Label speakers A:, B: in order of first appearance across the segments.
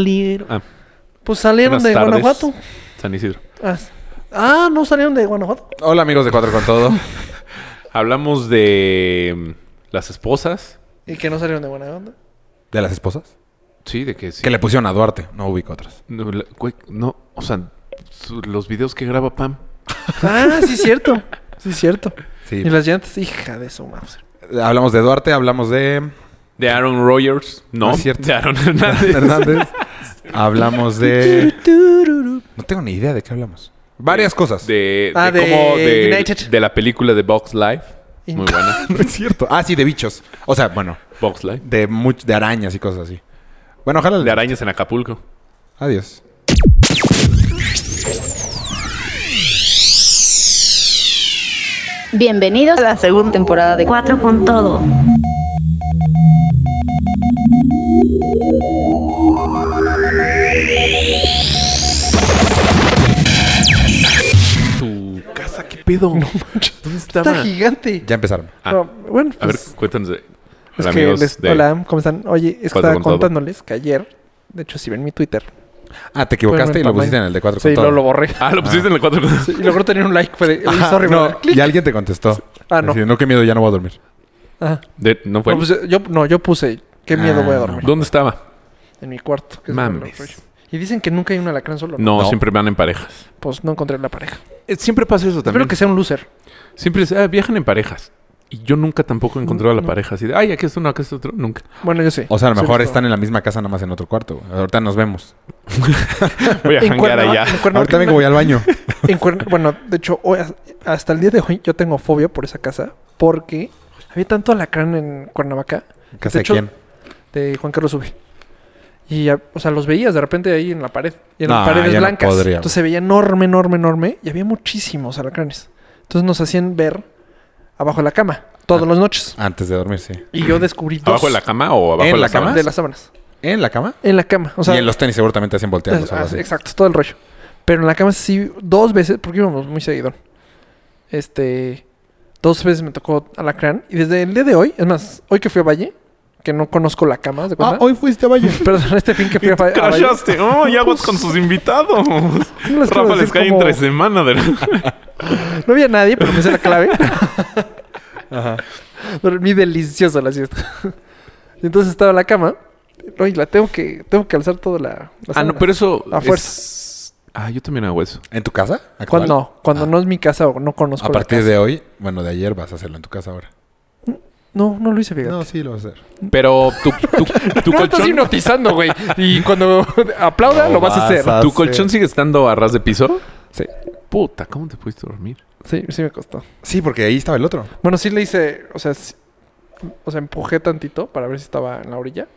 A: Salieron.
B: Ah.
A: Pues salieron
B: Buenas
A: de
B: tardes,
A: Guanajuato.
B: San Isidro.
A: Ah, ah, no salieron de Guanajuato.
C: Hola amigos de Cuatro con Todo.
B: Hablamos de mm, las esposas.
A: Y que no salieron de Guanajuato.
C: ¿De las esposas?
B: Sí, de que sí.
C: Que le pusieron a Duarte, no ubico otras.
B: No, la- güey, no, o sea, su- los videos que graba Pam.
A: Ah, sí, cierto. Sí, cierto.
C: Sí.
A: Y las llantas, hija de su madre.
C: Hablamos de Duarte, hablamos de
B: De Aaron Rodgers. No,
C: No es cierto.
B: de Aaron Hernández.
C: Hernández. hablamos de... No tengo ni idea de qué hablamos. Varias cosas.
B: De,
A: Ah,
B: de
A: de
B: cómo de,
A: United.
B: de la película de Box Life. Muy buena.
C: No es cierto. Ah, sí, de bichos. O sea, bueno,
B: Box Life.
C: de, much- de arañas y cosas así. Bueno, ojalá...
B: De arañas en Acapulco.
C: Adiós.
D: Bienvenidos a la segunda temporada de Cuatro con Todo.
B: Tu casa, qué pedo. ¿Dónde estaba?
A: Está gigante.
C: Ya empezaron.
B: Ah,
A: No, bueno,
B: A ver,
A: pues,
B: cuéntanos. de-
A: es
B: hola,
A: que
B: amigos
A: les,
B: de-
A: Hola, ¿cómo están? Oye, es que
B: Cuatro
A: estaba
B: con Todo.
A: contándoles que ayer, de hecho, si ven mi Twitter.
C: Ah, te equivocaste
A: Fue
C: y
A: en
C: lo
A: tamaño.
C: pusiste en el de Cuatro
A: Pues, Sí,
C: con
A: lo,
C: Todo.
A: lo borré.
B: Ah, lo pusiste en el 4
A: Sí, y logró tener un like, fue de, "Uy,
C: Ajá,
A: sorry,
C: no,
A: brother". Clic.
C: y alguien te contestó.
A: Ah, no.
C: Así, no, qué miedo, ya no voy a dormir.
A: Ajá.
B: de- No fue.
A: No, pues, yo, no, yo puse, qué miedo
C: Ah,
A: voy a dormir.
B: ¿Dónde estaba?
A: En mi cuarto. que es
B: Mames.
A: donde lo rollo. Y dicen que nunca hay un alacrán solo.
B: No,
C: No.
B: siempre van en parejas.
A: Pues no encontré la pareja.
B: Eh, Siempre pasa eso también.
A: Espero que sea un loser.
B: Siempre es, ah, viajan en parejas. Y yo nunca tampoco he encontrado a la pareja así de, ay, aquí es uno, aquí es otro. Nunca.
A: Bueno, yo sé.
C: O sea, a lo
A: Sí,
C: mejor
A: listo.
C: están en la misma casa, nada más en otro cuarto. güey. Ahorita nos vemos.
B: Voy a
A: En
B: janguear
A: Cuernavaca-
B: allá.
A: en Cuernavaca-
C: Ahorita vengo, voy al baño.
A: en Cuern- Bueno, de hecho, hoy- hasta el día de hoy yo tengo fobia por esa casa porque había tanto alacrán en Cuernavaca
C: ¿Casa de
A: hecho,
C: quién?
A: de Juan Carlos Ube. Y, ya, o sea, los veías de repente ahí en la pared. Y eran
C: No,
A: paredes
C: yo no
A: blancas.
C: podría,
A: Entonces se veía enorme, enorme, enorme. Y había muchísimos alacranes. Entonces nos hacían ver abajo de la cama
C: Ah.
A: todas las noches.
C: Antes de dormir, sí.
A: Y yo descubrí dos
B: ¿Abajo de la cama o abajo
C: ¿En
B: de
C: la
B: las
C: cama?
B: sábanas?
A: de las sábanas.
C: ¿En la cama?
A: En la cama. O sea,
C: y en los tenis seguro también te hacen volteando.
A: Es- ah, Exacto, todo el rollo. Pero en la cama sí, dos veces, porque íbamos muy seguido. Este, dos veces me tocó alacrán. Y desde el día de hoy, es más, hoy que fui a Valle, que no conozco la cama, ¿haz ¿de
B: Ah,
A: cuenta?
C: Ah, hoy fuiste a baño.
A: Perdón, este fin que fui a, Fa- a Valle.
B: Crashaste. Oh, y aguas con sus invitados.
A: No les quiero
B: Rafa les
A: decir
B: cae
A: como-
B: entre semana. De...
A: No había nadie, pero me hice la clave. Dormí delicioso la siesta. Y Entonces estaba en la cama. No, y la tengo que, tengo que alzar toda la. la
B: ah, no,
A: sábana.
B: pero eso.
A: A fuerza.
B: es- Ah, yo también hago eso.
C: ¿En tu casa? actual?
A: Cuando, no, cuando
C: Ah.
A: no es mi casa o no conozco
C: A
A: la
C: partir
A: casa.
C: de hoy, bueno, de ayer vas a hacerlo en tu casa ahora.
A: No, no lo hice, fíjate.
C: sí, lo vas a hacer.
B: Pero tu, tu, tu
A: No estás
B: colchón.
A: hipnotizando, güey. Y cuando aplauda,
C: No
A: lo vas a
C: vas
A: hacer.
C: a-
B: ¿Tu colchón sigue estando a ras de piso?
A: Sí.
B: Puta, ¿cómo te pudiste dormir?
A: Sí, sí me costó.
C: Sí, porque ahí estaba el otro.
A: Bueno, sí le hice, o sea, sí- o sea, empujé tantito para ver si estaba en la orilla.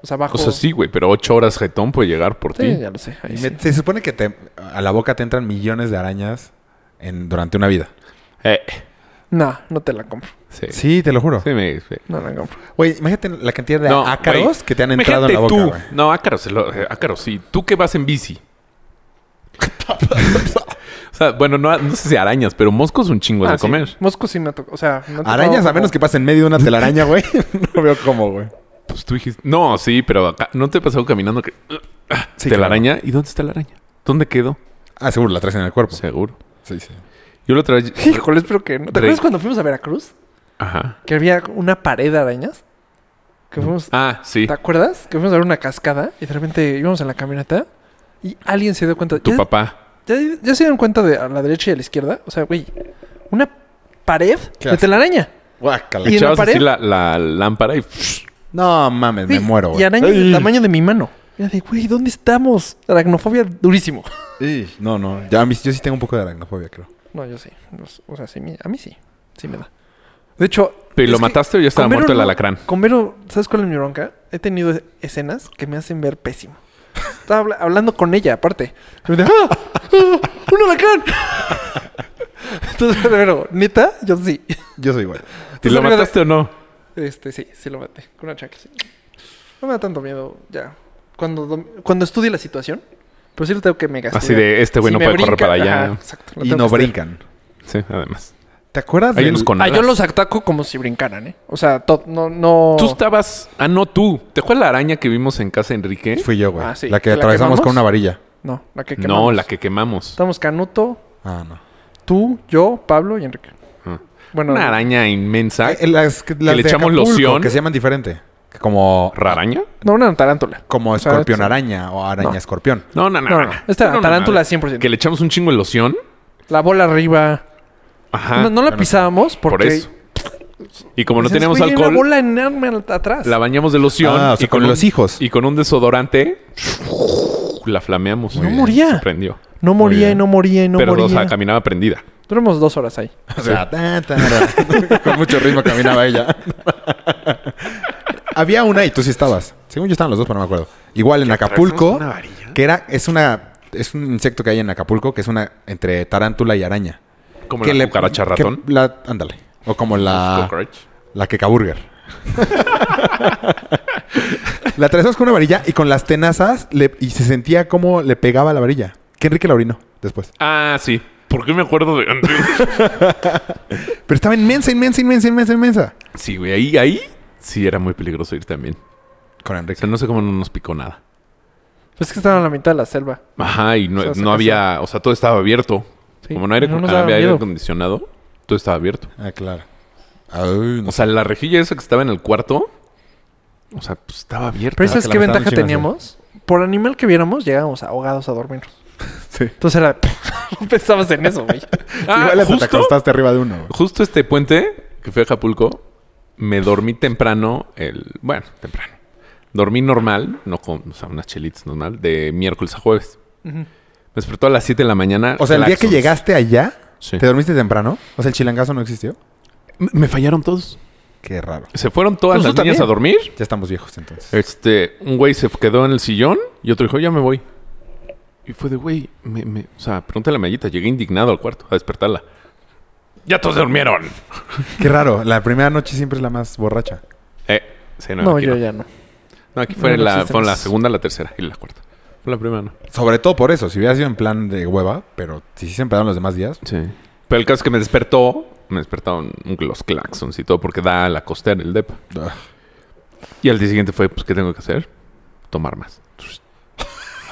A: O sea, abajo.
B: O sea, sí, güey, pero ocho horas jetón puede llegar por
A: Sí,
B: ti.
A: ya lo sé. ahí
C: Y
A: sí.
C: me- se supone que te, a la boca te entran millones de arañas en, durante una vida.
B: Eh,
A: No, no te la compro.
B: sí. Sí,
C: Sí, te lo juro.
B: me- sí.
A: No la compro.
C: Güey, imagínate la cantidad de
B: No,
C: ácaros
B: güey.
C: que te han entrado en la
B: Imagínate
C: boca, güey.
B: tú. No, ácaros, lo- eh, ácaros, sí. Tú que vas en bici. o sea, bueno, no, no sé si arañas, pero moscos un chingo
A: Ah,
B: de
A: sí.
B: comer.
A: Mosco sí me tocó. O sea, me ha tocado
C: Arañas, a
A: como-
C: menos que pase en medio de una telaraña, güey. no veo cómo, güey.
B: Pues tú dijiste. No, sí, pero acá, ¿no te pasó caminando que. te
C: Sí,
B: la
C: claro.
B: araña? ¿Y dónde está la araña? ¿Dónde quedó?
C: Ah, seguro, la traes en el cuerpo. Sí,
B: Seguro.
C: sí.
B: Yo lo traje.
A: Híjole, espero que no. ¿Te
B: Re-
A: acuerdas cuando fuimos a Veracruz?
B: Ajá.
A: Que había una pared de arañas. Que fuimos.
B: Ah, sí.
A: ¿Te acuerdas? Que fuimos a ver una cascada y de repente íbamos en la camioneta y alguien se dio cuenta.
B: Tu
A: Ya-
B: papá.
A: ¿Ya, ya se dieron cuenta de a la derecha y a la izquierda? O sea, güey, una pared de
C: haces?
A: telaraña.
C: Guácala.
A: ¿Y en la
B: Echabas así
A: pared?
B: la, la lámpara y.
C: No mames, me
A: Güey,
C: muero,
A: Y
C: güey.
A: arañas
C: Ay.
A: del tamaño de mi mano. Era de, güey, ¿dónde estamos? Aracnofobia durísimo.
C: Ih, No, no. Ya, a mí- yo sí tengo un poco de aracnofobia, creo.
A: No, yo sí. Los- O sea, sí, mi- a mí sí. Sí me da. De hecho...
B: ¿Pero
A: es
B: lo
A: que
B: mataste o ya estaba
A: con Vero
B: muerto el
A: no-
B: alacrán?
A: Con Vero, ¿sabes cuál es mi bronca? He tenido escenas que me hacen ver pésimo. Estaba habla- hablando con ella, aparte. Y me dice, ¡Ah! ¡Ah! ¡Un alacrán! Entonces, pero, neta, yo sí.
C: Yo soy igual.
B: ¿Te
A: Entonces,
B: lo
A: amigo de-
B: mataste o no?
A: Este, sí, sí lo maté. Con una chancla, sí. No me da tanto miedo ya. Cuando, dom- cuando estudie la situación, pero sí lo tengo que me
B: Así de, este güey no puede correr para allá.
A: exacto. lo
C: Y
A: tengo
C: no
A: que estudiar.
C: brincan.
B: Sí, además.
C: ¿Te acuerdas
B: Hay
C: del-
B: unos con
A: Ah, yo
B: alas.
A: los ataco como si brincaran, ¿eh? O sea, to- no, no...
B: Tú estabas... Ah, no, tú. ¿Te acuerdas la araña que vimos en casa de Enrique?
C: Fui yo, güey.
A: Ah, sí.
C: La que
A: ¿La
C: atravesamos
A: quemamos?
C: con una varilla.
A: No, la que quemamos.
B: No, la que quemamos.
A: Estamos Canuto,
C: Ah, no.
A: tú, yo, Pablo y Enrique.
B: Ah.
A: Bueno,
B: Una araña inmensa.
C: Eh, las que las
B: le
C: de
B: echamos loción.
C: Que se llaman diferente. Que Como,
B: ¿Raraña?
A: no, una tarántula.
C: como
A: O sea,
C: escorpión
A: es-
C: araña o araña
A: No.
C: escorpión.
B: No, no, no.
A: No,
B: no,
A: no, esta
B: No, no,
A: tarántula
B: no.
A: 100%.
B: Que le echamos un chingo de loción.
A: La bola arriba.
B: Ajá.
A: no, no la
C: bueno,
A: pisábamos porque...
B: Por eso. Y como no
A: Dices,
B: teníamos
A: "Güey, hay
B: alcohol,
A: Una bola enorme al- atrás.
B: la bañamos de loción.
C: Ah, o sea, con
B: un-
C: los hijos.
B: Y con un desodorante, la flameamos.
A: No moría.
B: Se prendió.
A: No moría y no moría y no
B: Pero,
A: moría.
B: o sea, caminaba prendida.
A: Duramos dos horas ahí.
C: O sea, ta, ta, ra. con mucho ritmo caminaba ella. Había una y tú sí estabas. Según yo estaban los dos, pero no me acuerdo. Igual en Acapulco,
B: una varilla?
C: que era, es una, es un insecto que hay en Acapulco, que es una entre tarántula y araña.
B: Como
C: que
B: la cucaracha
C: que
B: ratón.
C: la- ándale. O como la,
B: Cockroach.
C: la quecaburger. la atravesamos con una varilla y con las tenazas le- y se sentía como le pegaba la varilla. Que Enrique la orinó después.
B: Ah, sí. ¿Por qué me acuerdo de
C: Pero estaba inmensa, inmensa, inmensa, inmensa, inmensa.
B: sí, güey. Ahí, ahí sí era muy peligroso ir también.
C: Con
B: O sea,
C: Enrique.
B: no sé cómo no nos picó nada.
A: Pues es que estaban a la mitad de la selva.
B: Ajá, y no,
A: O sea, se-
B: no había... O sea, todo estaba abierto.
A: Sí.
B: Como no, aire-
A: No nos daba
B: había aire
A: miedo.
B: acondicionado, todo estaba abierto.
C: Ah, claro. Ay, no
B: O sea, la rejilla esa que estaba en el cuarto... O sea, pues estaba abierta.
A: Pero ¿sabes
C: Ah, que la
A: qué
C: aventaban
A: ventaja
C: un chingo
A: teníamos? Por animal que viéramos, llegábamos ahogados a dormirnos.
C: Sí.
A: Entonces era... no pensabas en eso, güey.
B: Ah,
C: Igual hasta te
B: justo,
C: acostaste arriba de uno. güey.
B: justo este puente que fue a Acapulco, me dormí temprano el... Bueno, temprano. Dormí normal, no con... O sea, unas chelitas normal, de miércoles a jueves.
A: Ujú.
B: Me despertó a las 7 de la mañana.
C: O sea, el día que
B: claxons.
C: llegaste allá,
B: Sí.
C: ¿te dormiste temprano? O sea, el chilangazo no existió.
B: M- Me fallaron todos.
C: Qué raro.
B: Se fueron todas
C: Pues
B: las
C: tú
B: niñas
C: también.
B: a dormir.
C: Ya estamos viejos entonces.
B: Este, un güey se quedó en el sillón y otro dijo, ya me voy. Y fue de, güey, me, me- o sea, pregúntale a Mayita, llegué indignado al cuarto a despertarla. Ya todos durmieron.
C: Qué raro. La primera noche siempre es la más borracha.
B: Eh, sí, no,
A: No,
B: aquí
A: yo
B: no.
A: ya no.
B: No, aquí fue,
A: No, no
B: la,
A: existen
B: fue la
A: esas.
B: segunda, la tercera y la cuarta. Fue la primera, ¿no?
C: Sobre todo por eso. Si hubiera sido en plan de hueva, pero si sí se empezaron los demás días.
B: Sí. Pero el caso es que me despertó, me despertaron los claxons y todo porque da a la costera el depa.
C: ugh.
B: Y al día siguiente fue, pues, ¿qué tengo que hacer? Tomar más.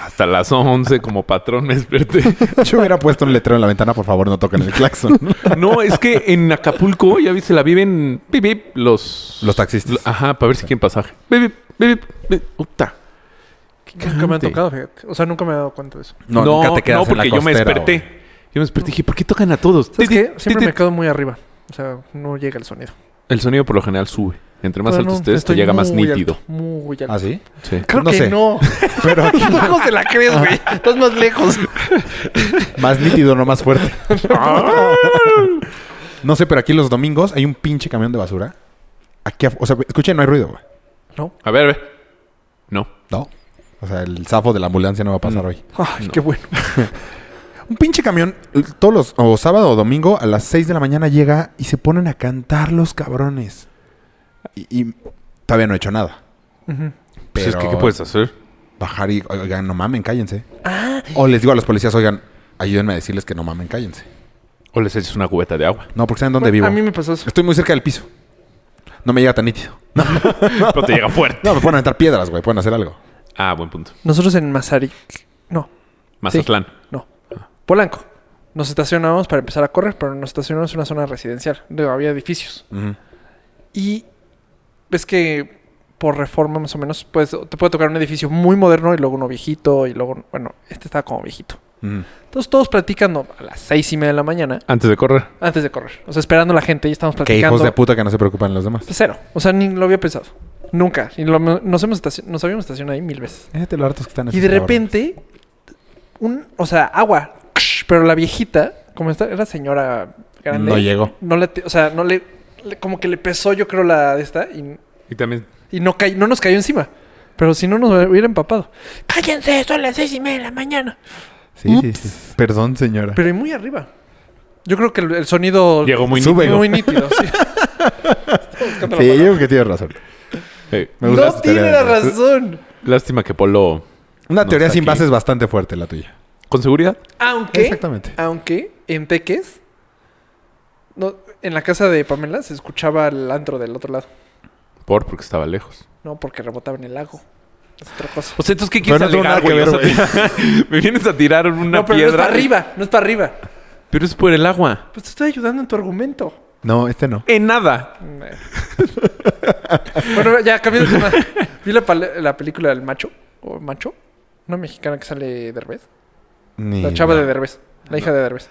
B: Hasta las 11 como patrón me desperté.
C: Yo hubiera puesto un letrero en la ventana, por favor, no toquen el claxon.
B: No, es que en Acapulco, ya viste, la viven bip, bip, los...
C: Los taxistas.
B: lo- Ajá, para ver si quieren pasaje. Bip, bip, bip, bip, bip. Puta.
A: Nunca me ha
B: cagante.
A: tocado, fíjate. O sea, nunca me he dado cuenta de eso.
C: No, nunca te quedas
B: no,
C: en la
B: porque yo me
C: costera,
B: desperté.
C: güey.
B: Yo me desperté y dije, ¿por qué tocan a todos?
A: ¿Sabes
B: Ti, ti,
A: qué? Siempre
B: ti,
A: me
B: ti.
A: quedo muy arriba. O sea, no llega el sonido.
B: El sonido por lo general sube. Entre más
A: Pero
B: alto
A: no,
B: estés, te
A: estoy
B: llega más
A: muy alto,
B: nítido.
A: muy alto.
C: ¿Ah, sí?
B: Sí.
A: Creo
C: No
A: que
C: sé.
A: no.
C: Pero aquí
A: ¿Cómo se la crees, güey? Estás más lejos.
C: más nítido, no más fuerte. No sé, pero aquí los domingos hay un pinche camión de basura. Aquí, af- o sea, escuchen, no hay ruido, güey.
A: No.
B: A ver, a ver. No.
C: No. Mm. O sea, el zafo de la ambulancia no va a pasar hoy.
A: Ay, qué bueno.
C: Un pinche camión, el- todos los, o sábado o domingo, a las 6 de la mañana llega y se ponen a cantar los cabrones. Y, y todavía no he hecho nada.
A: Ujú.
B: Pues es que,
C: Pero-
B: ¿qué puedes hacer?
C: Bajar y, oigan, no mamen, cállense.
A: Ah.
C: O les digo a los policías, oigan, ayúdenme a decirles que no mamen, cállense.
B: O les echas una cubeta de agua.
C: No, porque saben dónde
A: Bueno,
C: vivo.
A: A mí me pasó eso.
C: Estoy muy cerca del piso. No me llega tan nítido. No,
B: Pero te llega fuerte.
C: no me pueden aventar piedras, güey. Pueden hacer algo.
B: Ah, buen punto.
A: Nosotros en Mazarik. No,
B: Mazatlán.
A: no. Polanco. Nos estacionamos para empezar a correr, pero nos estacionamos en una zona residencial. Digo, había edificios. Y ves que por reforma más o menos, pues te puede tocar un edificio muy moderno y luego uno viejito y luego, bueno, este estaba como viejito.
C: Ujú.
A: Entonces todos platicando a las seis y media de la mañana
B: Antes de correr.
A: antes de correr. O sea, esperando a la gente y estamos
C: Que
A: platicando. Pues,
C: hijos de puta que no se preocupan los demás.
A: Cero. O sea, ni lo había pensado. Nunca. Y lo- nos, hemos estacion- nos habíamos estacionado ahí mil veces.
C: Fíjate Eh, lo hartos que están.
A: Y de repente, un, o sea, agua. Pero la viejita, como esta, era señora grande.
C: No llegó.
A: No le, o sea, no le, le- como que le pesó, yo creo, la de esta y,
B: Y también
A: y no, cay- no nos cayó encima. Pero si no nos hubiera empapado. Cállense, son las seis y media de la mañana.
C: Sí, sí, sí. Perdón, señora.
A: Pero y muy arriba. Yo creo que el, el sonido
B: llegó muy
C: Sube.
A: muy nítido. sí. Estoy buscando la
C: Sí, yo
A: palabra.
C: creo que tienes razón.
B: Eh,
C: Me gusta
A: no
C: esa
A: tiene
C: teoría.
A: la razón.
B: Lástima que Polo.
C: Una
B: No
C: teoría
B: está
C: sin
B: aquí.
C: base es bastante fuerte la tuya.
B: ¿Con seguridad?
A: Aunque,
C: Exactamente.
A: aunque en Teques No, en la casa de Pamela se escuchaba el antro del otro lado.
B: Por, porque estaba lejos.
A: No, porque rebotaba en el lago. Es otra cosa.
B: O sea, entonces, ¿qué
C: Pero
B: quieres
C: no tengo
B: alegar,
C: nada que
B: güey? O sea, me vienes a tirar una
A: no, pero no es
B: piedra.
A: para arriba, no es para arriba.
B: Pero es por el agua.
A: Pues te estoy ayudando en tu argumento.
C: No, este no.
B: En nada.
A: bueno, ya cambiando de tema. Vi la, pal- la película del macho. ¿O macho? Una mexicana que sale Derbez.
C: Ni-
A: La chava de Derbez. La hija de Derbez.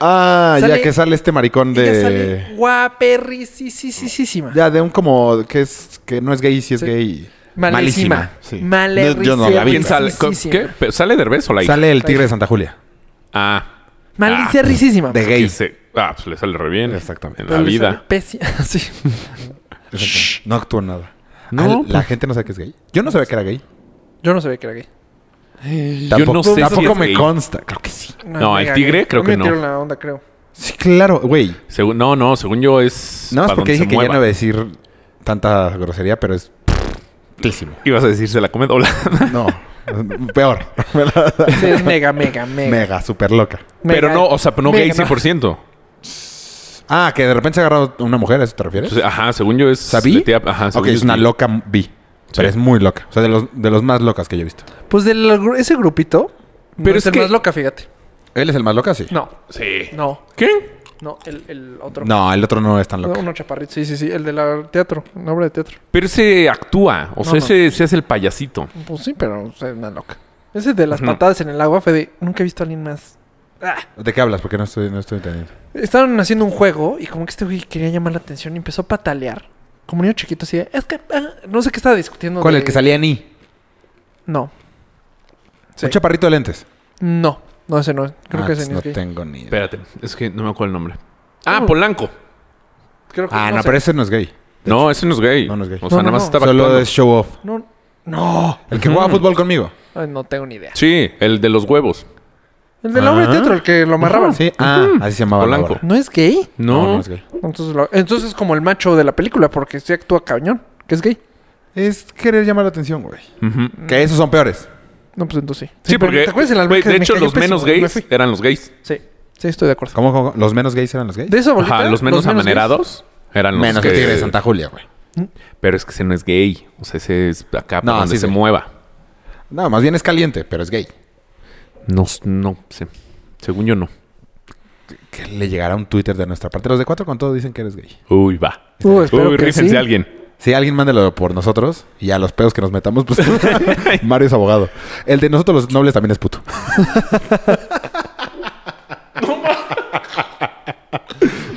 C: Ah,
A: Sale-
C: ya que sale este maricón
A: Ella
C: de.
A: sale guaperri, sí, sí, sí, sí, sí, ma.
C: Ya, de un como que es que no es gay, si es
A: Sí.
C: gay.
A: Malísima.
C: malísima, sí.
A: Malérrima.
C: No, yo no la vi.
B: ¿Quién sale?
A: Risísima.
B: ¿Qué? ¿Pero ¿Sale Derbez o la hija?
C: Sale el tigre de Santa Julia.
B: Ah.
A: Malicia
B: Ah,
A: risísima.
C: De
B: que
C: gay.
B: se- ah, pues le sale re bien.
C: Exactamente.
B: En
A: Pero
B: la
A: le
B: vida.
A: sale pésima. sí.
C: Exactamente. No actúa nada.
B: No,
C: Ah,
B: pues-
C: la gente no sabe que es gay. Yo no sabía que era gay.
A: Yo no sabía que era gay.
C: Tampoco,
B: no sé si
C: tampoco
B: es
C: me
B: gay.
C: consta. Creo que sí.
B: No,
A: es
B: el
A: mega
B: tigre
A: gay.
B: creo
A: A mí me
B: que no.
A: tiraron la onda, creo.
C: Sí, claro, güey.
B: Según- no, no, según yo es.
C: No,
B: Pues, pa'
C: es
B: donde
C: porque dije
B: se
C: que ya
B: mueva.
C: no iba a decir tanta grosería, pero es. Pésimo.
B: Ibas a decir se la come doblada.
C: No. Peor.
A: Sí, es mega, mega, mega.
C: Mega, súper loca.
A: mega.
B: Pero no, o sea, pero no gay
A: Mega,
B: 100%.
C: Ah, que de repente se ha agarrado una mujer, ¿a eso te refieres?
B: Entonces, ajá, según yo es.
C: ¿Sabí?
B: letea- Pues, ajá, según
C: ok,
B: yo
C: es una
B: bi.
C: loca bi. Pero es muy loca. O sea, de los, de los más locas que yo he visto.
A: Pues de ese grupito. Pero
B: Pero
A: es,
B: es
A: el
B: que-
A: más loca, fíjate.
C: ¿Él es el más loca? Sí.
A: No,
B: Sí.
A: no,
B: ¿Qué?
A: no. El, el otro.
C: No, el otro no es tan loca.
A: Uno chaparrito, sí, sí, sí. El de la teatro, una obra de teatro.
B: Pero ese actúa. O sea,
A: no.
B: ese se hace el payasito.
A: Pues sí, pero o sea, una loca. Ese de las
B: Ujú.
A: patadas en el agua fue de nunca he visto a alguien más.
C: ¿De qué hablas? Porque no estoy, no estoy entendiendo.
A: Estaban haciendo un juego y como que este güey quería llamar la atención y empezó a patalear. Como niño chiquito, así de, es que ah", no sé qué estaba discutiendo.
C: ¿Cuál?
A: de-
C: El que salía ni.
A: No, Sí.
C: Un chaparrito de lentes.
A: no, no, ese no. es. Creo
C: Ah,
A: que
C: pues
A: ese no
C: no
A: es gay.
C: tengo ni idea.
B: Espérate, es que no me acuerdo el nombre. Ah,
A: ¿Cómo?
B: Polanco.
A: Creo que
C: Ah, no,
A: sé.
C: pero ese no es gay.
B: No, ese no es gay.
C: No, no es gay.
B: O
A: No,
B: sea,
A: no,
B: nada más
A: no.
B: estaba
C: Solo
B: actuando.
C: es show off.
A: No, no,
C: El que juega fútbol conmigo.
A: Ay, no tengo ni idea.
B: Sí, el de los huevos.
A: El de la obra de
C: Ah.
A: teatro, el que lo amarraban.
C: Sí, ah, así se llamaba. la
B: Polanco.
C: obra.
A: ¿No es gay?
B: No.
C: no, no es gay.
A: Entonces, lo- entonces como el macho de la película, porque sí actúa cañón, que es gay.
C: Es querer llamar la atención, güey.
B: Ujú.
A: Mm.
C: Que esos son peores.
A: No, pues entonces sí.
B: Sí,
A: pero
B: porque.
A: ¿Te acuerdas en la
B: güey,
A: alberca?
B: de
A: Me
B: hecho,
A: cayó
B: los
A: pésimo,
B: menos
A: me
B: gays
A: fui.
B: eran los gays.
A: Sí, sí, estoy de acuerdo.
C: ¿Cómo, cómo? los menos gays eran los gays?
A: De esa bolita,
B: Ajá, los menos
A: gays.
B: amanerados eran los
C: Menos que
B: que...
C: el Tigre de Santa Julia, güey.
B: Pero es que ese no es gay. O sea, ese es acá por
C: No,
B: donde
C: sí,
B: se
C: sí.
B: mueva.
C: No, más bien es caliente, pero es gay.
B: No, s- no sé. Según yo, no.
C: Que le llegará un Twitter de nuestra parte. Los de cuatro con todo dicen que eres gay.
B: Uy, va.
A: Uh, espero
B: Uy,
A: que
B: rífense
A: sí.
B: a alguien.
C: Si alguien mándalo por nosotros y a los pedos que nos metamos, pues Mario es abogado. El de nosotros los nobles también es puto.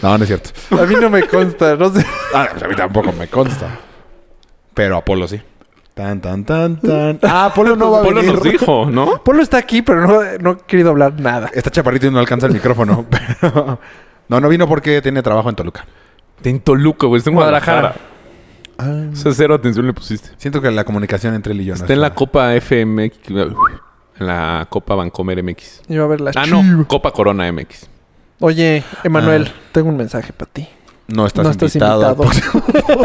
C: no, no es cierto.
A: A mí no me consta, no sé.
C: Ah, pues a mí tampoco me consta. Pero Apolo sí. Tan, tan, tan, tan. Ah, Apolo
A: Pues
C: no va a
B: Polo
C: venir.
B: nos dijo, ¿no?
A: Polo está aquí, pero no, no he querido hablar nada.
C: Está chaparrito y no alcanza el micrófono. pero- No, no vino porque tiene trabajo en Toluca.
B: En Toluca, güey. Está en
A: Guadalajara.
B: Guadalajara. O sea, cero atención le pusiste.
C: Siento que la comunicación entre él y yo no
B: Está en la Copa FMX. En la Copa Vancomer MX.
A: Iba a ver la
B: Ah,
A: chiva.
B: no. Copa Corona MX.
A: Oye, Emanuel, tengo un mensaje para ti.
C: No estás,
A: no estás
C: invitado.
A: invitado.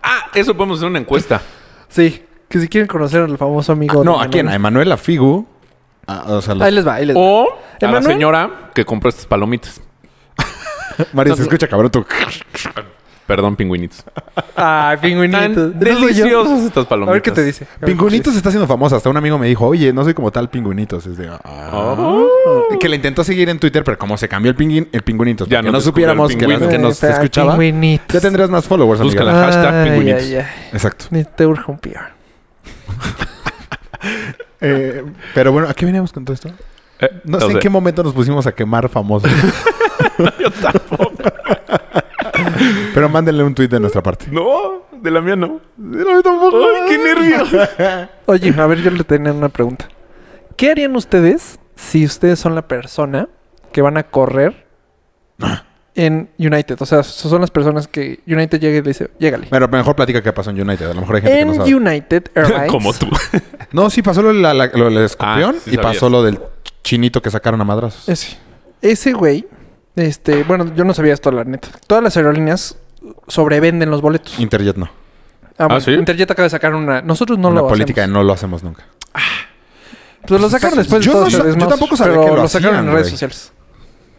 B: Ah, eso podemos hacer una encuesta.
A: sí, que si quieren conocer al famoso amigo.
C: Ah, no,
A: de
C: ¿a quién? A
A: Emanuel.
C: Emanuel, a Figu. Ah, o sea, los-
A: Ahí les va, ahí les va.
B: O a la
A: ¿Emanuel?
B: señora que compró estas palomitas.
C: Mario, se escucha cabrón tú.
B: Perdón, pingüinitos.
A: Ay,
B: Tan
A: pingüinito. No soy yo.
B: deliciosas estas palomitas.
A: A ver qué te dice. A ver
C: Pingüinitos se está haciendo famosa. Hasta un amigo me dijo, oye, no soy como tal Pingüinitos. Es de, ah. Que le intentó seguir en Twitter, pero como se cambió el, pingüin, el Pingüinitos,
B: Ya
C: ya que
B: no
C: no
B: te descubrió
C: supiéramos
B: el
C: que, eras-
A: qué
B: pingüino.
A: dice.
C: que nos
A: Ay,
C: escuchaba,
A: Pingüinitos.
C: ya tendrías más followers, amiga.
B: Búscala. Hashtag
A: Ay,
B: pingüinitos.
A: ay, ay.
C: Exacto.
A: Ni te urge un PR.
C: Eh, pero bueno, ¿a qué veníamos con todo esto?
B: Eh,
C: No sé en qué momento nos pusimos a quemar famosos. Pero mándenle un tweet de nuestra parte.
B: No, de la mía no. De la mía tampoco. Ay, qué nervio.
A: Oye, a ver, yo le tenía una pregunta. ¿Qué harían ustedes si ustedes son la persona que van a correr en United? O sea, so- son las personas que United llega y le dice, llégale.
C: Pero mejor platica qué pasó en United. A lo mejor hay gente
A: En
C: que no sabe.
A: United Airlines.
B: Como tú.
C: No, sí, pasó lo, de la- la- lo del escorpión
B: Ah, sí
C: y
B: sabías.
C: pasó lo del chinito que sacaron a madrazos.
A: Ese. Ese güey, este, bueno, yo no sabía esto, la neta. Todas las aerolíneas sobrevenden los boletos.
C: Interjet no.
A: Ah, bueno,
B: ¿sí?
A: Interjet acaba de sacar una. Nosotros no
C: Una
A: lo
C: política
A: hacemos.
C: de no lo hacemos nunca.
A: Pues lo sacaron después
C: Yo
A: de
C: no
A: todos
C: sa-
A: los
C: yo tampoco sabía
A: pero
C: que lo
A: sacaron
C: hacían,
A: en redes
C: güey.
A: sociales.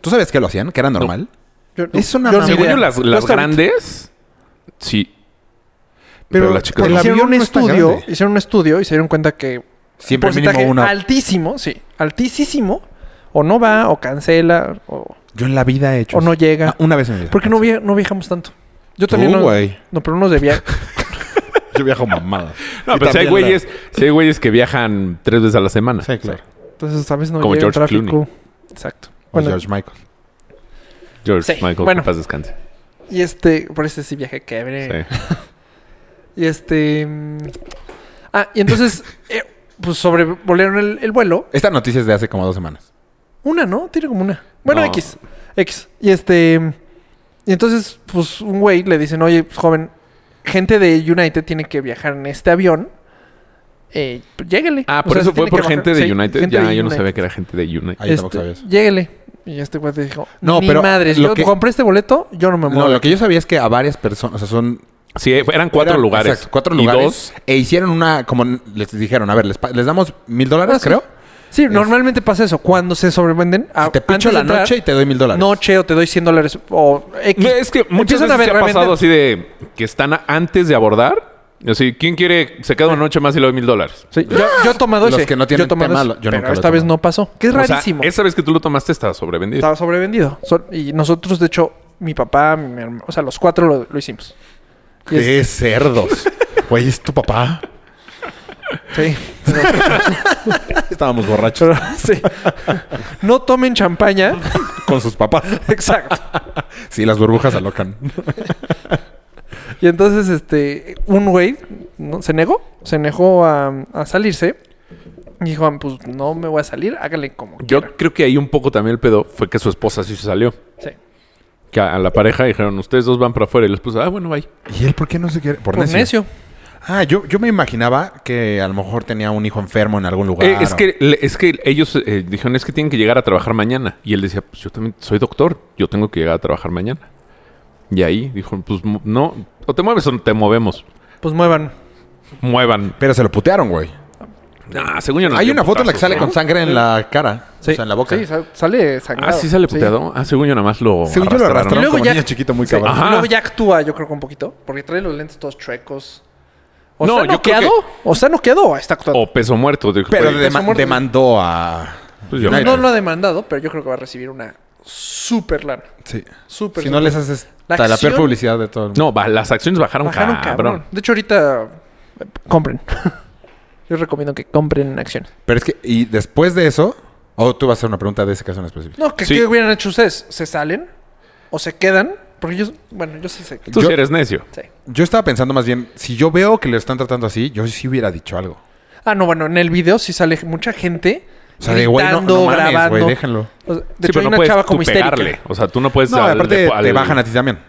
C: ¿Tú sabías que lo hacían? ¿Que era normal?
A: Yo-
C: Es una
A: yo ni
B: Según
A: idea.
B: yo, las,
A: Yo
B: las
A: hasta ahorita-
B: grandes, sí. Pero,
C: Pero
B: las chicas
C: el
B: no.
C: avión
A: hicieron un
C: no es tan
A: estudio,
C: grande.
A: hicieron un estudio y se dieron cuenta que
C: Siempre mínimo
A: porcentaje
C: una.
A: altísimo, sí, altísimo, o no va, o cancela, o,
C: Yo en la vida he hecho.
A: o no
C: eso.
A: llega.
C: Ah, una vez en mi vida.
A: ¿Por qué no, via- no viajamos tanto? Yo también no.
C: güey.
A: No, pero unos de viaje.
C: Yo viajo mamada.
B: No, pero si hay, güeyes, si hay güeyes que viajan tres veces a la semana.
C: Sí, claro.
A: Entonces, ¿sabes? No
B: Como
A: llega el
B: George
A: tráfico.
B: Clooney.
A: Exacto.
C: O
A: Bueno,
C: George Michael.
B: George
A: Sí,
B: Michael,
A: bueno.
B: que paz descanse.
A: y este, por este sí viaje quebre.
B: Sí.
A: Y este. mm, Ah, y entonces, eh, pues sobrevolieron el, el vuelo.
C: Esta noticia es de hace como dos semanas.
A: Una, ¿no? Tiene como una. Bueno,
B: No.
A: X. X. Y este. Y entonces, pues un güey le dicen, oye, pues, joven, gente de United tiene que viajar en este avión. Eh, pues, lléguele.
B: Ah,
A: O
B: por
A: sea,
B: eso
A: se
B: fue
A: tiene
B: por
A: que bajar.
B: gente de
A: Sí,
B: United.
A: gente
B: ya,
A: de
B: yo no
A: United.
B: sabía que era gente de United.
C: Ah, yo tampoco
A: Este,
C: sabía eso.
A: Lléguele. Y este güey dijo, no,
C: No,
A: pero
C: pero
A: madres,
C: lo
A: yo
C: que-
A: compré este boleto, yo no me muevo.
C: No, lo que yo sabía es que a varias personas, o sea, son
B: Sí, eh, eran cuatro
C: Eran-
B: lugares.
C: Exacto, cuatro
B: Y
C: lugares.
B: dos-
C: E hicieron una, como n- les dijeron, a ver, les, pa- les damos mil dólares,
A: Ah, sí.
C: creo.
A: Sí,
C: Es-
A: normalmente pasa eso. Cuando se sobrevenden, a-
C: Te
A: antes
C: pincho
A: de
C: la
A: entrar,
C: noche y te doy mil dólares.
A: noche o te doy 100 dólares o X.
B: No, es que muchas
A: Empiezan a
B: veces se
A: ver
B: ha pasado
A: realmente-
B: así de que están a- antes de abordar. Así, ¿quién quiere? Se queda una noche más y le doy mil dólares.
A: Sí, yo, yo he tomado
C: Los
A: ese.
C: que no tienen
A: yo he tomado
C: tema,
A: ese,
C: lo- yo
A: pero
C: nunca lo he
A: esta vez
C: tomado.
A: no pasó. Que es
B: O sea,
A: rarísimo.
B: esa vez que tú lo tomaste estaba sobrevendido.
A: Estaba sobrevendido. So- y nosotros, de hecho, mi papá, mi herma- o sea, los cuatro lo, lo hicimos. Y es-
C: ¡Qué cerdos! Güey, es tu papá.
A: sí.
C: Estábamos borrachos
A: Pero- sí. No tomen champaña.
C: con sus papás.
A: Exacto.
C: Sí, las burbujas alocan.
A: Y entonces, este, un güey ¿no? se negó, se negó a, a salirse. Y dijo, "Ah, pues no me voy a salir, hágale como
B: Yo
A: quiera".
B: creo que ahí un poco también el pedo fue que su esposa sí se salió.
A: Sí.
B: Que a a la pareja dijeron, ustedes dos van para afuera. Y les puso, ah, bueno, bye.
C: ¿Y él por qué no se quiere? Por,
A: Por necio.
C: Ah, yo, yo me imaginaba que a lo mejor tenía un hijo enfermo en algún lugar.
B: Eh, es,
C: o-
B: que, le- es que ellos eh, dijeron, es que tienen que llegar a trabajar mañana. Y él decía, pues yo también soy doctor, yo tengo que llegar a trabajar mañana. Y ahí dijo, pues mu- no, o te mueves o te movemos.
A: Pues muevan.
B: Muevan.
C: Pero se lo putearon, güey.
B: Ah, según yo no
C: Hay
B: dio
C: una foto en la que
B: putazos,
C: sale
B: ¿no?
C: con sangre en la cara.
A: Sí.
C: O sea, en la boca.
A: Sí, sal- sale
B: Ah,
A: sangrado.
B: sí sale
A: Sí.
B: puteado. Ah, según yo nada más lo
C: Según yo lo arrastraron
A: Luego
C: como
A: ya-
C: niño chiquito muy
A: Sí.
C: cabrón.
B: Ajá.
A: Y luego ya actúa, yo creo que un poquito, porque trae los lentes todos chuecos. O
B: No,
A: está
B: yo creo Oh,
A: noqueado, o está noqueado, o está actuando.
B: O peso muerto. dijo,
C: Pero
B: güey,
A: de-
C: dema-
A: muerto.
C: demandó a...
B: pues yo-
C: United.
A: no lo ha demandado, pero yo creo que va a recibir una super lana.
C: Sí.
A: Super
C: si no les haces
A: La
C: la, la
A: acción-
C: peor publicidad de todo el mundo.
B: No, ba- las acciones bajaron,
A: bajaron cabrón.
B: cabrón.
A: De hecho, ahorita eh, compren. yo recomiendo que compren acciones.
C: Pero es que, y después de eso, o tú vas a hacer una pregunta de ese caso en específico.
A: No, que
B: Sí.
A: ¿qué hubieran hecho ustedes? ¿Se salen? ¿O se quedan? Porque yo, bueno, yo sí sé. que-
B: Tú
C: Yo-
B: sí eres necio.
A: sí.
C: Yo estaba pensando más bien, si yo veo que lo están tratando así, yo sí hubiera dicho algo.
A: Ah, no, bueno, en el video sí sale mucha gente
C: O sea, de güey, no,
A: gritando,
C: no mames,
A: grabando.
C: güey, déjenlo.
A: O sea, de
B: Sí,
A: hecho,
B: pero
A: hay
B: no
A: una
B: puedes
A: chava
B: tú
A: como histérica.
B: pegarle. O sea, tú no puedes...
C: No,
B: al-
C: aparte
B: al-
C: te bajan a ti también.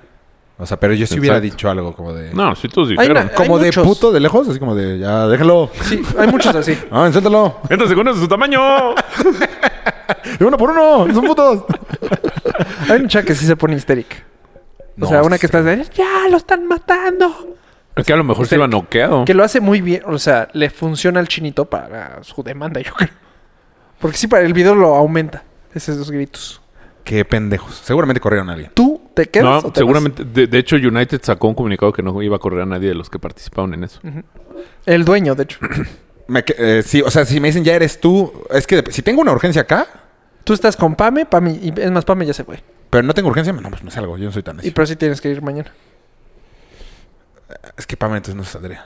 C: O sea, pero yo sí hubiera
B: Exacto.
C: dicho algo como de...
B: No, sí tú
A: Hay
B: dijeron.
A: una-
C: como de
A: muchos.
C: puto de lejos, así como de, ya, déjalo. Ah,
A: Sí, hay muchos así.
C: No, enséntalo.
B: Entonces, con su tamaño.
C: De uno por uno, son putos.
A: Hay una chava que sí se pone histérica.
C: No,
A: o sea, una
C: sí.
A: que está de, ya, lo están matando.
B: Es que a lo mejor se
A: Usted-
B: iba noqueado.
A: Que lo hace muy bien. O sea, le funciona al chinito para su demanda, yo creo. Porque sí, para el video lo aumenta. Esos dos gritos.
C: Qué pendejos. Seguramente corrieron a alguien.
A: ¿Tú te
B: No,
A: quedas? o te
B: seguramente. De, de hecho, United sacó un comunicado que no iba a correr a nadie de los que participaron en eso.
A: vas? El dueño, de hecho.
C: Me que- eh, sí, o sea, si me dicen, ya eres tú, es que de- si tengo una urgencia acá,
A: Tú estás con Pame, Pame, y es más, Pame ya se fue.
C: pero no tengo urgencia, no, pues me salgo, yo no soy tan
A: Y
C: necio.
A: pero sí tienes que ir mañana.
C: Es que Pame entonces no se saldría.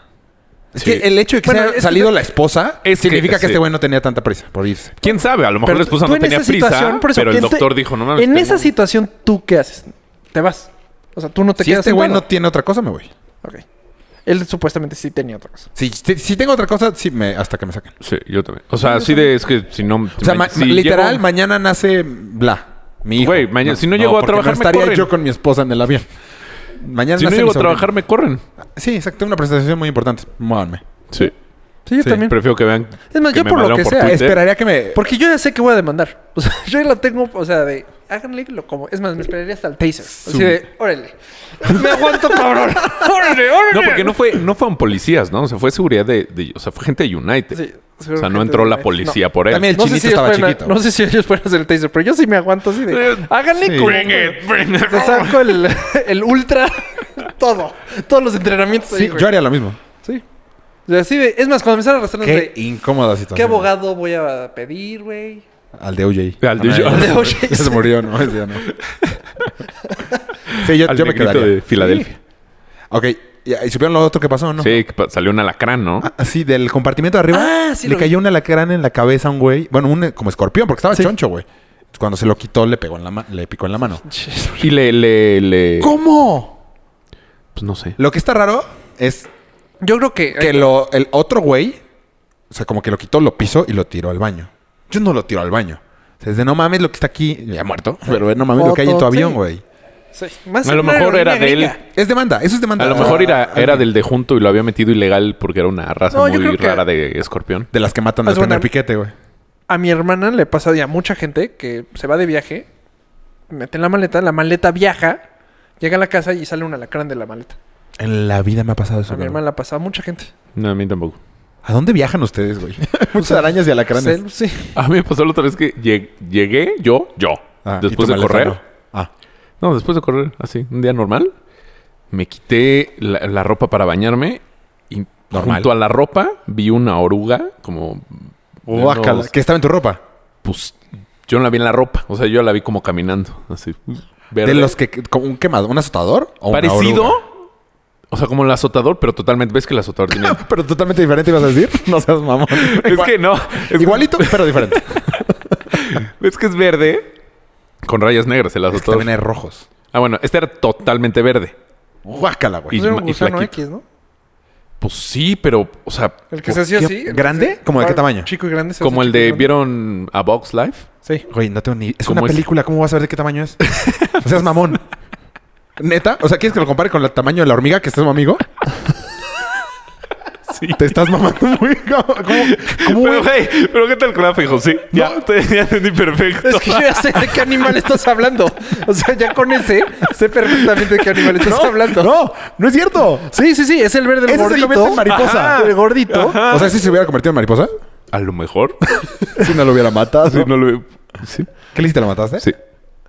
C: Es
B: Sí.
C: que el hecho de que
A: Bueno,
C: se
A: es
C: haya
A: que-
C: salido la esposa
B: Es que-
C: significa que,
B: sí.
C: este güey no tenía tanta prisa por irse.
B: ¿Quién sabe? A lo mejor la esposa
A: tú
B: no
A: en
B: tenía
A: esa
B: prisa.
A: situación, por eso,
B: pero el
A: ¿quién te-
B: doctor dijo, no mames.
A: en
B: tengo-
A: esa situación, ¿tú qué haces? Te vas. O sea, tú no te
C: si
A: quedas
C: este güey no
A: sentado.
C: tiene otra cosa, me voy.
A: Ok. Él supuestamente sí tenía otra cosa.
C: Si, si, si tengo otra cosa, sí, me, hasta que me saquen.
B: Sí, yo también. O sea, así de. Es que si no.
C: O sea, ma-
B: si
C: literal,
B: llego-
C: mañana nace bla. Mi hijo.
B: Güey, mañana- si no llego a
C: porque
B: trabajar, me
C: estaría
B: corren.
C: yo con mi esposa en el avión. Mañana
B: Si no
C: nace mi
B: llego a
C: sobrino.
B: trabajar, me corren.
C: Sí, exacto, tengo una presentación muy importante. Muévanme.
B: Sí.
A: Sí, yo
C: Sí,
A: también.
B: Prefiero que vean.
A: Es más,
B: que
A: yo
B: me
A: por lo
B: madrean
A: que sea,
B: Twitter.
C: Esperaría que me.
A: Porque yo ya sé que voy a demandar. O sea, yo ya la tengo, o sea, de. háganle lo como. Es más, me esperaría hasta el taser. Así de, órale. Me aguanto, cabrón. Órale, órale.
B: No, porque no fue, no fueron policías, ¿no? O sea, fue seguridad de, de- O sea, fue gente de United.
A: Sí,
B: o sea,
A: gente
B: no entró
A: de
B: la
A: United.
B: policía por él.
C: También el
A: No sé,
C: chinito
A: si ellos
C: estaba
A: pueden-
C: chiquito.
A: no sé si ellos pueden hacer el taser, pero yo sí me aguanto así de.
B: Eh,
A: Háganle
B: sí.
A: como.
B: Bring it, bring it.
A: Te saco el, el ultra. Todo. Todos los entrenamientos. ahí,
C: Sí,
A: güey.
C: yo haría lo mismo.
A: Sí. O sea, sí, de- es más, cuando empezaron a arrastrar,
C: Qué
A: ¿qué,
C: incómoda situación.
A: ¿qué abogado voy a pedir, güey?
C: Al de OJ.
B: Al de
C: Ah, no,
B: OJ.
A: OJ.
B: Al de
C: ya se murió. Ya se murió, ¿no? Ese ya no. sí, yo,
B: Al
C: yo me
B: negrito
C: quedaría.
B: de Filadelfia.
C: Ok. ¿Y y supieron lo otro que pasó o no?
B: Sí, que pa- salió un alacrán, ¿no?
C: Ah, sí, del compartimento de arriba.
A: Ah, sí
C: le
A: lo vi.
C: cayó un alacrán en la cabeza a un güey. Bueno, un, como escorpión, porque estaba
A: Sí.
C: choncho, güey. Cuando se lo quitó, le pegó en la ma- le picó en la mano.
B: Y le, le, le-
C: ¿Cómo?
B: Pues no sé.
C: Lo que está raro es
A: Yo creo que. eh,
C: que lo, el otro güey, o sea, como que lo quitó, lo pisó y lo tiró al baño. Yo no lo tiro al baño. O sea, es de no mames lo que está aquí, ya muerto, pero no mames lo que hay en tu
A: Foto,
C: avión,
A: sí.
C: güey.
A: sí, más
B: a lo
A: una
B: mejor era de
A: aerolínea
B: él.
A: gringa.
C: Es demanda, eso es demanda.
B: A lo mejor era,
C: Ah,
B: era del de junto y lo había metido ilegal porque era una raza
A: No, yo
B: muy
A: creo que-
B: rara de escorpión.
C: De las que matan al
A: Haz una-
C: primer piquete, güey.
A: A mi hermana le pasa y a mucha gente que se va de viaje, mete la maleta, la maleta viaja, llega a la casa y sale un alacrán de la maleta.
C: En la vida me ha pasado
A: A
C: eso,
A: mi
C: güey.
A: hermana la pasa a mucha gente.
B: No, a mí tampoco.
C: ¿A dónde viajan ustedes, güey? Muchas arañas y alacranes.
A: Se- Sí.
B: A mí me pasó la otra vez que lleg- llegué yo, yo,
C: Ah, ¿y
B: después
C: tu
B: de
C: maleta
B: correr.
C: no? Ah.
B: No, después de correr, así, un día normal. Me quité la, la ropa para bañarme y
C: Normal.
B: junto a la ropa vi una oruga como...
C: Guácala,
B: unos-
C: que estaba en tu ropa.
B: Pues yo no la vi en la ropa, o sea, yo la vi como caminando, así. verde.
C: De los que, como un quemado, un azotador o una
B: Parecido,
C: oruga?
B: o sea, como el azotador, pero totalmente, ves que el azotador tiene...
C: Pero totalmente diferente ibas a decir. No seas mamón.
B: es que no, es,
C: Igualito, pero diferente.
B: es que es verde con rayas negras el
C: Es que
B: azotador.
C: también hay rojos.
B: Ah, bueno, este era totalmente verde.
C: Guácala,
B: Y-
C: güey.
A: Pues era un
B: y
A: gusano
B: flaquito.
A: X, ¿no?
B: Pues sí, pero, o sea,
A: El que se hacía
C: ¿Qué-
A: así. el que
C: grande?
A: se-
C: ¿Cómo de qué
A: Ah,
C: tamaño?
A: Chico y grande. se
B: como
A: hace
B: el
A: chico y
B: de...
A: grande.
B: ¿Vieron a Box Life?
A: Sí.
C: Güey, no tengo ni. Es
B: ¿Cómo
C: una
B: es?
C: película, ¿cómo vas a ver de qué tamaño es? O seas mamón. Neta, o sea, ¿quieres que lo compare con el tamaño de la hormiga que es tu amigo?
B: Sí.
C: Te estás mamando muy cabrón. ¿Cómo, cómo,
B: Pero,
C: güey?
B: güey, pero ¿qué tal gráfico? Sí, ya, te, ya entendí perfecto.
A: Es que yo ya sé de qué animal estás hablando. O sea, ya con ese sé perfectamente de qué animal estás hablando.
C: No, no es cierto.
A: Sí, sí, sí, es el verde el
C: Ese se
A: gordito.
C: convierte en mariposa.
A: El gordito.
B: Ah.
C: O sea, si se hubiera convertido en mariposa,
B: A lo mejor.
C: si no lo hubiera matado.
B: Sí, no lo sí.
C: ¿Qué le hiciste? ¿La mataste?
B: sí.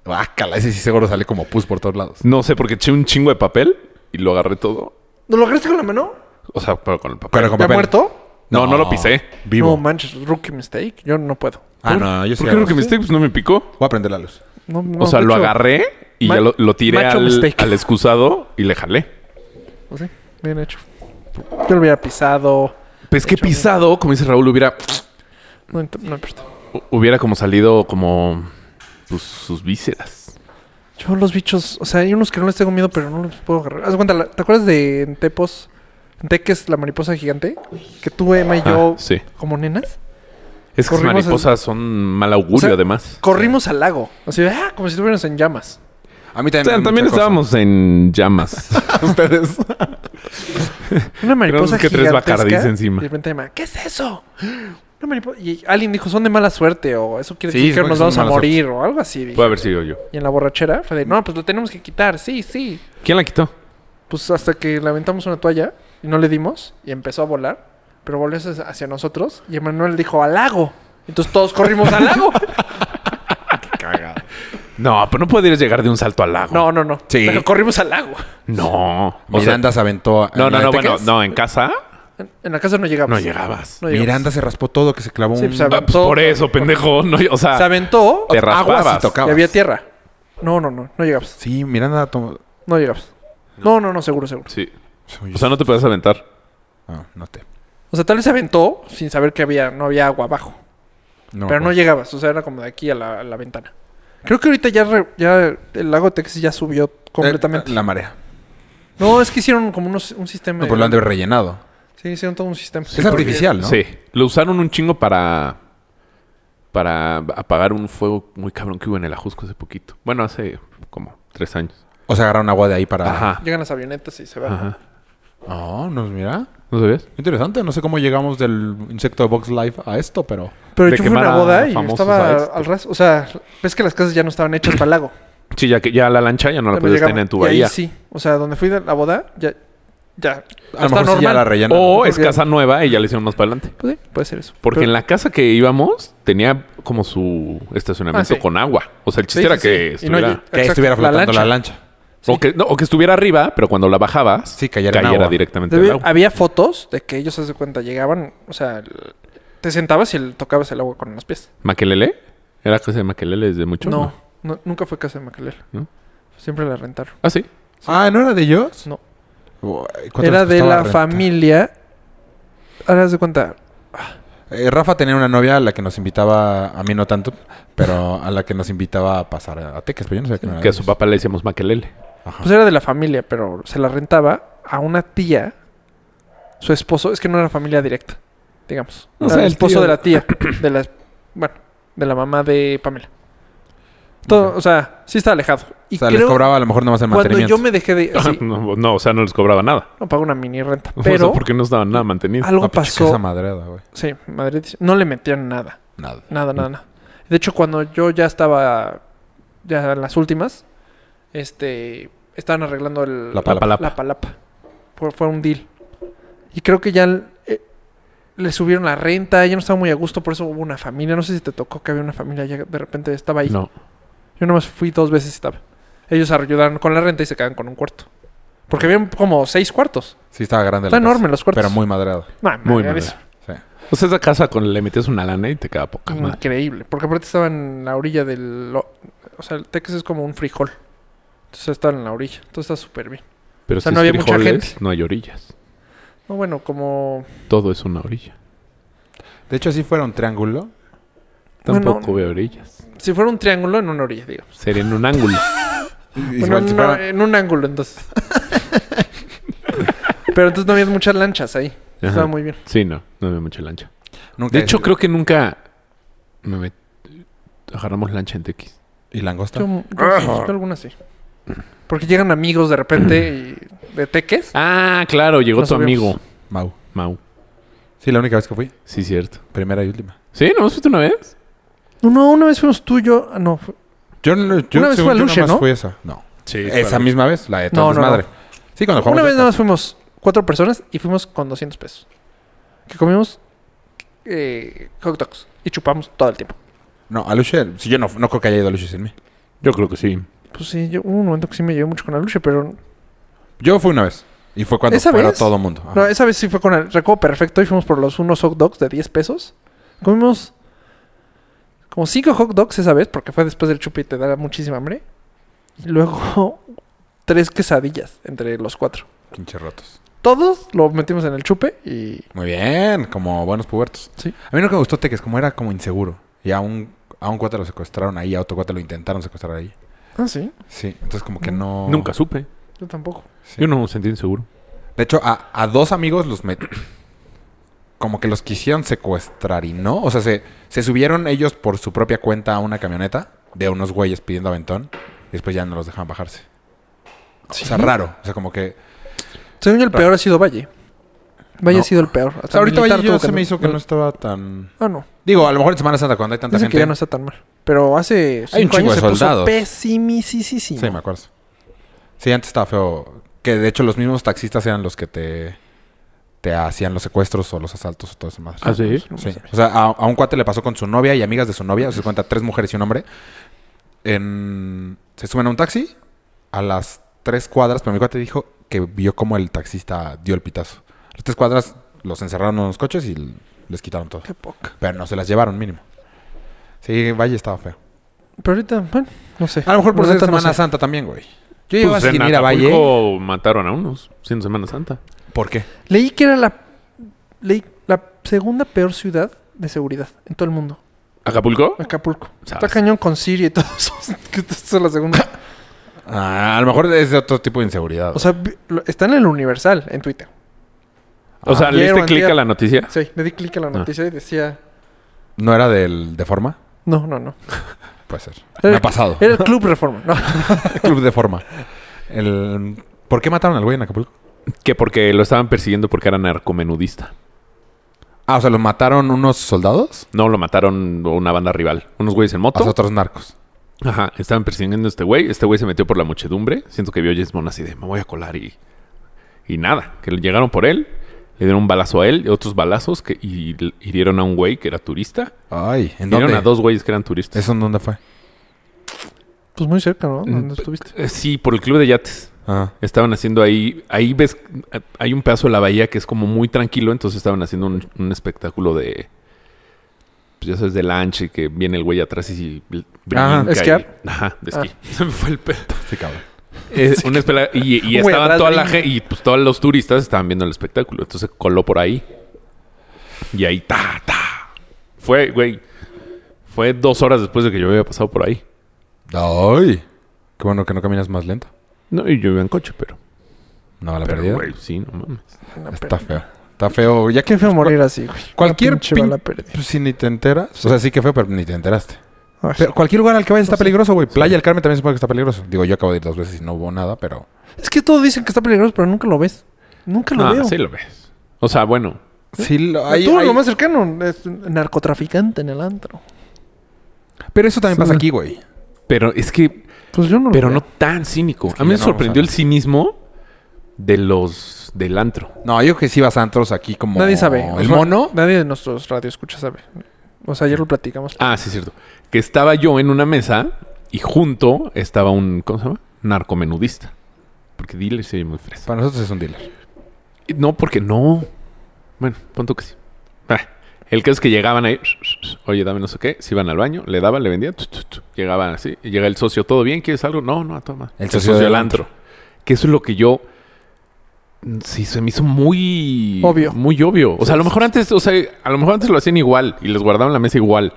C: Bácala, ese sí seguro sale como pus por todos lados.
B: No sé, porque eché un chingo de papel y lo agarré todo.
A: ¿Lo lograste con la mano?
B: O sea, pero con el papel.
C: Pero con
A: ¿Ya
C: papel.
A: muerto?
B: No, no lo pisé.
A: No
C: Vivo.
A: manches, rookie mistake. Yo no puedo.
C: ah, no, yo sí.
B: ¿Por qué
C: hago
B: creo que
C: eso.
B: mis tips no me picó?
C: Voy a prender la luz.
A: No, no,
B: o sea,
A: de
B: lo
A: hecho,
B: agarré y
A: Ma-
B: ya lo, lo tiré
A: macho
B: al,
A: mistake.
B: al excusado y le jalé.
A: pues sí, bien hecho. Yo lo hubiera pisado.
B: Pues que pisado, como dice Raúl, hubiera,
A: No, ent- no, pero-
B: hubiera como salido como pues, sus vísceras.
A: Yo los bichos, o sea, hay unos que no les tengo miedo, pero no los puedo agarrar. Haz de cuenta, la- ¿te acuerdas de en Tepos? En Teques, la mariposa gigante. Que tú, Emma y yo,
B: Ah, sí.
A: como nenas,
B: Es que las
A: Corrimos el-
B: mariposas son mal augurio,
A: O sea,
B: además.
A: corrimos al lago. Así, ah, como si estuviéramos en llamas.
C: A mí
B: O sea, también estábamos en llamas.
C: ustedes.
A: Una mariposa
B: que tres
A: gigantesca,
B: Bacardís encima.
A: Y de repente Emma, ¿qué es eso? Una mariposa. Y alguien dijo, son de mala suerte, o eso quiere
C: Sí,
A: decir que
C: supongo que
A: nos
C: son
A: vamos
C: de
A: a
C: mala
A: morir, o algo así. dije.
B: Puede haber sido yo.
A: Y en la borrachera fue de, no, pues lo tenemos que quitar, sí, sí.
B: ¿Quién la quitó?
A: Pues hasta que le aventamos una toalla y no le dimos y empezó a volar, pero volvió hacia- hacia nosotros y Emanuel dijo, al lago. Entonces todos corrimos al lago.
B: No, pero no podrías llegar de un salto al lago.
A: No, no, no.
C: Sí.
A: Pero corrimos al lago.
B: No. O sea,
C: Miranda se aventó. a-
B: no, no,
C: ¿la
B: no,
C: de
B: bueno,
C: Teques?
B: no, en casa
A: En, en la casa no llegamos.
B: no
C: pues,
B: llegabas.
A: No llegamos.
C: Miranda se raspó todo, que se clavó
A: Sí,
C: un...
A: pues, a ver.
B: Ah, pues, por eso, pendejo. No, o sea,
A: Se aventó
B: te
C: Agua sí
B: raspabas.
A: y
C: tocabas.
A: había tierra. No, no, no, no llegamos.
C: Sí, Miranda tomó...
A: No llegamos. No, no, no, seguro, seguro.
B: Sí. O sea, no te puedes aventar.
C: Ah, no te...
A: O sea, tal vez se aventó sin saber que había, no había agua abajo. pero no
C: güey.
A: llegabas, o sea, era como de aquí a la, a la ventana. Creo que ahorita ya, re- ya el lago Texas ya subió completamente.
C: Eh, la marea.
A: No, es que hicieron como unos, un sistema.
C: No,
A: de-
C: pues lo han de haber rellenado.
A: Sí, hicieron todo un sistema.
C: es artificial, ¿no?
B: Sí. Lo usaron un chingo para. Para apagar un fuego muy cabrón que hubo en el Ajusco hace poquito. Bueno, hace como tres años.
C: O sea, agarraron agua de ahí para...
B: Ajá.
A: Llegan las avionetas y se van.
B: Ajá.
C: No, nos mira.
B: ¿No sabías?
C: Interesante. No sé cómo llegamos del insecto de Box Life a este. esto, pero...
A: Pero
B: de
A: yo fui a una
B: quemar a
A: boda y
B: famosos
A: estaba
B: a esto.
A: al ras. O sea, ves que las casas ya no estaban hechas para el lago.
C: Ah,
B: Sí, ya que ya la lancha ya no la
A: Cuando
C: pues,
B: puedes
A: llegaba.
B: tener en tu
A: Y ahí
B: bahía.
A: sí. O sea, donde fui de la boda, ya. Ya.
C: A lo mejor sí ya la rellenan.
B: O
A: Porque-
B: es casa nueva y ya le hicieron más para adelante.
A: Pues sí, puede ser eso.
B: Porque
A: Pero-
B: en la casa que íbamos tenía como su estacionamiento
A: Ah, sí.
B: con agua. O sea, el chiste
A: Sí,
B: era
A: sí,
B: que
A: sí. Y no
B: estuviera...
A: hay-
C: Que
A: exacto,
C: estuviera flotando la lancha.
A: sí.
B: o, que, no, o que estuviera arriba, pero cuando la bajabas...
C: Sí, cayera en agua.
B: directamente
A: Debe-
B: al agua.
A: había fotos de que ellos, hace cuenta, llegaban. O sea, el- te sentabas y el- tocabas el agua con los pies.
B: ¿Maquelele? ¿Era casa de Maquelele desde mucho?
A: No, no, nunca fue casa de Macaler.
B: ¿No?
A: Siempre la rentaron.
B: Ah, sí.
C: Ah, ¿no era de ellos?
A: No.
C: Uy, ¿cuánto les
A: Era de
C: costaba
A: la
C: rentar?
A: familia. Ahora haz de cuenta.
C: Eh, Rafa tenía una novia a la que nos invitaba, a mí no tanto, pero a la que nos invitaba a pasar a Tecas, pero yo no sé qué
A: Ah,
B: Que a su papá le decíamos Maquelele.
A: Pues era de la familia, pero se la rentaba a una tía. Su esposo, es que no era familia directa, digamos.
B: O
A: Era
B: sea,
A: el
B: el
A: esposo
B: tío.
A: de la tía, de la bueno, de la mamá de Pamela. Todo, o sea, sí está alejado. Y
C: O sea, les
A: creo
C: cobraba a lo mejor nomás el
A: cuando
C: mantenimiento.
A: yo me dejé de sí,
B: no, no, o sea, no les cobraba nada.
A: no pago una mini renta,
B: o sea,
A: pero
B: porque no estaban nada mantenidos.
A: algo
C: No, pinche casa
A: pasó.
C: madreada, güey.
A: Sí, Madrid no le metían nada.
C: Nada.
A: Nada, nada, nada. De hecho, cuando yo ya estaba, ya en las últimas, este, estaban arreglando el,
C: La palapa.
A: La palapa. Fue, fue un deal. Y creo que ya el- eh, le subieron la renta, ya no estaba muy a gusto, por eso hubo una familia. No sé si te tocó que había una familia, ya de repente estaba ahí.
B: No.
A: Yo nomás fui dos veces y estaba. Ellos ayudaron con la renta y se quedan con un cuarto. Porque habían como seis cuartos.
C: Sí, estaba grande.
A: Está
C: la
A: enorme
C: casa,
A: los cuartos.
C: Pero muy madreada.
A: No,
B: Muy
A: madre,
B: mal.
A: eso.
C: Sí.
B: O sea, esa casa con le metías una lana y te quedaba poca
A: Ah, Mm.
B: madre.
A: Increíble. Porque aparte estaba en la orilla del... lo- O sea, el Texas es como un frijol. Entonces está en la orilla. Entonces está súper bien.
B: Pero
A: O sea,
B: si
A: no
B: es
A: había mucha
B: frijoles,
A: gente.
B: no hay orillas.
A: No, bueno, como...
B: Todo es una orilla.
C: De hecho, sí fuera un triángulo.
A: Bueno,
B: Tampoco veo orillas.
A: Si fuera un triángulo, en una orilla, digamos.
B: Sería en un ángulo.
A: Bueno,
C: Igual si
A: no,
C: fuera-
A: en un ángulo, entonces. Pero entonces no había muchas lanchas ahí.
B: Ajá.
A: Estaba muy bien.
B: Sí, no, no había mucha lancha.
C: nunca
B: De
C: he
B: hecho,
C: sido-
B: creo que nunca me met- agarramos lancha en TX.
C: ¿Y langosta?
A: Yo, yo sí, yo algunas sí. Porque llegan amigos de repente y- de teques.
B: Ah, claro, llegó
A: Nos
B: tu amigo,
A: subimos.
C: Mau.
B: Mau.
C: Sí, la única vez que fui.
B: Sí, cierto.
C: Primera y última.
B: ¿Sí? ¿No fuiste una vez?
A: No, no, una vez fuimos tú y yo. ah, no, fue-
C: Yo, no- yo,
A: Una vez
C: según
A: fue a
C: yo,
A: Luche,
C: nomás
A: ¿no?
C: fui esa. No.
B: Sí.
C: Esa misma vez, la de
A: No,
C: todo
A: no,
C: desmadre.
A: no.
C: Sí, cuando jugamos.
A: Una vez
C: Yo-
A: nada más fuimos cuatro personas y fuimos con 200 pesos. Que comimos eh, hot dogs y chupamos todo el tiempo.
C: No, a Luche, si yo no, no creo que haya ido a Luche sin mí.
B: Yo creo que sí.
A: Pues sí, yo hubo un momento que sí me llevé mucho con la lucha, pero...
C: Yo fui una vez. Y fue cuando
A: ¿Esa
C: fuera
A: vez?
C: todo mundo. Ajá.
A: No, esa vez sí fue con el recuerdo perfecto y fuimos por los unos hot dogs de 10 pesos. Comimos como cinco hot dogs esa vez porque fue después del chupi y te da muchísima hambre. Y luego tres quesadillas entre los cuatro.
C: Pinche rotos.
A: Todos lo metimos en el chupe y...
C: Muy bien, como buenos pubertos.
A: Sí.
C: A mí nunca me gustó Teques, como era como inseguro. Y a un, a un cuate lo secuestraron ahí, a otro cuate lo intentaron secuestrar ahí.
A: Ah, sí.
C: Sí, entonces como que no...
B: Nunca supe.
A: Yo tampoco.
C: Sí.
B: Yo no me sentí inseguro.
C: De hecho, a, a dos amigos los met... Como que los quisieron secuestrar y no. O sea, se, se subieron ellos por su propia cuenta a una camioneta de unos güeyes pidiendo aventón. Y después ya no los dejaban bajarse. O sea, raro. O sea, como que...
A: Según yo, el peor ha sido Valle. Valle
C: No.
A: ha sido el peor.
C: O sea, ahorita
A: Militar
C: Valle
A: tuvo
C: yo se me hizo que no
A: no-
C: estaba tan...
A: Ah, no.
C: Digo, a lo mejor en Semana Santa cuando hay tanta
A: Dicen que
C: gente...
A: ya no está tan mal. Pero hace
C: Hay un
A: cinco
C: chingo
A: años
C: de
A: se puso
C: soldados.
A: pesimisísimo.
C: Sí, me acuerdo. Sí, antes estaba feo. Que de hecho los mismos taxistas eran los que te, te hacían los secuestros o los asaltos o todo eso más.
B: ¿Ah, sí?
A: No me
C: Sí.
A: sabía.
C: O sea, a, a un cuate le pasó con su novia y amigas de su novia, o sea, se cuenta tres mujeres y un hombre. En- se suben a un taxi a las tres cuadras, pero mi cuate dijo que vio cómo el taxista dio el pitazo. Las tres cuadras los encerraron en los coches y l- les quitaron todo.
A: Qué poca.
C: Pero no se las llevaron, mínimo. Sí, Valle estaba feo.
A: Pero ahorita, bueno, no sé.
C: A lo mejor por
A: La
C: ser
A: neta no
C: Semana
A: sé.
C: Santa también, güey. Yo iba
B: Pues
C: sin
B: en
C: ir a Valle.
B: Acapulco mataron a unos, sin Semana Santa.
C: ¿Por qué?
A: Leí que era la, leí la segunda peor ciudad de seguridad en todo el mundo.
B: ¿Acapulco?
C: Ah,
A: Acapulco. Está
B: Sabes.
A: cañón con Siria y todo eso. que esta es la segunda.
C: Ah, a lo mejor es de otro tipo de inseguridad.
A: O sea, vi- lo- está en el Universal, en Twitter.
B: O sea, ¿le
A: ayer o
B: diste
A: antier.
B: clic a la noticia?
A: Sí, le di clic a
C: Ah.
A: la noticia y decía...
C: ¿No era del de forma?
A: No, no, no.
C: Puede ser.
A: Era-
C: Me ha pasado.
A: Era el Club Reforma. No.
C: Club de forma. El... ¿Por qué mataron al güey en Acapulco?
B: Que porque lo estaban persiguiendo porque era narcomenudista.
C: Ah, o sea, ¿los mataron unos soldados?
B: No, lo mataron una banda rival. Unos güeyes en
C: A
B: moto.
C: otros narcos.
B: Ajá, estaban persiguiendo a este güey. Este güey se metió por la muchedumbre. Siento que vio a James Bond así de, me voy a colar y... Y nada, que llegaron por él. Le dieron un balazo a él y otros balazos que, y l- hirieron a un güey que era turista.
C: Ay, ¿en
B: Hirieron
C: dónde?
B: a dos güeyes que eran turistas.
C: ¿Eso en dónde fue?
A: Pues muy cerca, ¿no? ¿Dónde
B: Mm,
A: estuviste?
B: Eh, Sí, por el club de yates.
C: Ah.
B: Estaban haciendo ahí... Ahí ves... Hay un pedazo de la bahía que es como muy tranquilo. Entonces estaban haciendo un, un espectáculo de... Pues ya sabes, de lunch y que viene el güey atrás y...
C: Ajá,
B: brinca y-
A: ¿esquiar?
B: Ajá, de esquí. Se me fue el pedo.
C: Sí, cabrón.
B: Eh, una espela- y, y
A: Güey,
B: estaban
A: atrás
B: toda
A: de
B: la
A: mí.
B: gen- y pues todos los turistas estaban viendo el espectáculo. Entonces coló por ahí. Y ahí ta, ta. Fue, güey. Fue dos horas después de que yo había pasado por ahí.
C: Ay. Qué bueno que no caminas más lento.
B: No, y yo iba en coche, pero.
C: No, la
B: pero,
C: perdida.
B: güey, sí, no mames.
A: Ana
C: Está
A: Pérez.
C: feo. Está feo. Ya que
A: Qué feo morir así, güey.
C: Cualquier
A: Una pinche
C: pin-
A: bala perdida.
C: Pues si ni te enteras. O sea, sí que feo, pero ni te enteraste.
A: Ay.
C: Pero cualquier lugar al que vayas está peligroso, güey. Playa del Carmen también supongo que está peligroso. Digo, yo acabo de ir dos veces y no hubo nada, pero...
A: Es que todos dicen que está peligroso, pero nunca lo ves. Nunca lo
B: Ah,
A: veo.
B: sí lo ves. O sea, bueno.
C: Sí, lo- hay-
A: Tú
C: hay-
A: lo más cercano es un narcotraficante en el antro.
C: Pero eso también
A: Sí.
C: pasa aquí, güey.
B: Pero es que.
A: Pues yo no
B: Pero
A: lo
B: no
A: veo.
B: tan cínico.
C: que
B: a mí
C: ya
B: me
C: no vamos
B: sorprendió
C: a-
B: el cinismo de los. del antro.
C: No, yo que sí vas a antros aquí como...
A: Nadie sabe. O
C: El
A: sea,
C: mono.
A: Nadie de nuestros radioescuchas sabe. O sea, ayer lo platicamos.
B: Ah, sí, es cierto. Que estaba yo en una mesa y junto estaba un, ¿cómo se llama? Narcomenudista. Porque dealer se oye muy fresco.
C: Para nosotros es un dealer.
B: Y No, porque no. Bueno, punto que sí. Ah, El caso es que llegaban ahí, oye, dame no sé qué, se iban al baño, le daban, le vendían, tu, tu, tu. llegaban así, y llega el socio, ¿todo bien? ¿Quieres algo? No, no, toma.
C: El socio del
B: Que eso es lo que yo... mm, Sí, se me hizo muy...
A: Obvio.
B: Muy obvio. O sea, a lo mejor antes, o sea, a lo mejor antes lo hacían igual y les guardaban la mesa igual.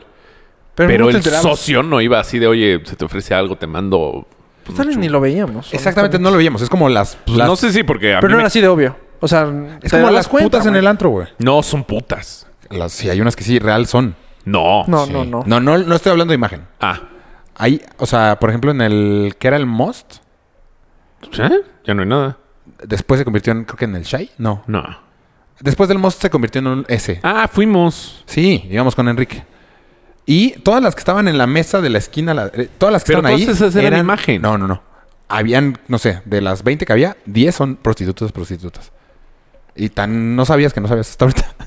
B: Pero,
A: no te
B: el
A: enterabas.
B: socio no iba así de, oye, se te ofrece algo, te mando.
A: Pues tal vez ni lo veíamos.
C: Exactamente,
A: honestamente.
C: no lo veíamos. Es como las...
B: Pues
C: las-
B: no sé si porque a
A: Pero
B: mí
A: no
B: me-
A: era así de obvio. O sea,
C: Es como las putas en el antro, güey.
B: no son putas.
C: Las, sí, hay unas que sí, real son.
B: No.
A: No,
C: Sí.
A: no, no.
C: No, no, no estoy hablando de imagen.
B: Ah.
C: Hay, o sea, por ejemplo, en el que era el Most,
B: ¿Eh? Ya no hay nada.
C: después se convirtió en, creo que en el Shai. No.
B: No.
C: Después del Most se convirtió en un S.
B: Ah, fuimos.
C: Sí, íbamos con Enrique. Y todas las que estaban en la mesa de la esquina, la- eh, todas las que
B: Pero
C: estaban ahí.
B: todas esas eran imagen.
C: No, no, no. Habían, no sé, de las 20 que había, 10 son prostitutas, prostitutas. Y tan no sabías que no sabías hasta ahorita.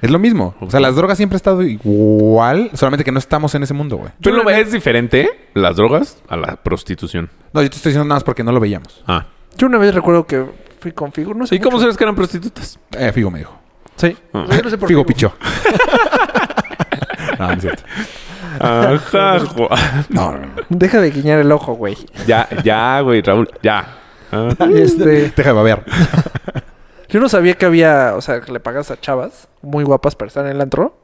C: Es lo mismo. O sea,
B: Ok.
C: las drogas siempre han estado igual, solamente que no estamos en ese mundo, güey.
B: ¿Tú lo ves diferente ¿eh? las drogas a la prostitución?
C: No, yo te estoy diciendo nada más porque no lo veíamos.
B: Ah.
A: Yo una vez recuerdo que fui con Figo. No sé
B: ¿Y cómo
A: mucho.
B: sabes que eran prostitutas?
C: Eh, Figo me dijo.
A: Sí.
B: Ah.
A: Yo no sé por
C: Figo
A: qué.
C: pichó. no, no es cierto.
B: Ajá, jo-
C: No, no, no.
A: Deja de guiñar el ojo, güey.
B: Ya, ya, güey, Raúl, ya. Ah.
A: Este,
C: Deja de babear.
A: yo no sabía que había, o sea, que le pagas a chavas muy guapas para estar en el antro.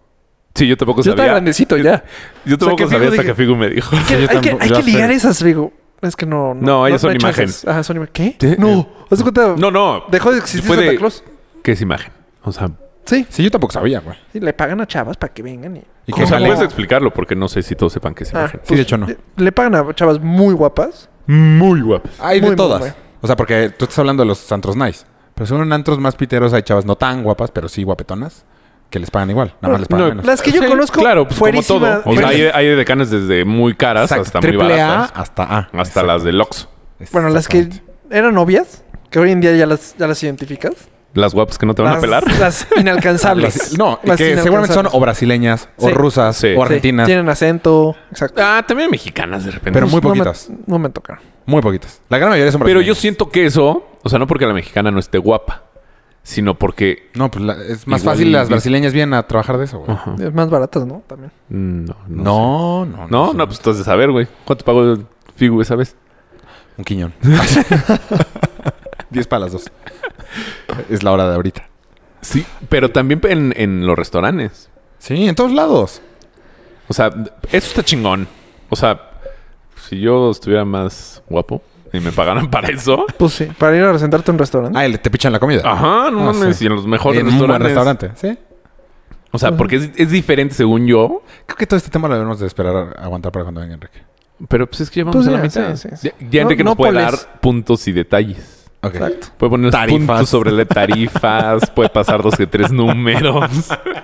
B: Sí, yo tampoco
A: yo estaba
B: sabía.
A: grandecito ya.
B: Yo tampoco
A: que Figo
B: sabía hasta
A: dije-
B: que Figu me dijo.
A: Que hay, que,
C: tampoco-
A: hay
C: yo
A: que ligar
C: sé.
A: esas, Figo. Es que no.
B: No, ellas son
A: hay chances.
B: imagen.
A: Ajá, son imagen. ¿Qué?
B: Sí.
A: No. ¿Haz de cuenta?
B: No, no.
A: Dejó de existir
B: Fue de-
A: Santa Claus.
B: ¿Qué es imagen? O sea,
A: Sí.
C: Sí, yo tampoco sabía, güey.
A: Sí, Le pagan a chavas para que vengan y.
C: Y
B: o
C: que
B: sea,
C: sale.
B: puedes explicarlo porque no sé si todos sepan qué es
A: Ah,
B: imagen.
C: Sí, de hecho, no.
A: le- Le pagan a chavas muy guapas.
B: Muy guapo.
C: Hay
A: Muy, muy,
C: de todas.
A: muy.
C: O sea, porque tú estás hablando de los antros nice. Pero son antros más piteros, hay chavas no tan guapas, pero sí guapetonas, que les pagan igual. Nada más les pagan
B: no,
C: menos.
A: Las que yo
B: Sí,
A: conozco.
B: Claro, pues como todo.
A: fuerísima-
B: O sea, hay, hay de decanes desde muy caras
C: Exacto,
B: hasta muy
C: triple A
B: baratas.
C: hasta A.
B: hasta las del Ox.
A: Bueno, las que
C: Exactamente.
A: eran novias, que hoy en día ya las, ya las identificas.
B: Las guapas que no te van
A: las,
B: a pelar.
A: Las inalcanzables.
C: Las- no, y
A: Las
C: que seguramente son
A: inalcanzables.
C: o brasileñas, o
A: Sí.
C: rusas,
B: Sí.
C: o argentinas.
A: Sí, tienen acento. Exacto. Pues
B: Ah, también mexicanas de repente.
C: Pero
B: Pero,
C: muy
A: no me-
C: poquitas.
A: No me, tocaron.
C: Muy poquitas. La gran mayoría son brasileñas.
B: yo siento que eso, o sea, no porque la mexicana no esté guapa, sino porque.
C: No, pues la- es más
B: Igual
C: fácil
B: y-
C: las brasileñas vienen a trabajar de eso, güey.
B: Ajá.
A: Es más baratas, ¿no? También.
B: mm, No, no. sé.
C: No, no,
B: No,
C: sé.
B: no, pues tú has de saber, güey. ¿Cuánto pagó el Figu esa vez?
C: Un quiñón. Diez para las dos. Es la hora de ahorita.
B: Sí, pero también en, en los restaurantes.
C: Sí, en todos lados.
B: O sea, eso está chingón. O sea, si yo estuviera más guapo y me pagaran para eso.
A: Pues sí, para ir a sentarte a un restaurante.
C: Ah, el- te pichan la comida.
B: Ajá, no
C: Ah,
B: mames.
C: sí.
B: Y en los mejores
C: en un buen
B: restaurantes.
C: restaurante. Sí.
B: O sea, porque es, es diferente según yo.
C: Creo que todo este tema lo debemos de esperar a- aguantar para cuando venga Enrique.
B: Pero pues es que ya vamos
A: Pues
B: a la
A: ya,
B: mitad.
A: sí, sí, sí.
B: Ya, ya
A: No-
B: Enrique nos
A: no
B: puede
A: pones.
B: dar puntos y detalles.
C: Ok.
A: Exacto.
B: Puede poner
C: Tarifas.
B: puntos sobre las tarifas, puede pasar dos que tres números,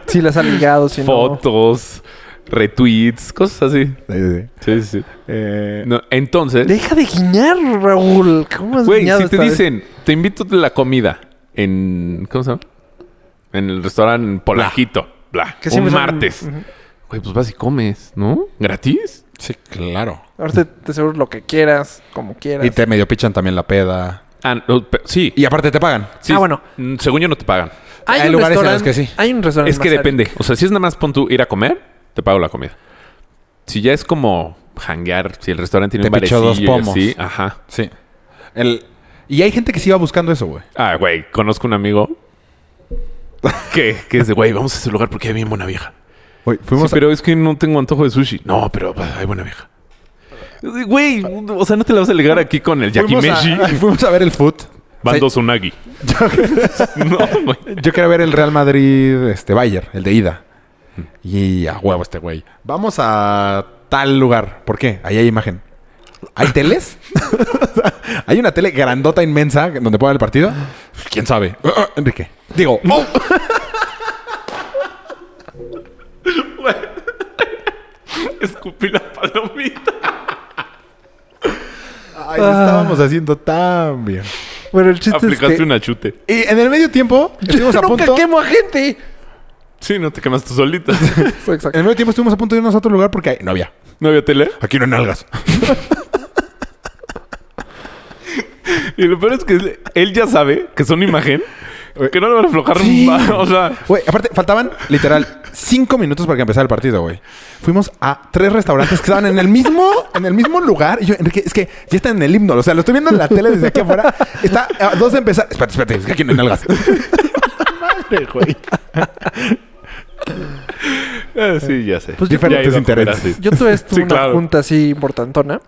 A: Si las ha ligado, si no.
B: fotos, retweets, cosas así.
C: Sí, sí, sí.
B: Sí, sí. sí.
C: Eh,
B: No, entonces,
A: Deja de guiñar, Raúl. ¿Cómo has
B: Güey,
A: guiñado
B: si te
A: esta vez?
B: dicen, te invito a la comida en. ¿Cómo se llama? En el restaurante Polanquito. Bla.
A: Que
B: un
A: siempre son-
B: martes.
A: Ujú.
B: Güey, pues vas y comes, ¿no? ¿Gratis?
C: sí, claro.
A: Ahorita te seguro lo que quieras, como quieras.
C: Y te medio pichan también la peda.
B: Ah, no, pe- sí.
C: Y aparte te pagan.
B: sí.
A: Ah, bueno.
B: Mm, Según yo no te pagan.
C: hay
A: un
C: lugares en los
A: restaurante-
C: que sí.
A: Hay un restaurante.
B: es que
A: más
B: depende. O sea, si es nada más pon tú ir a comer, te pago la comida. Si ya es como hanguear, si el restaurante tiene
C: Te
B: un
C: picho
B: barecillo y
C: dos
B: así,
C: pomos.
B: ajá.
C: Sí. El... Y hay gente que sí va buscando eso, güey.
B: Ah, güey, conozco un amigo que, que es de, güey, vamos a ese lugar porque hay bien buena vieja.
C: Güey, fuimos
B: Sí, pero es que no tengo antojo de sushi. No, pero pa, hay buena vieja. Güey, o sea, no te la vas a ligar aquí con el
C: a... Fuimos a-
B: yakimeshi.
C: fuimos a ver el foot.
B: Van
C: Sí.
B: dos unagi. no, güey.
C: Yo quería ver el Real Madrid, este Bayern, el de ida. Y a huevo este güey. Vamos a tal lugar. ¿Por qué? Ahí hay imagen. ¿Hay teles? hay una tele grandota inmensa donde pueda ver el partido. Pues, ¿Quién sabe? Uh, Enrique. Digo, ¡oh!
B: Escupí la palomita.
C: Ay, lo estábamos haciendo tan bien.
A: caro. Bueno, el chiste
B: Aplicaste
A: es que...
B: una chute.
C: Y en el medio tiempo estuvimos a
A: Yo nunca
C: punto.
A: quemo a gente.
B: Sí, no te quemas tú solita.
A: Exacto.
C: En el medio tiempo estuvimos a punto de irnos a otro lugar porque ahí no había.
B: ¿No había tele?
C: Aquí no hay nalgas.
B: Y lo peor es que él ya sabe que son imagen. Que no le van a aflojar.
C: Sí.
B: nada. O sea,
C: Güey, aparte, faltaban literal cinco minutos para que empezara el partido, güey. Fuimos a tres restaurantes que estaban en el mismo, en el mismo lugar. Y yo, Enrique, es que ya está en el himno. O sea, lo estoy viendo en la tele desde aquí afuera. Está a dos de empezar. Espérate, espérate, es que aquí no hay nalgas. Madre, güey.
B: eh, sí, ya sé.
A: Pues yo-
B: Ya he ido
C: Diferentes
B: a comer
C: intereses.
B: así.
A: Yo tuve esto
B: Sí,
A: una
B: claro.
A: junta así importantona.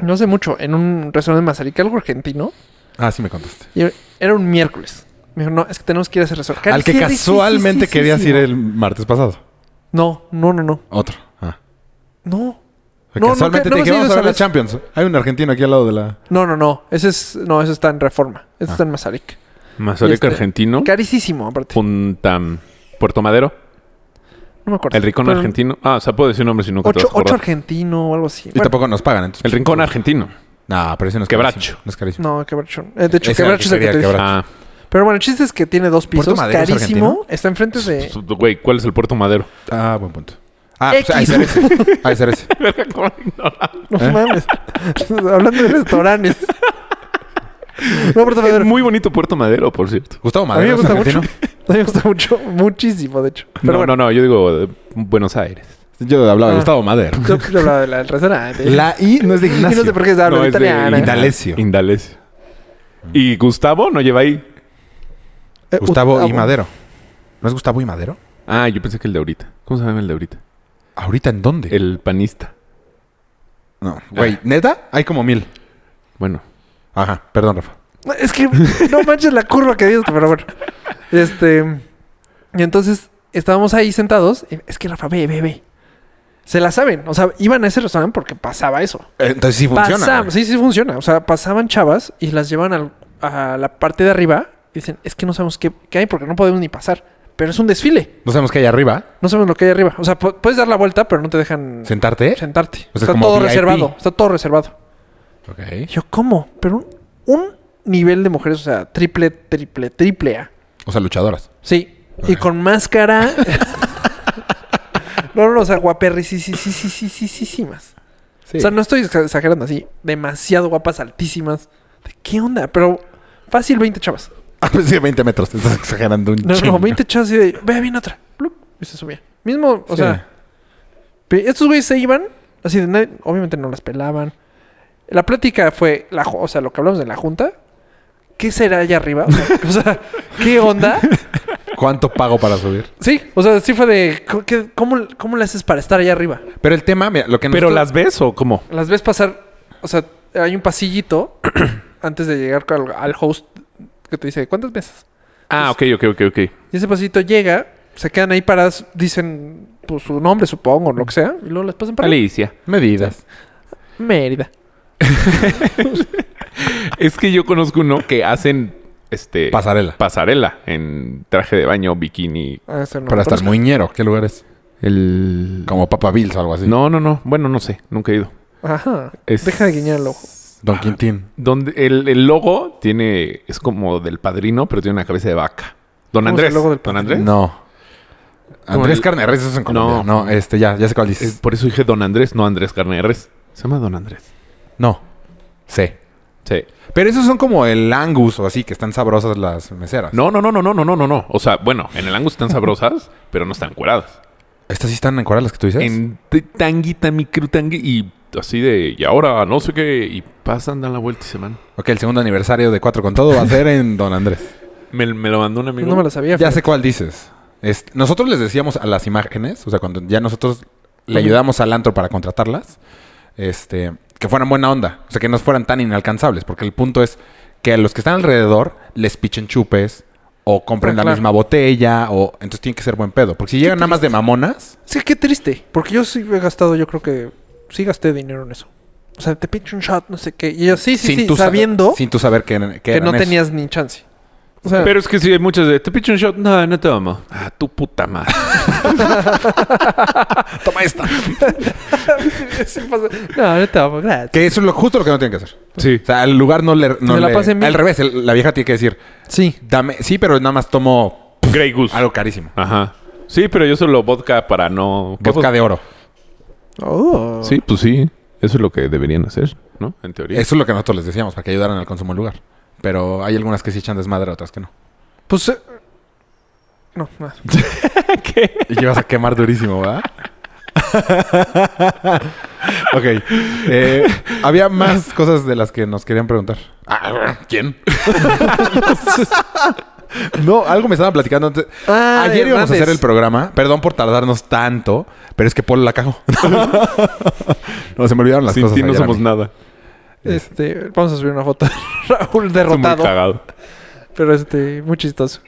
A: No sé mucho, en un restaurante de Mazarica, algo argentino.
C: Ah, sí me contaste.
A: Y era un miércoles. Me dijo, no, es que tenemos que ir a ese restaurante.
C: Al que casualmente querías ir
A: él.
C: el martes pasado.
A: No, no, no, no.
C: Otro. Ah.
A: No. No,
C: Casualmente
A: nunca-
C: te
A: no
C: dije,
A: hemos
C: vamos
A: ido
C: a ver
A: a
C: la
A: las-
C: Champions. Hay un argentino aquí al lado de la...
A: No, no, no. Ese es. No, ese está en reforma. Ese
C: Ah.
A: está en Mazaric.
B: Mazarica
A: Este,
B: argentino.
A: Carísimo, aparte.
B: Punta. Puerto Madero.
A: No me acuerdo.
B: El rincón
A: Pero
B: argentino. Ah, o sea, puedo decir nombres si nunca te
A: Ocho,
B: vas a
A: ocho
B: acordar.
A: argentino o algo así.
C: Y
A: Bueno,
C: tampoco nos pagan. Entonces...
B: El rincón argentino.
C: No, pero ese no es
B: Quebracho.
C: carísimo. No es carísimo.
A: No, quebracho. Eh, de hecho,
C: Ese
A: quebracho es el que
C: quería
A: te dije.
B: Ah,
C: Quebracho.
A: Pero bueno, el chiste es que tiene dos
C: Puerto
A: pisos.
C: Madero es
A: Carísimo.
C: argentino.
A: Está enfrente de.
B: pues, güey, ¿cuál es el Puerto Madero?
C: Ah, buen punto. Ah,
A: X.
C: pues ahí ser ese. Ahí ser ese.
A: No
C: ¿Eh?
A: mames. Hablando de restaurantes. No, Puerto
B: Es
A: Madero.
B: muy bonito Puerto Madero, por cierto.
C: Gustavo
A: A mí
C: Madero.
A: me
C: es
A: gusta mucho.
C: argentino.
A: A mí me gusta mucho. Muchísimo, de hecho. Pero
B: no,
A: bueno,
B: no, no, yo digo eh, Buenos Aires.
C: Yo hablaba
A: Ah.
C: de Gustavo Madero.
A: Yo, yo hablaba de la del restaurante.
C: La I no es de
A: Y
C: Ignacio.
A: no sé por qué se habla
B: No,
A: de
B: es de
A: italiana.
C: Italia. Indalecio.
B: Indalecio. Y Gustavo no lleva ahí.
A: Eh,
C: Gustavo y
A: Gustavo.
C: Madero. ¿No es Gustavo y Madero?
B: Ah, yo pensé que el de ahorita. ¿Cómo se llama el de ahorita?
C: ¿Ahorita en dónde?
B: El panista.
C: No. Güey, ¿neta? Hay como mil.
B: Bueno.
C: Ajá. Perdón, Rafa.
A: No, Es que no manches la curva que diste, pero bueno. Este. Y entonces estábamos ahí sentados. y, es que Rafa, ve, ve, ve. Se la saben. O sea, iban a ese restaurante porque pasaba eso.
C: Eh, Entonces sí funciona.
A: Pasaba-
C: güey.
A: sí, sí funciona. O sea, pasaban chavas y las llevan al- a la parte de arriba y dicen, es que no sabemos qué, qué hay porque no podemos ni pasar. Pero es un desfile.
C: No sabemos qué hay arriba.
A: No sabemos lo que hay arriba. O sea, pu- puedes dar la vuelta, pero no te dejan
C: Sentarte.
A: sentarte.
C: O sea,
A: está
C: como
A: todo
C: VIP.
A: reservado. Está todo reservado.
C: Ok.
A: Y yo, ¿cómo? Pero un, un nivel de mujeres, o sea, triple, triple, triple A.
C: O sea, luchadoras.
A: Sí. Y con máscara. no, no, no, o sea, guaperris, sí, sí, sí, sí, sí, sí, sí, sí, más.
C: Sí.
A: O sea, no estoy exa- exagerando así. Demasiado guapas, altísimas. ¿De ¿Qué onda? Pero fácil 20 chavas.
C: Ah, pues sí, 20 metros. Te estás exagerando un
A: No,
C: chingo.
A: no, 20 chavas y de, ve, viene otra. Plup, y se subía. Mismo, o
C: Sí.
A: sea, pe- estos güeyes se iban, así de nadie- obviamente no las pelaban. La plática fue, la, ju- o sea, lo que hablamos de la junta. ¿Qué será allá arriba? O sea, o sea, ¿qué onda?
C: ¿Cuánto pago para subir?
A: Sí, o sea, sí fue de. co- qué- ¿Cómo, cómo le haces para estar allá arriba?
C: Pero el tema, mira, lo que
B: ¿Pero
C: nosotros-
B: las ves o cómo?
A: Las ves pasar. O sea, hay un pasillito antes de llegar al, al host que te dice, ¿cuántas mesas?
B: Ah, ok, ok, ok, ok.
A: Y ese pasillito llega, se quedan ahí paradas, dicen pues, su nombre, supongo, lo que sea, y luego las pasan para arriba.
B: Alicia.
C: Medidas.
A: Mérida.
B: Es que yo conozco uno que hacen este
C: Pasarela.
B: pasarela en traje de baño, bikini.
A: Ah, ese no
C: Para
A: lo
C: estar
A: conozco.
C: muy ñero. ¿Qué lugar es?
B: El
C: Como Papa Bills o algo así.
B: No, no, no. Bueno, no sé, nunca he ido.
A: Ajá.
B: Es-
A: Deja de guiñar el ojo.
C: Don Quintín.
B: Donde el, el logo tiene es como del padrino, pero tiene una cabeza de vaca. Don
A: ¿Cómo es
B: Andrés.
A: el logo del
B: Don
A: Padrino?
B: Andrés.
C: No. Andrés
B: el-
C: Carneres, eso es en Colombia. No, este, ya, ya sé cuál
B: Eh,
C: dices.
B: por eso dije Don Andrés, no Andrés Carneres. Se llama Don Andrés.
C: No. Sí.
B: Sí.
C: Pero esos son como el Angus o así, que están sabrosas las meseras.
B: No, no, no, no, no, no, no, no, no. O sea, bueno, en el Angus están sabrosas, pero no están curadas.
C: Estas sí están en cuál las que tú dices.
B: En t- tanguita, microtangui y así de, y ahora no sé qué, y pasan, dan la vuelta y se van.
C: Ok, el segundo aniversario de Cuatro con Todo va a ser en Don Andrés.
B: Me, me lo mandó un amigo.
A: No me lo sabía.
C: Ya
A: fíjate.
C: sé cuál dices. Es- nosotros les decíamos a las imágenes, o sea, cuando ya nosotros le ayudamos al antro para contratarlas, este, que fueran buena onda, o sea, que no fueran tan inalcanzables, porque el punto es que a los que están alrededor les pichen chupes o compren
A: Ah,
C: la
A: claro. pues,
C: misma botella o entonces tiene que ser buen pedo, porque si llegan nada más de mamonas,
A: Sí, qué triste. Porque yo sí he gastado, yo creo que sí gasté dinero en eso. O sea, te pincho un shot, no sé qué. Y yo, sí, sí, sí,
C: tú sa-
A: sabiendo
C: sin tú saber que, que
A: que
C: eran
A: no
C: eso.
A: tenías ni chance. O sea,
B: Pero es que sí, hay muchas de, te picho un shot. No, no te amo. Ah, tu puta madre.
C: toma esta,
A: sí pasa. No, no te amo, gracias.
C: que eso es lo justo lo que no tienen que hacer.
B: Sí.
C: O sea, al lugar no le no
A: me la
C: le-
A: pasen bien.
C: al revés, el- la vieja tiene que decir,
A: Sí.
C: dame, sí, pero nada más tomo
B: Grey Goose.
C: algo carísimo.
B: Ajá. Sí, pero yo solo vodka para no... ¿Qué
A: pues,
C: Vodka
B: vod-
C: de oro.
A: Oh.
B: Sí, pues sí. Eso es lo que deberían hacer, ¿no? En teoría.
C: Eso es lo que nosotros les decíamos, para que ayudaran al consumo del lugar. Pero hay algunas que sí echan desmadre, otras que no.
A: Pues. eh, No, nada.
C: Y llevas a quemar durísimo, ¿verdad? ok. Eh, había más cosas de las que nos querían preguntar. Ah, ¿Quién? no, algo me estaban platicando antes.
A: Ah,
C: Ayer
A: de
C: íbamos a hacer
A: Hernández.
C: el programa. Perdón por tardarnos tanto, pero es que Paul la cagó. no, se me olvidaron las
B: Sin
C: cosas.
B: ti no
C: ayer a
B: somos
C: mí.
B: nada.
A: Este, vamos a subir una foto. Raúl
B: Estoy muy
A: derrotado.
B: cagado.
A: Pero este, muy chistoso.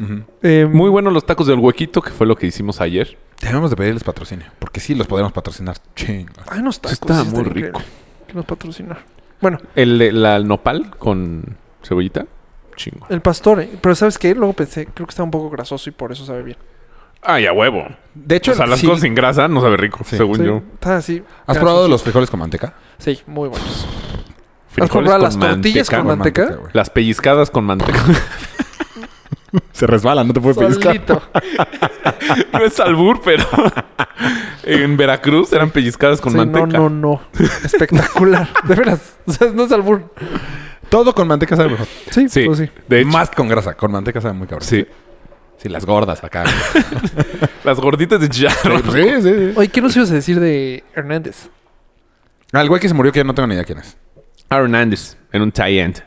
C: Ujú.
A: Eh,
B: Muy buenos los tacos del huequito, que fue lo que hicimos ayer.
C: Debemos de pedirles patrocinio, porque sí los podemos patrocinar. Chinga.
A: Ay, ah, no está.
B: Está muy rico.
A: Que nos patrocina. Bueno,
B: El, de la nopal con cebollita. Chingo.
A: el pastor. eh, Pero ¿sabes qué? Luego pensé, creo que está un poco grasoso y por eso sabe bien.
B: Ay, a huevo.
C: De hecho,
B: O sea, las
C: sí-
B: cosas sin grasa no sabe rico,
C: Sí.
B: según
A: Sí,
B: yo.
A: Está así.
C: ¿Has
A: grasoso.
C: probado los frijoles con manteca?
A: Sí, muy buenos. ¿Has
B: Frijoles
A: probado
B: con
A: las tortillas
B: manteca.
A: con manteca?
C: güey.
B: Las pellizcadas con manteca.
C: Se resbalan, no te puedes pellizcar.
A: Solito.
B: no es albur, pero en Veracruz eran pellizcadas con
A: Sí,
B: manteca.
A: No, no, no. Espectacular. De veras. O sea, no es albur.
C: Todo con manteca sabe mejor.
A: Sí,
B: Sí.
A: pues sí.
B: De hecho,
C: Más con grasa, con manteca sabe muy cabrón.
B: sí.
C: Sí, las gordas acá. güey.
B: Las gorditas de charro.
A: pues
C: sí, sí, sí.
A: Oye, ¿qué nos ibas a decir de Hernández?
C: Ah, el güey que se murió, que yo no tengo ni idea quién es.
B: Hernández en un tie end.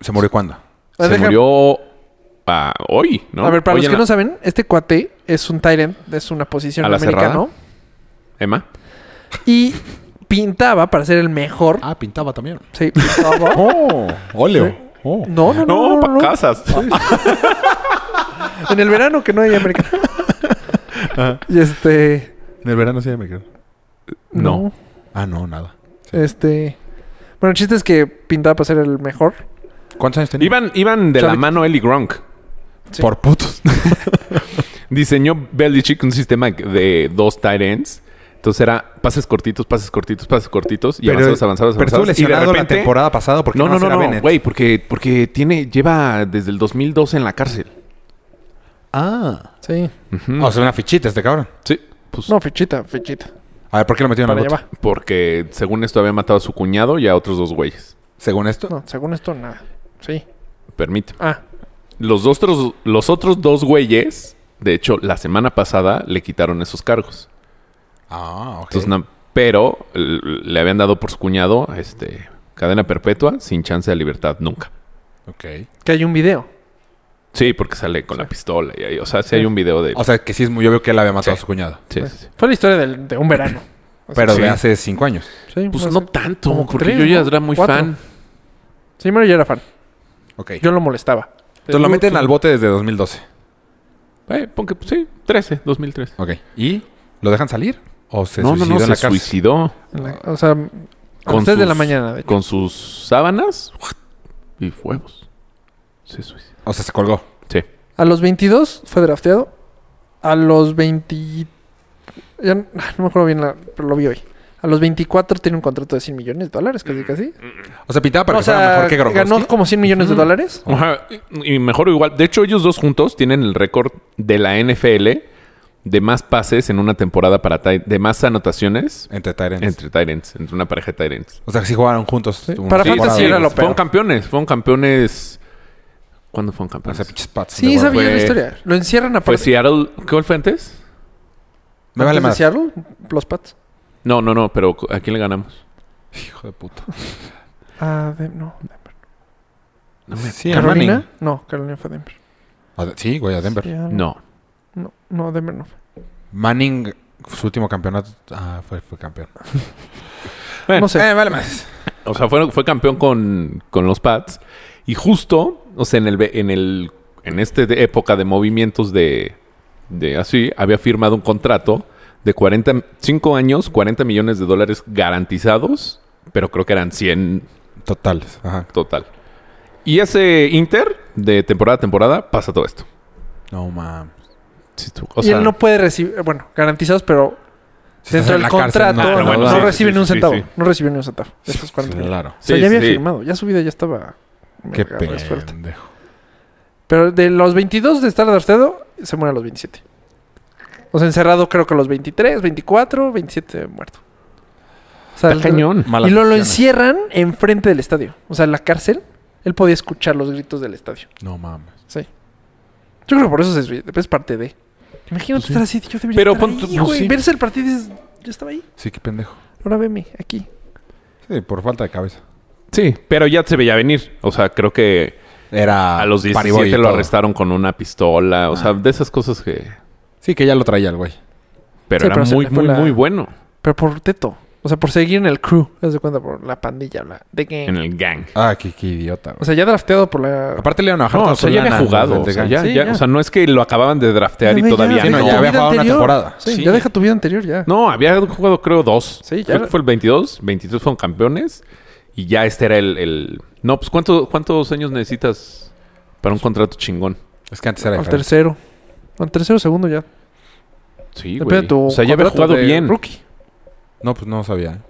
C: ¿Se murió cuándo?
A: Ah,
B: Se
A: deja-
B: murió ah, hoy, ¿no?
A: A ver, para
B: Hoy
A: los
B: en
A: que
B: la-
A: no saben, este cuate es un Tyrant, es una posición
B: ¿A la
A: americano.
B: Emma.
A: Y pintaba para ser el mejor.
C: Ah, pintaba también.
A: Sí, pintaba.
C: Oh, óleo. Oh.
A: No, no, no.
B: No,
A: no,
B: para
A: no.
B: casas.
A: En el verano que no hay americano.
B: Ah.
A: y este.
C: En el verano sí me quedo.
B: No.
C: Ah, no, nada.
A: Este. Bueno, el chiste es que pintaba para ser el mejor.
C: ¿Cuántos años tenía?
B: Iban, iban de la
A: Chavitos.
B: mano él y Gronk.
A: Sí.
C: Por putos.
B: Diseñó Belichick un sistema de dos tight ends. Entonces era pases cortitos, pases cortitos, pases cortitos y avanzados, avanzados,
C: pero estuvo
B: avanzados. Y de
C: lesionado la
B: repente-
C: temporada pasada porque
B: No, no,
C: más
B: no,
C: era
B: no,
C: Bennett.
B: güey, porque, porque tiene, lleva desde el 2012 en la cárcel.
C: Ah.
A: Sí.
B: Ujú.
C: O sea, una fichita este cabrón.
B: sí, pues
A: No, fichita, fichita.
C: A ver, ¿por qué lo metieron
A: Para
C: en
A: allá
C: la
A: va.
C: bota?
B: porque según esto había matado a su cuñado y a otros dos güeyes.
C: Según esto.
A: No, según esto, nada. Sí.
B: Permíteme.
A: Ah,
B: Los, dos otros, los otros dos güeyes, de hecho, la semana pasada le quitaron esos cargos.
C: Ah, ok.
B: Entonces, na- pero l- le habían dado por su cuñado este, cadena perpetua sin chance de libertad nunca.
C: Ok.
A: que hay un video.
B: Sí, porque sale con la pistola y ahí, o sea, sí hay un video de...
C: O sea, que sí es muy obvio que él había matado
B: Sí.
C: a su cuñado.
B: Sí, sí, sí.
A: Pues, Fue la historia del- de un verano.
C: Pero
B: Sí.
C: de hace cinco años.
A: Sí,
B: Pues
A: hace-
B: no tanto,
A: como
B: porque
A: tres,
B: yo ya
A: ¿no?
B: era muy
A: Cuatro.
B: fan.
A: Sí, Mario ya era fan.
C: Ok.
A: Yo lo molestaba.
C: Entonces lo meten al bote desde 2012.
B: Eh, pon que- sí, 13, 2013.
C: Ok. ¿Y lo dejan salir? ¿O se
B: no, no,
C: suicidó
B: no,
C: en
B: se
C: la cárcel?
B: suicidó.
A: En la- o sea, a las
B: Con
A: tres de la
B: sus-
A: mañana. de hecho.
B: Con sus sábanas. Y huevos. Se suicida.
C: O sea, se colgó.
B: Sí.
A: A los 22 fue drafteado. A los 20... Ya no, no me acuerdo bien, la- pero lo vi hoy. A los 24 tiene un contrato de 100 millones de dólares, casi casi.
B: Mm,
C: O sea, pintaba para
A: No,
C: que fuera mejor que Gronkowski.
A: ganó como 100 millones de dólares.
B: Ajá, y y mejor o igual. De hecho, ellos dos juntos tienen el récord de la NFL de más pases en una temporada para ti- de más anotaciones
C: Entre Tyrants.
B: entre Tyrants, entre una pareja de Tyrants.
C: O sea, que sí jugaron juntos. una
A: Para
C: temporada.
A: fantasy era lo
B: Fueron
A: peor.
B: campeones, fueron campeones. ¿Cuándo fueron
C: O sea,
B: campeones?
C: pinches pats.
A: Sí,
C: de
A: esa
C: huevo.
A: sabía
B: fue-
A: la historia. Lo encierran a
B: ¿Fue Seattle? ¿Qué fue antes?
C: Me vale más.
A: Seattle, los Pats.
B: No, no, no, pero ¿a quién le ganamos?
C: Hijo de puta.
A: Ah, de- no.
C: Sí, a
A: Carolina.
C: Manning.
A: No, Carolina fue Denver.
C: A de- Sí, güey, a Denver.
A: Seattle.
B: No.
A: No, no, Denver no fue.
C: Manning, su último campeonato. Ah, fue, fue campeón.
B: Bueno,
A: No sé.
C: Eh, vale más.
B: O sea, fue, fue campeón con, con los Pats. Y justo, o sea, en el ve- en el en esta época de movimientos de, de así, había firmado un contrato de 45 años, 40 millones de dólares garantizados, pero creo que eran 100
C: Totales. Ajá.
B: total. Y ese Inter, de temporada a temporada, pasa todo esto.
C: No mames.
B: Sí, tú- O
A: y él no puede recibir, eh, bueno, garantizados, pero
C: Si
A: dentro
C: estás en
A: del
C: la cárcel,
A: contrato
B: no,
A: no,
B: pero bueno,
A: no
B: sí,
A: recibe
B: sí,
A: ni un
B: sí,
A: centavo.
B: sí.
A: No recibe ni un centavo. de esos 40 millones.
C: Claro.
A: O sea,
B: Sí,
A: ya había
B: sí.
A: firmado, ya su vida ya estaba.
C: Qué
A: Mega de suerte.
C: pendejo.
A: Pero de los 22 de estar Darcedo, se muere a los 27. O sea, encerrado creo que a los 23, 24, 27 muerto. O sea,
B: Está
A: el-
B: cañón.
A: y lo, lo
C: encierra.
A: encierran enfrente del estadio. O sea, en la cárcel, él podía escuchar los gritos del estadio.
C: No mames.
A: Sí. Yo creo que por eso se suicida, pero es parte de.
B: Pues
A: Imagínate estar así, yo debería
B: Pero
A: estar
B: pon tú-
A: ahí,
B: pues
A: güey.
B: sí.
A: Verse el partido y dices, yo estaba ahí.
C: Sí, qué pendejo.
A: Ahora veme, aquí.
C: Sí, por falta de cabeza.
B: Sí, pero ya se veía venir. O sea, creo que
C: Era
B: a los
C: Ah, pariboy y
B: 17 lo
C: todo.
B: arrestaron con una pistola. O sea, de esas cosas que...
C: Sí, que ya lo traía el güey.
B: Pero
A: Sí,
B: era
A: pero se
B: muy,
A: le fue
B: muy,
A: la-
B: muy bueno
A: Pero por teto. O sea, por seguir en el crew. Haz de cuenta, por la pandilla, la de que.
B: en el gang.
C: Ah, qué, qué idiota. güey.
A: O sea, ya drafteado por la.
C: Aparte le iban a bajar
B: No,
C: toda
B: o sea,
C: su
B: ya había
C: lana,
B: jugado.
C: los del
B: O sea,
C: gang.
B: ya,
A: Sí,
B: ya,
A: ya.
B: O sea, no es que lo acababan de draftear y
A: Ya, ya,
B: todavía
A: ya,
C: Sí, no,
B: no.
C: ya
A: Tu
C: había
A: vida
C: jugado una
A: anterior.
C: temporada.
A: Sí,
B: Sí.
A: ya deja tu vida anterior ya.
B: No, había jugado creo dos.
A: Sí, ya.
B: Creo que fue el 22, 23 fueron campeones y ya este era el... el- No, pues ¿cuánto, ¿cuántos años necesitas para un contrato chingón?
C: Es que antes era
A: al
C: diferente.
A: tercero. Al tercero segundo ya.
B: Sí,
A: Depende
B: güey.
A: de tu
B: O sea, ya había
A: contrato
B: jugado
A: de
B: bien.
A: Rookie.
C: No, pues no sabía. ¿eh?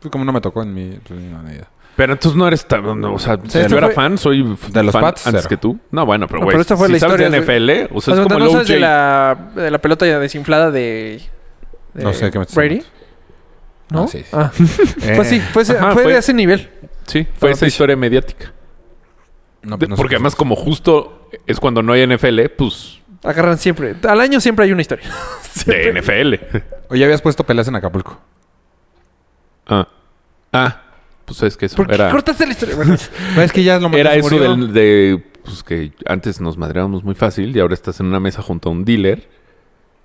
C: Pues como no me tocó en mi... pues, no, ni idea.
B: Pero entonces no eres tan... no, o sea, si
A: esta
B: yo era
A: fue-
B: fan, soy f-
C: De los
B: fan
C: Pats,
B: antes
C: cero.
B: que tú. No, bueno, pero
A: No,
B: güey,
A: pero esta fue
B: si
A: la
B: sabes
A: historia,
B: de NFL, o sea,
A: Haz
B: es
A: de cuenta,
B: como
A: no
B: el
A: sabes de
B: OJ.
A: la, de la pelota ya desinflada de, de
C: No sé qué me estás
A: Brady.
C: hablando.
A: ¿No?
C: Ah, sí, sí.
A: Ah,
C: Eh,
A: pues sí, fue, ese-
B: Ajá,
A: fue
B: fue-
A: de ese nivel. la
B: Sí, fue esa
A: noticia.
B: historia mediática.
C: no,
B: De-
C: pues no sé
B: Porque
C: qué-
B: además como justo es cuando no hay NFL, pues...
A: Agarran siempre. Al año siempre hay una historia. Siempre.
B: De NFL.
C: Oye, habías puesto peleas en Acapulco.
B: Ah. Ah. Pues es que eso
A: ¿Por qué
B: era.
A: cortaste la historia? Bueno,
C: No, es que ya lo mandé,
B: Era
C: se
B: eso
C: murió.
B: del, de. Pues que antes nos madreábamos muy fácil y ahora estás en una mesa junto a un dealer.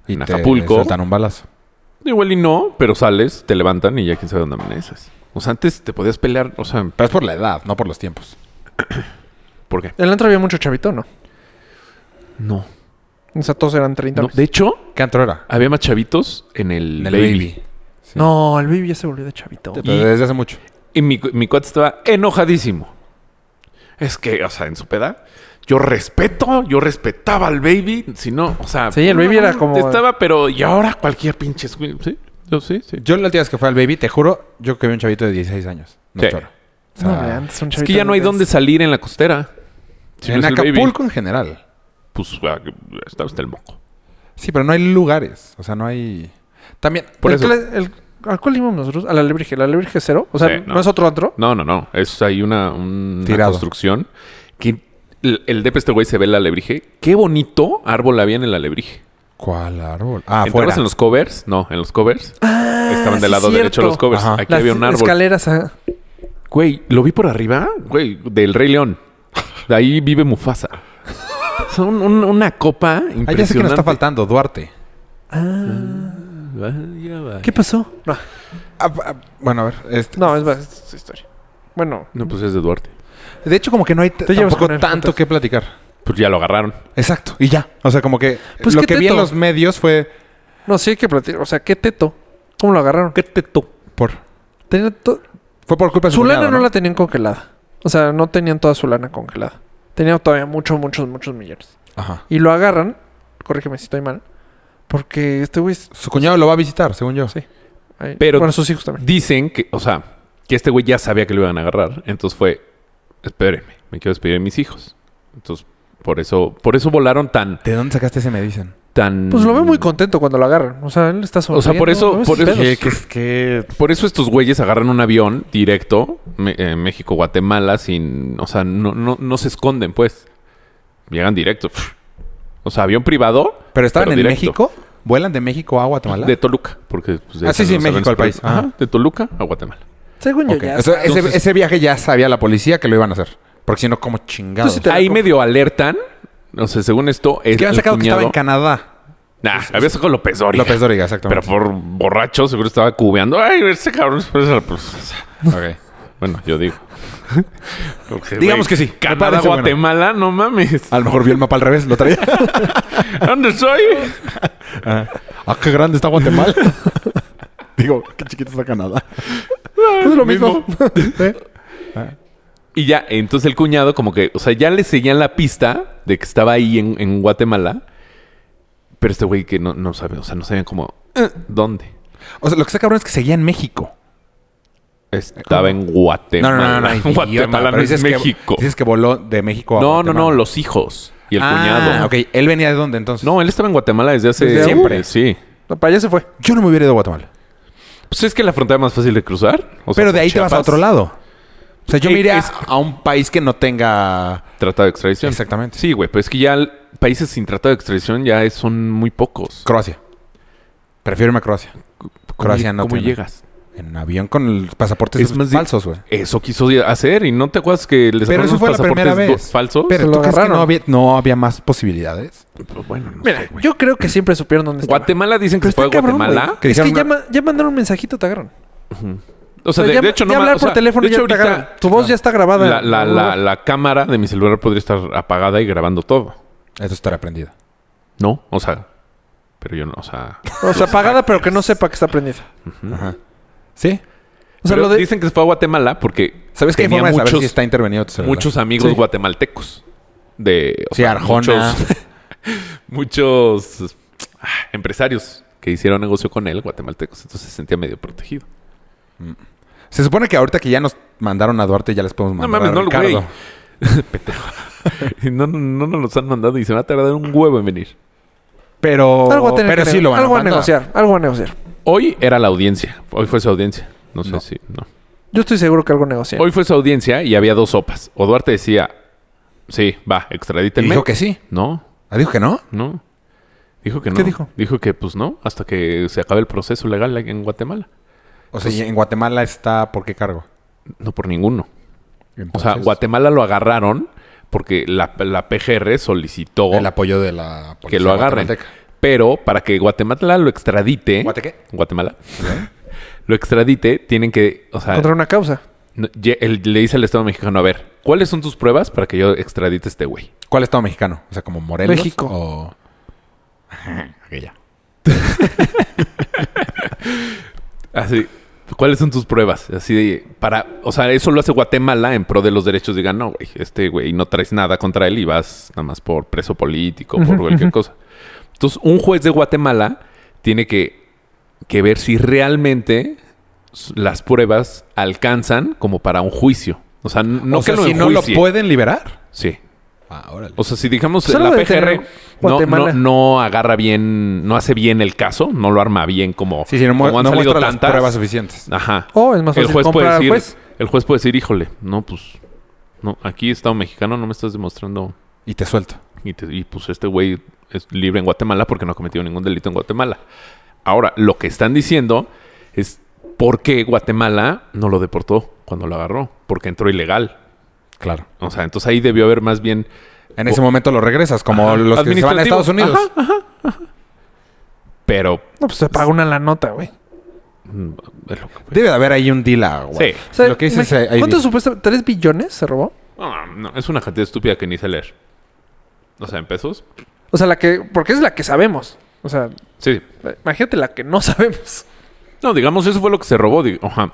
C: Y
B: en
C: te
B: Acapulco.
C: saltan un balazo.
B: Igual y no, pero sales, te levantan y ya quién sabe dónde amaneces. O sea, antes te podías pelear. O sea,
C: Pero es por la edad, no por los tiempos.
B: ¿por qué?
A: en el antro había mucho chavito, ¿no?
B: No.
A: O sea, todos eran 30.
B: no. De hecho,
C: ¿Qué antro era?
B: había más chavitos en el,
C: En el
B: baby.
C: Baby. Sí.
A: No, el baby ya se volvió de chavito.
C: Pero desde hace mucho.
B: Y mi, cu- mi cuate estaba enojadísimo. Es que, o sea, en su peda, yo respeto, yo respetaba al baby. Si no, o sea.
A: Sí, el baby era como-
B: Estaba, pero y ahora cualquier pinche. escu- Sí, yo sí, sí.
C: Yo la última vez que fue al Baby, te juro, yo que vi un chavito de 16 años. No
B: Sí.
C: choro. O sea,
A: No, hombre, antes un
B: Ah. Es
A: chavito
B: que ya no hay
A: ves.
B: dónde salir en la costera. Si
C: en
B: no es el baby,
C: Acapulco en general.
B: pues ah, que- está hasta el moco.
C: Sí, pero no hay lugares. O sea, no hay... También...
B: Por
A: El
B: eso.
A: cla- el- ¿A cuál íbamos nosotros? A la Lebrige. La Lebrige cero. O sea,
B: Sí, no.
A: no. es otro antro.
B: No, no, no. Es ahí una, un- una
C: Tirado.
B: construcción que el, el de este güey se ve el alebrije. Qué bonito árbol había en el alebrije.
C: ¿Cuál árbol? Ah,
B: ¿Entrabas
C: afuera.
B: en los covers? No, en los covers. Ah, Estaban del
A: Ah, sí,
B: lado derecho
A: cierto.
B: los covers.
C: Ajá.
B: Aquí
A: Las
B: había un árbol.
A: escaleras. ah.
B: Güey, ¿lo vi por arriba? Güey, del Rey León. De ahí vive Mufasa. O sea, un- un- una copa impresionante.
C: Ah, ya sé que nos está faltando, Duarte.
B: Ah. Vaya, vaya.
A: ¿Qué pasó? No,
C: Ah, ah, bueno, a ver. Este,
A: no es más. Es historia. Bueno,
B: No, pues es de Duarte.
C: De hecho, como que no hay t-
A: Te llevas
C: tampoco
A: con él,
C: tanto
A: entonces.
C: que platicar.
B: Pues ya lo agarraron.
C: Exacto. Y ya. O sea, como que
A: Pues,
C: lo
A: ¿qué
C: que vi en
A: teto?
C: los medios fue
A: no, sí hay que platicar. O sea, ¿qué teto? ¿Cómo lo agarraron?
B: ¿Qué te to-
C: por...
A: Tenía to-
C: Fue por culpa de su
A: Su
B: Pues
A: lana
C: cuñado,
A: no la tenían congelada. O sea, no tenían toda su lana congelada. Tenían todavía muchos, muchos, muchos millones.
C: Ajá.
A: Y lo agarran, corrígeme si estoy mal, porque este güey es-
C: Su cuñado lo va a visitar, según yo.
A: Sí. ay,
B: Pero-
A: Bueno, sus hijos también.
B: Dicen que, o sea, que este güey ya sabía que lo iban a agarrar. Entonces fue, espérenme, me quiero despedir de mis hijos. Entonces, por eso, por eso volaron tan,
C: ¿De dónde sacaste ese me dicen?
B: tan...
A: Pues lo veo muy contento cuando lo agarran. O sea, él está
B: Mm. O sea, por
A: sonriendo,
B: eso-
A: no ves
B: por
A: sus
B: eso-
A: pedos.
C: que es que...
B: Por eso estos güeyes agarran un avión directo, me- eh, México-Guatemala, sin... O sea, no, no, no se esconden, pues. Llegan directo. O sea, avión privado.
C: Pero estaban en
B: directo.
C: México. ¿Vuelan de México a Guatemala?
B: De Toluca. Porque, pues, de
C: Ah, sí,
B: esas
C: sí,
B: no
C: México,
B: saben
C: el país.
B: español.
C: Ajá.
B: Ajá, De Toluca a Guatemala.
A: Según
C: Ok.
A: yo ya.
C: O sea, ese,
B: Entonces-
C: ese viaje ya sabía la policía que lo iban a hacer. Porque si no, como chingados.
A: Entonces, Te la
B: Ahí
A: compro.
B: medio alertan. O sea, según esto, es
C: que habían
B: el
C: sacado que estaba en
B: cuñado-
C: Canadá.
B: Nah, había sacado López Dóriga.
C: López Dóriga,
B: Pero
C: exactamente.
B: por borracho, seguro estaba cubeando. Ay, ese cabrón. es- pues, pues,
C: Ok.
B: bueno, yo digo. Porque,
C: Digamos
B: güey,
C: que sí, me
B: Canadá,
C: parece bueno.
B: Guatemala, no mames.
C: A lo mejor vio el mapa al revés, lo traía.
B: ¿Dónde soy?
C: ah, qué grande está Guatemala. Digo, qué chiquito está Canadá.
A: es lo mismo.
B: Y ya, entonces el cuñado, como que, o sea, ya le seguían la pista de que estaba ahí en, en Guatemala. Pero este güey que no, no sabe, o sea, no sabían como eh, dónde.
C: O sea, lo que está cabrón es que seguía en México.
B: Estaba en Guatemala.
C: idiota.
B: Guatemala
C: Pero
B: no es
C: dices que-
B: México.
C: dices que voló de México a
B: no, no,
C: Guatemala.
B: no, los hijos y el
C: Ah,
B: cuñado.
C: ok. ¿Él venía de dónde entonces?
B: No, él estaba en Guatemala desde hace
A: Desde
C: siempre.
B: Sí.
A: No, para allá se fue.
C: Yo no me hubiera ido a Guatemala.
B: Pues es que la frontera más fácil de cruzar. o sea,
C: Pero de
B: por
C: ahí te vas Pues a
B: Chiapas,
C: otro lado. O sea, yo me
B: Eh,
C: iría
B: es-
C: a un país que no tenga...
B: Tratado de extradición.
C: Exactamente.
B: Sí, güey, pero es que ya el- países sin tratado de extradición ya es- son muy pocos.
C: Croacia. Prefiero irme a Croacia. Croacia no
B: ¿Cómo
C: tiene.
B: llegas?
C: En avión con el pasaportes
B: Es más di-
C: falsos, güey.
B: Eso quiso hacer y no te acuerdas que les
C: Pero
B: sacaron
C: eso
B: unos
C: fue la primera
B: pasaportes do-
C: vez.
B: falsos.
C: Pero
A: Se
C: tú
A: lo
C: crees que no
A: agarraron.
C: había, no había más posibilidades.
B: Pues bueno, no
A: Mira,
B: sé, güey.
A: yo creo que siempre supieron dónde estaba.
B: Guatemala dicen que
A: Pero
B: se fue a
A: está cabrón,
B: Guatemala.
A: güey.
C: Que
A: es que
C: dijeron
A: ya,
C: una-
A: ma- ya mandaron un mensajito, te agarran.
B: O sea,
A: O sea,
B: de,
A: ya,
B: de hecho, no
A: ya
B: ma-
A: hablar
B: o
A: por
B: sea,
A: teléfono
B: de hecho,
A: ya te
B: ahorita
A: agarran. Tu voz ya está grabada.
B: La, la, la, la cámara de mi celular podría estar apagada y grabando todo.
C: Eso estará aprendido.
B: No, o sea, pero yo no, o sea.
A: O sea, apagada, pero que no sepa que está prendida.
C: Ajá. ¿Sí?
A: O sea,
B: pero
A: lo de...
B: Dicen que se fue a Guatemala porque
C: ¿Sabes qué hay
B: tenía
C: forma de saber
B: muchos,
C: si está intervenido tu celular?
B: muchos amigos
A: Sí.
B: guatemaltecos. De, o
C: Sí, Arjona.
B: Muchos, muchos ah, empresarios que hicieron negocio con él, guatemaltecos. Entonces se sentía medio protegido.
C: Se supone que ahorita que ya nos mandaron a Duarte ya les podemos
B: No
C: mandar
B: mames,
C: a
B: no lo
C: Ricardo.
B: güey. Pendejo. Y no, no nos los han mandado y se va a tardar un huevo en venir.
C: Pero,
A: Algo a tener
C: pero
A: que
C: sí
A: nego-
C: lo van
A: Algo a
C: mandar.
A: negociar, algo a negociar.
B: Hoy era la audiencia. Hoy fue su audiencia. No sé
C: No.
B: si. No.
A: Yo estoy seguro que algo negocian.
B: Hoy fue su audiencia y había dos sopas. O Duarte decía, sí, va,
C: Y
B: extradítenme.
C: dijo que sí.
B: No,
C: Ah, dijo que no.
B: no. Dijo que no.
A: ¿Qué dijo?
B: Dijo que pues no, hasta que se acabe el proceso legal en Guatemala.
C: O sea, y en Guatemala está por qué cargo.
B: No por ninguno. O sea,
C: Entonces,
B: Guatemala lo agarraron porque la, la PGR solicitó
C: El apoyo de la
B: que
C: policía
B: lo agarren.
C: guatemalteca.
B: Pero para que Guatemala lo extradite,
C: ¿Guate qué?
B: Guatemala lo extradite, tienen que, o sea,
A: Contra una causa.
B: no- ye- el- le dice al Estado mexicano, a ver, ¿cuáles son tus pruebas para que yo extradite a este güey?
C: ¿Cuál estado mexicano? O sea, como Morelos.
A: México.
C: O... Aquella.
B: Así, ¿cuáles son tus pruebas? Así de, para, o sea, eso lo hace Guatemala en pro de los derechos. Digan, no, güey, este güey no traes nada contra él y vas nada más por preso político, por
A: Ujú,
B: cualquier
A: ujú.
B: cosa. Entonces, un juez de Guatemala tiene que, que ver si realmente s- las pruebas alcanzan como para un juicio. O sea, n- no
C: o
B: que
C: sea,
B: lo
C: si no lo
B: enjuicie.
C: pueden liberar.
B: Sí.
C: Ah, órale.
B: O sea, si digamos
A: Solo
B: la
A: de
B: PGR
A: tener
B: no, no,
A: Guatemala.
B: no agarra bien, no hace bien el caso, no lo arma bien como,
C: sí, sí, no, mu-
B: como han
C: no
B: salido
C: muestra las
B: tantas.
C: pruebas suficientes.
B: Ajá.
A: O Oh, es más
B: el
A: fácil
B: juez puede
A: comprar al
B: decir,
A: juez.
B: el juez puede decir, híjole, no, pues, no, aquí Estado mexicano no me estás demostrando.
C: Y te suelto.
B: Y, te- y, pues este güey es libre en Guatemala porque no ha cometido ningún delito en Guatemala. Ahora, lo que están diciendo es por qué Guatemala no lo deportó cuando lo agarró, porque entró ilegal.
C: Claro.
B: O sea, entonces ahí debió haber más bien
C: En ese momento lo regresas, como
B: Ajá.
C: los que se van
B: Administrativo.
C: a Estados Unidos. Pues
B: Ajá, ajá, ajá. Pero
A: No, pues se paga una la nota, güey.
B: mm, es lo que-
C: Debe de haber ahí un deal a
B: Sí.
A: O sea,
C: Lo que dices eh,
A: imagina-
C: ahí-
A: ¿Cuánto supuestamente? ¿Tres billones se robó?
B: No, ah, no, es una cantidad estúpida que ni sé leer. O sea, en pesos.
A: O sea, la que... Porque es la que sabemos. O sea,
B: Sí.
A: imagínate la que no sabemos.
B: No, digamos, eso fue lo que se robó. digo, Ajá.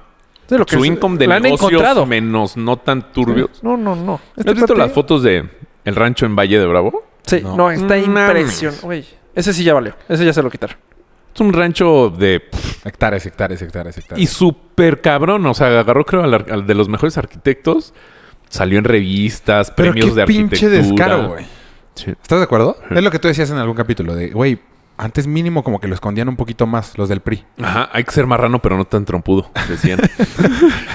A: de lo que
B: Su
A: es-
B: income de
A: la han encontrado.
B: negocios menos no tan turbios.
A: No, no, no.
B: ¿No
A: Este
B: has visto
A: cuate-
B: las fotos de el rancho en Valle de Bravo?
A: Sí, no,
C: No.
A: está
B: Mames.
A: impresionante. Güey, ese sí ya valió. Ese ya se lo quitaron.
B: Es un rancho de...
C: Hectáreas, hectáreas, hectáreas,
B: Y
C: hectáreas.
B: súper cabrón. O sea, agarró creo al, ar- al de los mejores arquitectos. Salió en revistas, premios de arquitectura.
C: pinche descaro, güey.
B: Sí.
C: ¿Estás de acuerdo? Es lo que tú decías en algún capítulo de, güey, antes mínimo como que lo escondían un poquito más los del PRI.
B: Ajá, hay que ser marrano, pero no tan trompudo, decían.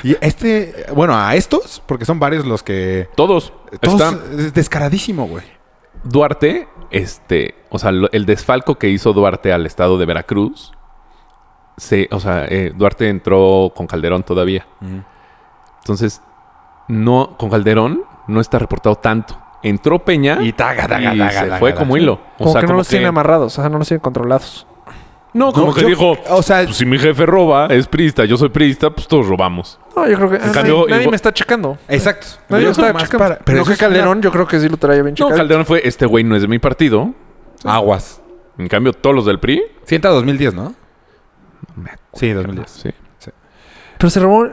C: Y este, bueno, a estos, porque son varios los que...
B: Todos.
C: Todos,
B: Está
C: es descaradísimo, güey.
B: Duarte, este, o sea, lo- el desfalco que hizo Duarte al estado de Veracruz, se, o sea, eh, Duarte entró con Calderón todavía. Entonces, no, con Calderón no está reportado tanto. Entró Peña
C: Ah, Y taga, taga, taga,
B: se
C: taga,
B: fue
C: taga.
B: como hilo. O
A: Como
B: sea,
A: que no
B: como
A: los tienen amarrados, ajá, no los tienen controlados.
B: No, como
C: No,
B: que
C: yo-
B: dijo,
C: O sea,
B: "Pues, si mi jefe roba, es prista, yo soy prista, pues todos robamos.
A: No, yo creo que ah,
B: cambio,
A: nadie, nadie
B: igual-
A: me está checando.
C: exacto.
A: Nadie me
C: Yo creo
A: está
C: más
A: checando.
C: para- pero
A: Lo
C: eso
A: que
C: es una-
A: Calderón, yo creo que sí lo traía bien
B: No,
A: checado.
B: Calderón fue, este güey no es de mi partido.
C: Aguas.
B: En cambio, todos los del PRI.
C: Sienta 2010, ¿no? Sí, 2010.
B: Sí.
A: Pero se robó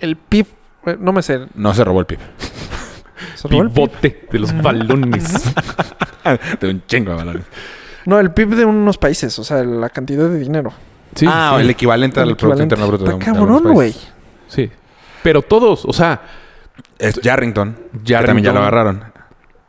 A: el PIB. eh, No me sé.
C: No se robó el PIB.
A: ¿se robó el PIB?
B: Pivote de los balones.
C: De un chingo de balones.
A: No, el PIB de unos países, o sea, la cantidad de dinero.
B: Sí,
C: ah,
B: sí.
C: el equivalente
A: El
C: al Producto
A: equivalente.
C: Interno Bruto. de
A: Está
C: un- de algunos
A: cabrón, güey.
C: países.
B: Sí. Pero todos, o sea,
C: Es Yarrington. que
B: Yarrington.
C: también ya lo agarraron.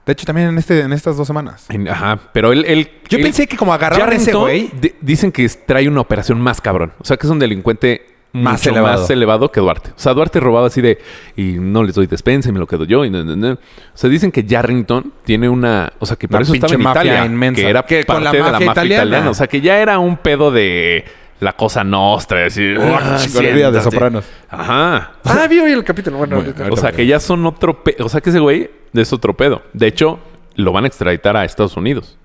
C: De hecho, también en, este, en estas dos semanas.
B: en- ajá, pero él... él
C: Yo
B: él-
C: pensé que como agarraron a ese
B: Yarrington
C: güey...
B: di- Dicen que es- trae una operación más cabrón. O sea, que es un delincuente
C: Más
B: más,
C: elevado.
B: elevado. más elevado que Duarte. O sea, Duarte robaba así de... Y no les doy despensa y me lo quedo yo. Y no, no, no. O sea, dicen que Yarrington tiene una... O sea, que por
C: Una
B: eso estaba en
C: pinche mafia
B: Italia.
C: inmensa.
B: Que era
C: Que con
B: parte
C: la
B: de la
C: mafia
B: mafia
C: italiana.
B: italiana. O sea, que ya era un pedo de... La cosa nostra. Así, ah,
C: chingonería de
B: siéntate.
C: Sopranos.
B: Ajá.
A: Ah, vi hoy el capítulo. Bueno,
C: Bueno,
A: ahorita.
C: ahorita
B: O sea, que ya son otro pe- O sea, que ese güey es otro pedo. De hecho, lo van a extraditar a Estados Unidos.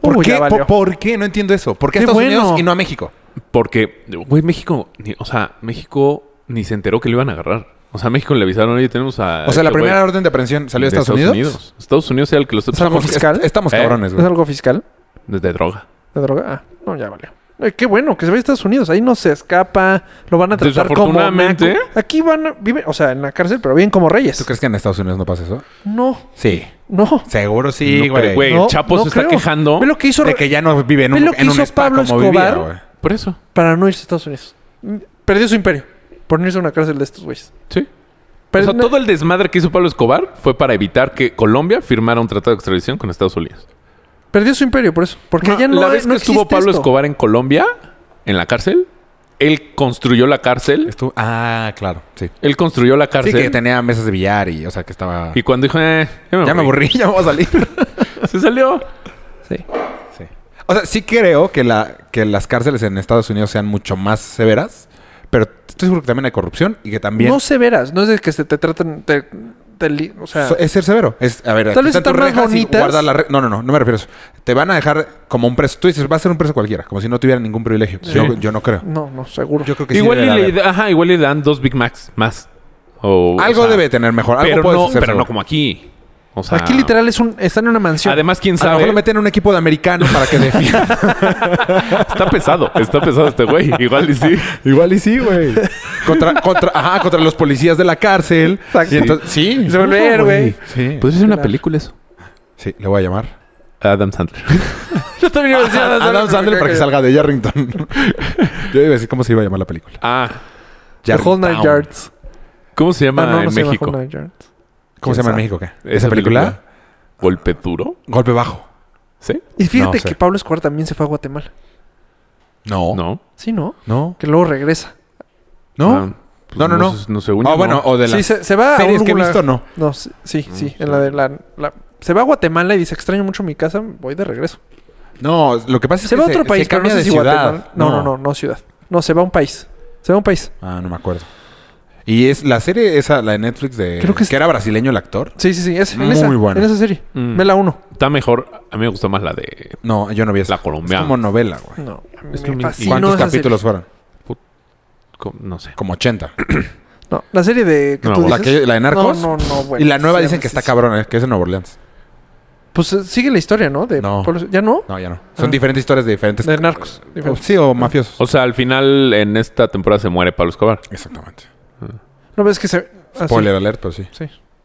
C: ¿Por
A: Uy, ya
C: qué?
A: valió.
C: ¿Por, por qué? No entiendo eso. ¿Por qué a
A: Qué
C: Estados
A: bueno.
C: Unidos y no a México?
B: Porque, güey, México... ni- o sea, México ni se enteró que lo iban a agarrar. O sea, México le avisaron, oye, tenemos a...
C: O sea, la
B: este
C: primera
B: güey
C: orden de aprehensión salió de,
B: de
C: Estados, Unidos.
B: Estados Unidos era el que los...
A: sea,
C: Estamos,
A: ¿Fiscal?
C: est- estamos
B: Eh.
C: cabrones,
A: ¿Es
C: güey.
A: algo fiscal?
B: de, de droga.
A: ¿De droga? Ah, no, ya valió. Eh, qué bueno que se vaya a Estados Unidos. Ahí no se escapa. Lo van a tratar como...
B: Desafortunadamente.
A: naco. Aquí van... a- Viven, o sea, en la cárcel, pero viven como reyes.
C: ¿Tú crees que en Estados Unidos no pasa eso?
A: No,
C: Sí.
A: no.
C: Seguro
B: No,
C: sí,
B: pero,
C: güey.
B: güey, el Chapo se está quejando
A: Ve lo que hizo...
C: De que ya no vive en
A: ¿Ves
C: un,
A: lo que
C: en un
A: hizo
C: spa
A: Pablo
C: como vivía,
A: Escobar?
C: güey.
B: Por eso.
A: Para no irse a Estados Unidos. Mm, Perdió su imperio. Por no irse a una cárcel de estos güeyes.
B: Sí.
A: Pero
B: o sea,
A: no-
B: todo el desmadre que hizo Pablo Escobar fue para evitar que Colombia firmara un tratado de extradición con Estados Unidos.
A: Perdió su imperio por eso. Porque ya no
B: la vez
A: no
B: que estuvo
A: existe
B: Pablo
A: esto.
B: Escobar en Colombia, en la cárcel, él construyó la cárcel.
C: Estuvo- ah, claro, sí.
B: Él construyó la
C: Sí,
B: cárcel.
C: que tenía mesas de billar y, o sea, que estaba...
B: Y cuando dijo, eh,
C: Ah. ya me aburrí, ya me voy a salir.
B: Se salió.
A: Sí.
C: Sí. O sea, sí creo que, la, que las cárceles en Estados Unidos sean mucho más severas, pero estoy seguro que también hay corrupción y que también...
A: No severas. No es de que se te tratan... Te, te li- o sea...
C: So- es ser severo. Es, a ver,
A: Tal
C: aquí
A: vez están
C: están tus
A: más
C: rejas y
A: bonitas.
C: guarda la re- No, no, no, no me refiero a eso. Te van a dejar como un preso. Tú dices, va a ser un preso cualquiera, como si no tuviera ningún privilegio. Yo, yo no creo.
A: No, no, seguro.
C: Yo creo que sí
B: Igual,
C: debe de
B: y
C: haber.
B: le, ajá, igual le dan dos Big Macs más. O, o
C: Algo
B: sea,
C: debe tener mejor. Algo
B: Pero,
C: puedes
B: no,
C: hacer
B: pero no
C: seguro.
B: como aquí. O sea,
A: Aquí literal es un... Están en una mansión.
B: Ah. Además, quién
C: A lo
B: sabe.
C: mejor lo meten en un equipo de americano para que defienda.
B: Está pesado. Está pesado este güey. Igual y sí.
C: Igual y sí, güey. Contra, contra, ajá, contra los policías de la cárcel.
A: Exacto.
C: Y entonces- sí.
A: Se va a leer, güey.
C: Sí.
B: Podría ser una
A: Claro.
B: película eso.
C: Sí, le voy a llamar.
B: Adam Sandler.
A: Yo también iba a decir "Ah,
C: A-
A: Adam
C: Adam Sandler para
A: porque-
C: que salga de Yarrington. Yo iba a decir cómo se iba a llamar la película.
B: Ah,
A: The Whole Nine
C: Yarrington.
A: Yards.
B: ¿cómo se llama
A: Ah, no, no
B: en
A: se llama
B: México?
A: Whole Nine Yards.
C: ¿Cómo se llama en
A: ¿Quién
C: México qué? Esa película.
B: Golpe duro.
C: Golpe bajo.
B: ¿Sí?
A: Y fíjate
C: No sé.
A: que Pablo Escobar también se fue a Guatemala.
C: No. No.
B: No.
A: Sí, ¿no?
C: No.
A: Que luego regresa.
B: Ah, pues
C: No, no, no.
B: sé- No, según
C: Ah,
B: yo,
C: bueno,
B: no.
C: o de las
A: Sí, se, se va a
C: series
A: un
C: que he
A: lugar-
C: visto, no.
A: No, sí, sí, sí, en la de la, la- Se va a Guatemala y dice, extraño mucho mi casa, voy de regreso.
C: No, lo que pasa es
A: Se
C: que
A: va a otro país, pero no
C: cambia
A: sé
C: de
A: si
C: ciudad.
A: Guatemala. No, no, no, no ciudad. No, se va a un país. Se va a un país.
C: Ah, no me acuerdo. Y es la serie esa, la de Netflix de...
A: Creo que
C: que,
A: es-
C: era brasileño el actor.
A: Sí, sí, sí. Es, en
C: Muy
A: esa,
C: bueno.
A: En esa serie.
B: Mm.
A: Vela uno.
B: Está mejor. A mí me gustó más la de.
C: No, yo no vi esa.
B: La colombiana.
C: Es como novela, güey.
A: No, a mí
B: Es que
A: me
B: me-
A: fascinó
C: ¿Cuántos
A: esa serie.
C: capítulos fueron?
B: co- No sé.
C: Como 80.
A: No, la serie de... que
B: No,
A: tú
C: la,
A: dices-
C: que- la de Narcos.
A: No, no, no, bueno,
C: y la nueva
A: sí,
C: dicen
A: sí,
C: que está
A: sí.
C: cabrona, eh, que es en Nueva Orleans.
A: Pues eh, sigue la historia, ¿no? De
C: No.
A: Pablo- ¿Ya no?
C: No, ya no. Son
A: Ah.
C: diferentes historias de diferentes... Ah.
A: De narcos. Diferentes.
C: Sí, o mafiosos.
B: O sea, al final en esta temporada se muere Pablo Escobar.
C: Exactamente.
A: No ves que se. ah, sí.
C: Spoiler alert, pero sí.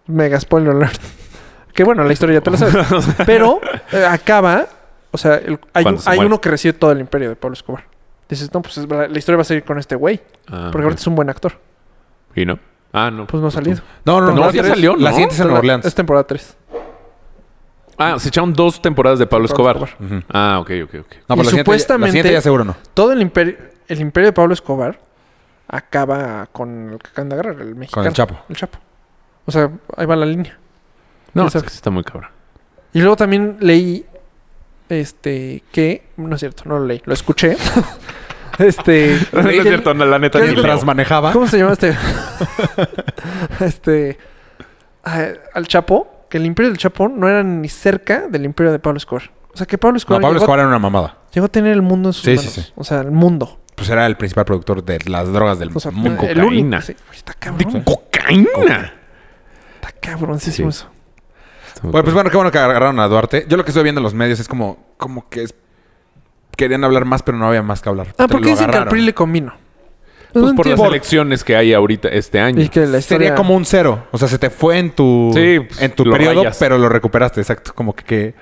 A: Mega spoiler alert. Que bueno, la historia ya te la sabes. Pero eh, acaba. O sea, el- hay,
B: Cuando
A: un-
B: se
A: hay
B: muere.
A: uno que recibe todo el imperio de Pablo Escobar. Dices, no, pues es verdad, la historia va a seguir con este güey.
B: Ah,
A: Porque ahorita es un buen actor.
B: ¿Y no? Ah, no.
A: Pues no ha salido.
C: No, no, no.
B: No,
C: la
B: ya
C: tres-
B: salió,
C: La
B: ¿no?
C: siguiente es en Nueva Orleans.
A: Es temporada 3.
B: Ah, se echaron dos temporadas de Pablo Escobar. Ah, ok, ok, ok.
C: No,
A: Y
C: pero pues la siguiente ya-
A: supuestamente-
C: La siguiente ya seguro no.
A: Todo el imperio, el imperio de Pablo Escobar acaba con el que acaban de agarrar, el mexicano.
C: Con el Chapo.
A: El Chapo. O sea, ahí va la línea.
B: No,
A: ¿Quién
B: es que
A: sabe?
B: sí está muy cabrón.
A: Y luego también leí, este, que, no es cierto, no lo leí, lo escuché. este,
B: No es
A: leí el-
B: cierto, no, la neta.
A: ¿Qué
B: ni
A: es lo-
B: leo.
C: Mientras manejaba.
A: ¿Cómo se llama este? este, a- al Chapo, que el imperio del Chapo no era ni cerca del imperio de Pablo Escobar. O sea, que Pablo
C: No,
A: Escobar,
C: Pablo
A: llegó,
C: Escobar era una mamada.
A: llegó a tener el mundo en sus
C: Sí, sí,
A: manos.
C: sí.
A: O sea, el mundo.
C: Pues era el principal productor de las drogas del
A: O sea,
C: mundo.
A: el
B: cocaína.
A: único. sí. Oye, está cabrón.
B: ¡Cocaína!
A: Está cabroncísimo
B: Sí.
A: eso.
C: Bueno, pues bueno, qué bueno que agarraron a Duarte. Yo lo que estoy viendo en los medios es como, como que es- querían hablar más, pero no había más que hablar.
A: Ah,
C: Te
A: ¿por
C: lo
A: qué dicen que al
C: agarraron.
A: PRI le combino?
B: Pues
A: No
B: por las
A: entiendo.
B: elecciones que hay ahorita este año.
A: Y que la historia...
C: Sería como un cero. O sea, se te fue en tu,
B: Sí, pues,
C: en tu
B: lo
C: periodo,
B: rayas.
C: pero lo recuperaste. Exacto. Como que, que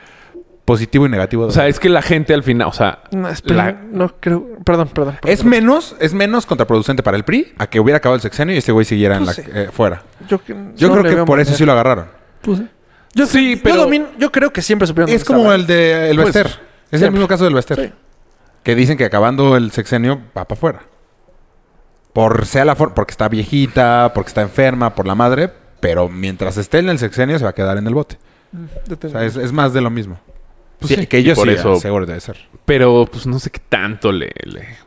C: positivo y negativo.
B: O sea, es que la gente al final, o sea,
A: No, espera,
B: la-
A: no creo... Perdón, perdón. perdón.
C: es menos, es menos contraproducente para el PRI a que hubiera acabado el sexenio y ese güey siguiera en
A: Pues
C: la-
A: sí.
C: eh, fuera.
A: Yo, que-
C: Yo
A: no
C: creo
A: le
C: que
A: veo ¿eh?
C: por eso
A: manera.
C: sí lo agarraron.
A: Pues sí. Yo
B: Sí,
A: sí,
B: pero-
A: pero. Yo, domino- yo creo que siempre supieron. dónde
C: Es como
A: estaba.
C: el de el
A: Pues,
C: Bester. Es el
A: siempre.
C: mismo caso del Bester.
A: Sí.
C: Que dicen que acabando el sexenio va para afuera. Por sea la forma, porque está viejita, porque está enferma, por la madre, pero mientras esté en el sexenio se va a quedar en el bote. O sea, es, es más de lo mismo.
B: Pues sí.
C: Que
B: Y
C: ellos
B: por
C: sí, ah,
B: eso-
C: seguro debe ser.
B: pero pues no sé qué tanto le, le-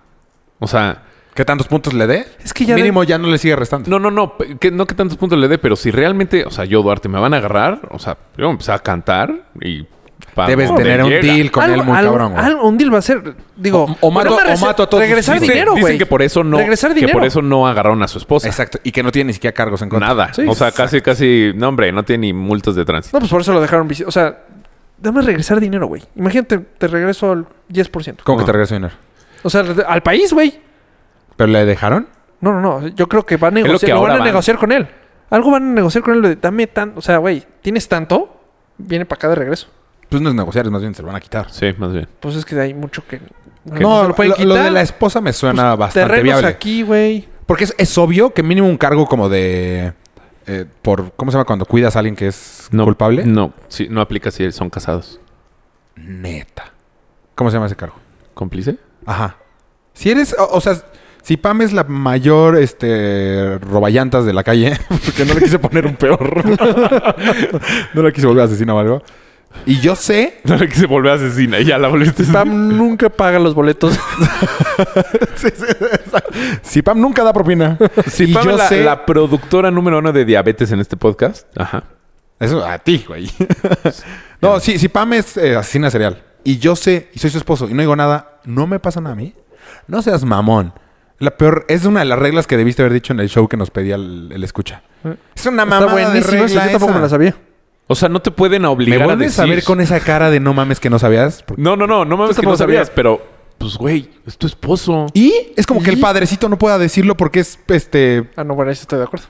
B: O sea,
C: ¿Qué tantos puntos le dé?
A: Es que ya.
C: Mínimo ya no le sigue restando.
B: no, no, no, pe- que, no que tantos puntos le dé, pero si realmente, o sea, yo Duarte me van a agarrar, o sea, yo voy a empezar a cantar y... pa'
C: Debes
B: dónde
C: tener un
B: llega.
C: deal con
A: algo-
C: él muy
A: algo-
C: cabrón, güey.
A: algo- un deal va a ser. Digo.
C: O- o mato-
A: no me
C: o
A: rece-
C: mato a todos
A: Regresar
C: tus-
B: Dicen-
A: dinero, güey.
B: Dicen que por eso no...
A: Regresar
B: que
A: dinero.
B: por eso no agarraron a su esposa.
C: Exacto. Y que no tiene ni siquiera cargos en contra.
B: Nada.
A: Sí,
B: o sea, casi, casi... No, hombre, no tiene ni multas de tránsito.
A: No, pues por eso lo dejaron. visi- O sea, dame regresar dinero, güey. Imagínate, te regreso al 10%.
C: ¿Cómo
B: No.
C: que te regreso dinero?
A: O sea, re- al país, güey.
C: ¿Pero le dejaron?
A: No, no, no. Yo creo que va a
B: lo
A: negociar.
B: que
A: lo
B: ahora
A: van a
B: van.
A: negociar con él. Algo van a negociar con él. de, Dame tanto. O sea, güey, tienes tanto. Viene para acá de regreso.
C: Pues no es negociar, es más bien se lo van a quitar.
B: Sí, más bien.
A: Pues es que hay mucho que.
C: No,
A: se
C: lo, lo de la esposa me suena
A: Pues,
C: bastante
A: terrenos
C: viable.
A: aquí, güey.
C: Porque es, es obvio que mínimo un cargo como de... eh, por ¿Cómo se llama cuando cuidas a alguien que es
B: No,
C: culpable?
B: No, sí, no aplica si son casados.
C: Neta. ¿Cómo se llama ese cargo?
B: ¿Cómplice?
C: Ajá. Si eres... O, o sea, si Pam es la mayor este roballantas de la calle, porque no le quise poner un peor. no la quise volver asesina o algo. Y yo sé...
B: No, que se volvió asesina y ya la volviste
A: Pam nunca paga los boletos.
C: Si Pam nunca da propina.
B: Si
C: y
B: Pam
C: yo
B: es la,
C: sé...
B: la productora número uno de diabetes en este podcast. Ajá.
C: Eso a ti, güey. no, si, si Pam es eh, asesina serial y yo sé y soy su esposo y no digo nada, no me pasa nada a mí. No seas mamón. La peor, es una de las reglas que debiste haber dicho en el show que nos pedía el, el escucha. Es una
A: Eh, Está
C: mamada de
A: buenísimo. eso,
C: regla
A: Yo tampoco
C: esa.
A: me la sabía.
B: O sea, no te pueden
C: Me
B: obligar a
C: vuelves
B: decir.
C: a ver con esa cara de no mames que no sabías. Porque-
B: No, no, no, no mames
A: Tú
B: que no
A: tampoco
B: sabías,
A: sabías.
B: pero pues güey, es tu esposo.
C: Y es como que el
A: ¿Y?
C: padrecito no pueda decirlo porque es este
A: Ah, no, bueno, eso estoy de acuerdo.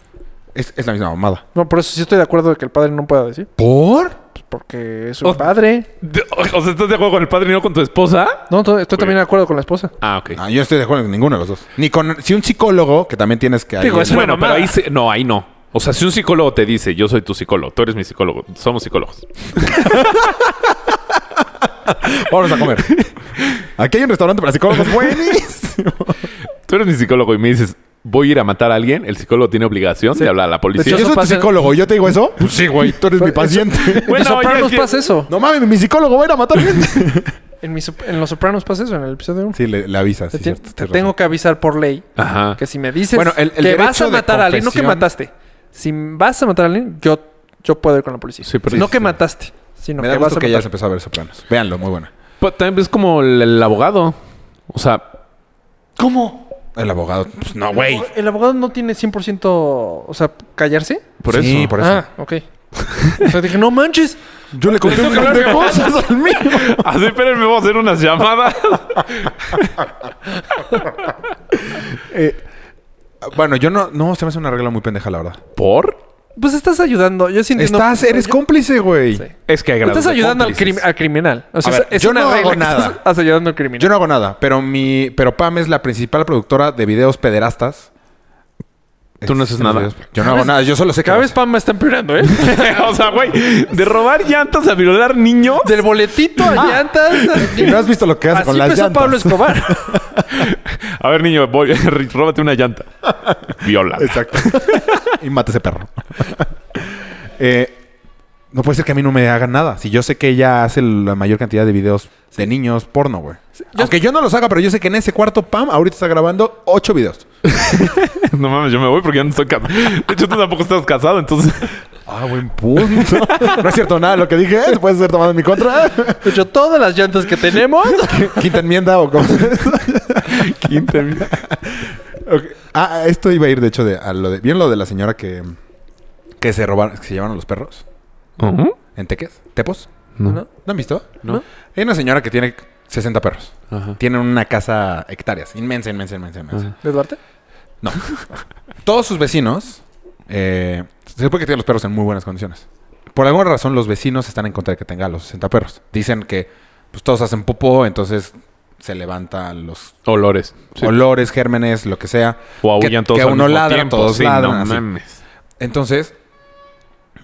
C: es, es la misma mamada.
A: No, por eso sí estoy de acuerdo de que el padre no pueda decir.
C: ¿Por?
A: Pues porque es su
B: Oh.
A: padre.
B: De- O o sea, ¿estás de acuerdo con el padre y no con tu esposa?
A: No, to-
C: Pues.
A: estoy también de acuerdo con la esposa.
B: Ah, ok.
C: No, yo no estoy de acuerdo con ninguno de los dos. Ni con si un psicólogo que también tienes que ahí
A: Digo,
C: el-
A: es una
B: bueno, pero
A: mamada.
B: ahí se- no, ahí no. O sea, si un psicólogo te dice, yo soy tu psicólogo, tú eres mi psicólogo, somos psicólogos.
C: Vamos a comer. Aquí hay un restaurante para psicólogos buenísimo.
B: Tú eres mi psicólogo y me dices, voy a ir a matar a alguien, el psicólogo tiene obligación de hablar a la
C: Si
B: policía.
C: yo
A: eso
C: soy tu
A: pasa-
C: psicólogo y yo te digo eso, pues sí, güey, tú eres mi paciente.
A: En
B: Bueno,
A: Los Sopranos
B: oye, es
A: pasa
B: que-
A: eso.
C: no mames, mi psicólogo va a ir a matar gente.
A: En, mi sop- en Los Sopranos pasa eso, en el episodio 1.
C: Sí, le, le avisas.
A: te
C: sí,
A: tien-
C: cierto,
A: te
C: tienes
A: tengo
C: razón.
A: que avisar por ley
B: Ajá.
A: que si me dices
C: Bueno, el- el
A: que vas
C: derecho
A: a
C: de
A: matar a alguien, no que
C: confesión-
A: mataste. Si vas a matar a alguien, yo, yo puedo ir con la policía.
B: Sí, pero-
A: no
B: sí,
A: que
B: sí.
A: mataste, sino
C: Me
A: que
C: da
A: vas
C: gusto
A: a
C: que ya se
A: matar.
C: empezó a ver Sopranos. Véanlo, muy buena.
B: Pero también es como el, el abogado. O sea,
C: ¿Cómo? El abogado. Pues no, güey.
A: El abogado no tiene 100%, o sea, callarse.
B: por
C: Sí,
B: eso.
C: por eso.
A: Ah, ok. o sea, dije, no manches.
C: Yo le conté un montón de cosas al mío.
B: Así, Ah, espérenme, vamos a hacer unas llamadas.
C: Bueno, yo no, no, se me hace una regla muy pendeja, la verdad.
B: ¿Por?
A: Pues estás ayudando. Yo sí entiendo.
C: Estás, eres
A: yo-
C: cómplice, güey.
A: Sí.
B: Es que hay grados
A: Estás
B: de
A: ayudando al,
B: cómplices.
A: crim- al criminal. O sea,
C: A ver,
A: es
C: yo
A: una
C: no
A: regla
C: hago
A: que
C: nada.
A: estás- Estás ayudando al criminal.
C: Yo no hago nada, pero mi, pero Pam es la principal productora de videos pederastas.
B: Tú no haces nada.
C: Yo no hago nada, yo solo sé que
A: Cada vez Pam me está empeorando, ¿eh?
B: o sea, güey, de robar llantas a violar niños.
A: Del boletito a llantas.
C: Ah. Y no has visto lo que hace
A: Así
C: con las
A: empezó
C: llantas.
A: Pablo Escobar.
B: A ver, niño, voy, róbate una llanta. Viola.
C: Exacto. y mata ese perro. Eh, no puede ser que a mí no me hagan nada. Si yo sé que ella hace la mayor cantidad de videos de niños porno, güey.
A: Yo-
C: Aunque yo no los haga, pero yo sé que en ese cuarto, Pam, ahorita está grabando ocho videos.
B: No mames, yo me voy porque yo no estoy casado. De hecho, tú tampoco estás casado, entonces.
C: Ah, buen punto. no es cierto nada de lo que dije. Se puede ser tomado en mi contra.
A: De hecho, todas las llantas que tenemos.
C: Quinta enmienda o como...
B: Quinta, mira.
C: Ah, ah, esto iba a ir, de hecho, de, a lo de... ¿Vieron lo de la señora que, que se robaron, que se llevaron los perros?
B: Ujú.
C: ¿En Teques? ¿Tepos?
A: ¿No?
C: ¿No han visto?
A: No.
C: Hay una señora que tiene 60 perros.
B: Ajá.
C: Tienen una casa hectáreas. Inmensa, inmensa, inmensa, inmensa.
B: Ajá.
A: ¿De Duarte?
C: No. Todos sus vecinos... eh, se supone que tienen los perros en muy buenas condiciones. Por alguna razón, los vecinos están en contra de que tenga los 60 perros. Dicen que pues, todos hacen popó, entonces se levantan los
B: Olores. Sí.
C: olores, gérmenes, lo que sea.
B: o aullan
C: que-
B: todos
C: que
B: al
C: uno
B: mismo
C: ladra,
B: tiempo.
C: todos
B: sí,
C: ladran,
B: No
C: así.
B: mames.
C: Entonces,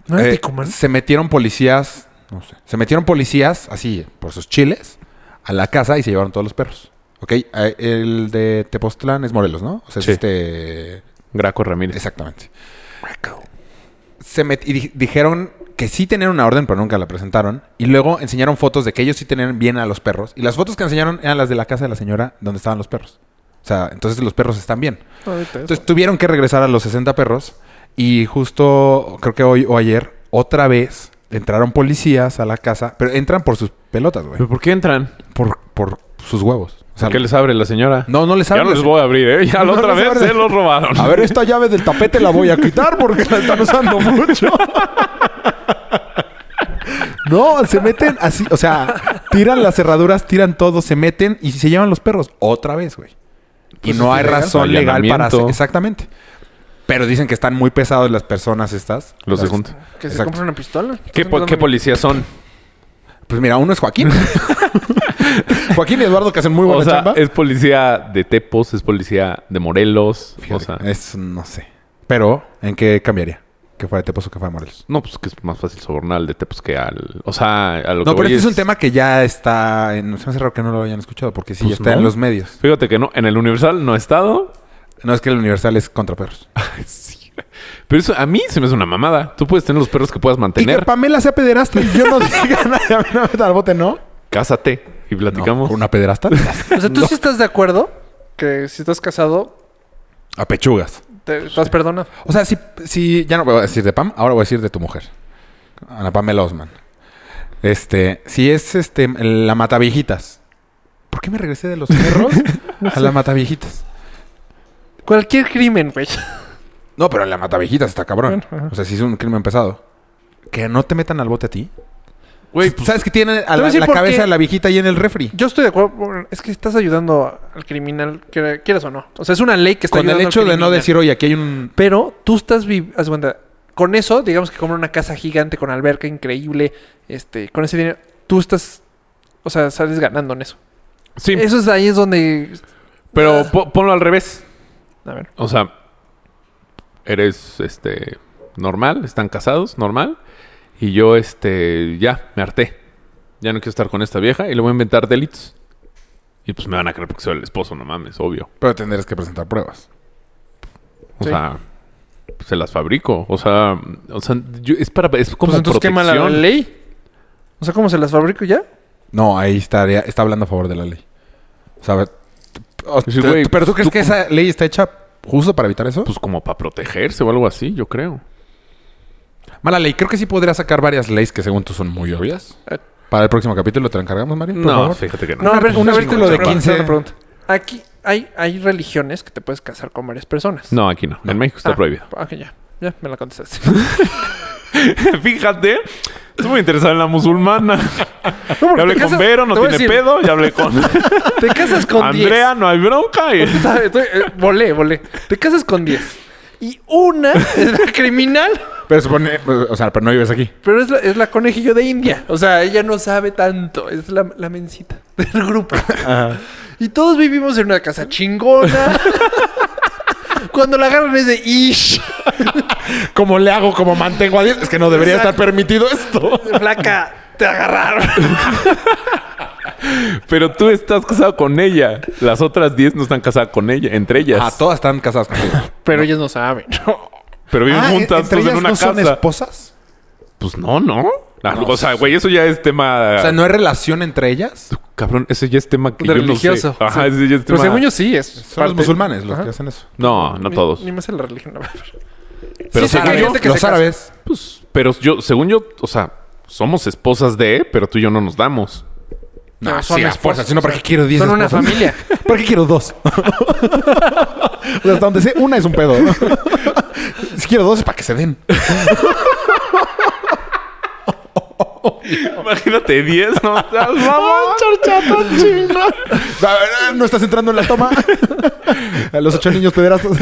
A: ¿No era
C: Eh,
A: Ticumán?
C: se metieron policías, no sé, se metieron policías así por sus chiles a la casa y se llevaron todos los perros. Ok, eh, el de Tepoztlán es Morelos, ¿no? O sea, es
B: Sí.
C: este.
B: Graco Ramírez.
C: Exactamente. Se met- y di- dijeron que sí tenían una orden, pero nunca la presentaron. Y luego enseñaron fotos de que ellos sí tenían bien a los perros. Y las fotos que enseñaron eran las de la casa de la señora donde estaban los perros. O sea, entonces los perros están bien.
A: Ahorita es-
C: Entonces tuvieron que regresar a los 60 perros y justo creo que hoy o ayer otra vez entraron policías a la casa, pero entran por sus pelotas, güey,
B: ¿Pero por qué entran?
C: por, por sus huevos. O sea,
B: ¿Por qué les abre la señora?
C: No, no les
B: ya no
C: hablan.
B: les voy a abrir, ¿eh? Ya la
C: No
B: otra
C: les
B: vez
C: abres.
B: se los robaron.
C: A ver, esta llave del tapete la voy a quitar porque la están usando mucho. No, se meten así, o sea, tiran las cerraduras, tiran todo, se meten y se llevan los perros otra vez, güey. Y
B: Pues
C: no
B: es
C: hay
B: ilegal.
C: razón legal para hacer.
B: Allanamiento.
C: Exactamente. Pero dicen que están muy pesados las personas estas.
B: Los de
C: Las-
B: junta.
A: Que se
C: Exacto.
A: compra una pistola.
B: ¿Qué, po- qué policías son?
C: Pues mira, uno es Joaquín. Joaquín y Eduardo que hacen muy buena
B: o sea,
C: chamba.
B: es policía de Tepos, es policía de Morelos.
C: Fíjate, eh.
B: o sea,
C: es, no sé. Pero, ¿en qué cambiaría? ¿Que fuera de Tepos o que fuera de Morelos?
B: no, pues que es más fácil sobornar al de Tepos que al. O sea, a lo que
C: No, pero
B: voy
C: este es un tema que ya está... En, se me hace raro que no lo hayan escuchado porque sí,
B: Pues
C: ya está
B: no.
C: en los medios.
B: Fíjate que no, en el Universal no he estado.
C: No es que el Universal es contra perros.
B: Sí. Pero eso a mí se me hace una mamada. Tú puedes tener los perros que puedas
C: Y que
B: mantener.
C: Pamela sea pederasta y yo no diga nada. A mí no me metan al bote, ¿no?
B: Cásate y
C: No,
B: platicamos.
C: ¿Con una pederasta?
A: O sea, ¿tú sí estás de acuerdo que si estás casado,
C: a pechugas.
A: te estás perdonado?
C: O sea, si, si ya no voy a decir de Pam, ahora voy a decir de tu mujer. Ana Pamela Osman. Este, si es este la mataviejitas. ¿Por qué me regresé de los perros a la mataviejitas?
A: Cualquier crimen, güey.
C: No, pero la mataviejitas está cabrón. O sea, si es un crimen pesado. Que no te metan al bote a ti.
B: Güey, pues,
C: ¿Sabes que tiene a
A: voy a
C: la,
A: decir
C: la
A: por
C: cabeza
A: qué.
C: de la viejita ahí en el refri?
A: Yo estoy de acuerdo. bueno, Es que estás ayudando al criminal, que- quieras o no. O sea, es una ley que está
C: Con el
A: ayudando al
C: hecho de no
A: criminal.
C: decir, oye, aquí hay un...
A: Pero tú estás viv- haz cuenta, con eso, digamos que compra una casa gigante con alberca increíble, este, con ese dinero, tú estás, o sea, sales ganando en eso.
B: sí,
A: Eso es ahí es donde,
B: pero po- ponlo al revés.
A: a ver,
B: O sea, eres este normal, están casados, normal. Y yo, este, ya, me harté. Ya no quiero estar con esta vieja y le voy a inventar delitos. Y pues me van a creer porque soy el esposo, no mames, obvio.
C: Pero tendrás que presentar pruebas.
B: O
A: Sí.
B: sea, pues, se las fabrico. O sea, o sea yo- es para. Es como
A: pues entonces quema la
B: protección.
A: ley. O sea, ¿cómo se las fabrico ya?
C: No, ahí estaría, está hablando a favor de la ley. O sea, a ver, o-
B: Sí,
C: te-
B: güey,
C: pero tú crees
B: tú
C: que esa ley está hecha justo para evitar eso?
B: Pues como para protegerse o algo así, yo creo.
C: mala ley, creo que sí podría sacar varias leyes que según tú son muy obvias.
A: Eh.
C: Para el próximo capítulo te lo encargamos, Mario, por
B: no,
C: favor.
B: fíjate que no.
A: No, a ver,
C: un
A: a ver,
C: artículo
A: te
C: de
A: pregunto,
C: 15.
A: te pregunto. Aquí hay, hay religiones que te puedes casar con varias personas.
B: No, aquí no. En México está
A: Ah,
B: prohibido.
A: Ok, ya, ya me la contestaste.
B: Fíjate, Estuve interesado en la musulmana.
A: No, porque
B: Ya hablé
A: te
B: con
A: casas-
B: Vero, no
A: te voy a
B: tiene
A: decir,
B: pedo. Ya hablé con
A: Te casas con
B: Andrea, no hay bronca. Y...
A: 10. Estoy- eh, volé, volé. Te casas con 10. Y una es la criminal,
C: Pero supone, o sea, pero no vives aquí.
A: pero es la, es la conejillo de India. O sea, ella no sabe tanto. Es la, la mencita del grupo. Y todos vivimos en una casa chingona. Cuando la agarran es de ish.
C: ¿Cómo le hago? ¿Cómo mantengo a 10? Es que no debería estar permitido esto.
A: Flaca, te agarraron.
B: Pero tú estás casado con ella. Las otras 10 no están casadas con ella, entre ellas.
C: Ah, todas están casadas contigo. Ah,
A: Pero ellos no saben.
B: Pero viven juntas, todos en una
C: no son
B: casa.
C: esposas?
B: Pues no, no. La-
C: No,
B: o sea, güey, eso ya es tema.
C: O sea, ¿no hay relación entre ellas?
B: Cabrón, eso ya es tema que
A: De
B: yo no sé.
A: religioso.
B: Ajá,
A: Sí.
B: eso ya es tema.
A: Pero según yo sí es.
C: Son los
A: parte-
C: musulmanes los
A: Ajá.
C: que hacen eso.
B: No, no
A: Ni-
B: todos.
A: Ni, más en la religión. la verdad.
B: Pero
A: Sí, sé que hay
B: según yo,
A: gente que
C: los
A: se casa.
C: árabes.
B: pues, pero yo, según yo, o sea, somos esposas de, pero tú y yo no nos damos.
A: No,
C: No,
A: son
C: sí,
A: esposas,
C: esposas. Sino, ¿para
A: o
C: qué
A: sea,
C: quiero 10
A: son una
C: esposas?
A: familia.
C: ¿Para qué quiero dos? O sea, hasta donde sé, una es un pedo. si quiero dos es para que se den.
B: Imagínate 10, no seas mamón.
C: Ah, No estás entrando en la toma. A los ocho niños pederastos.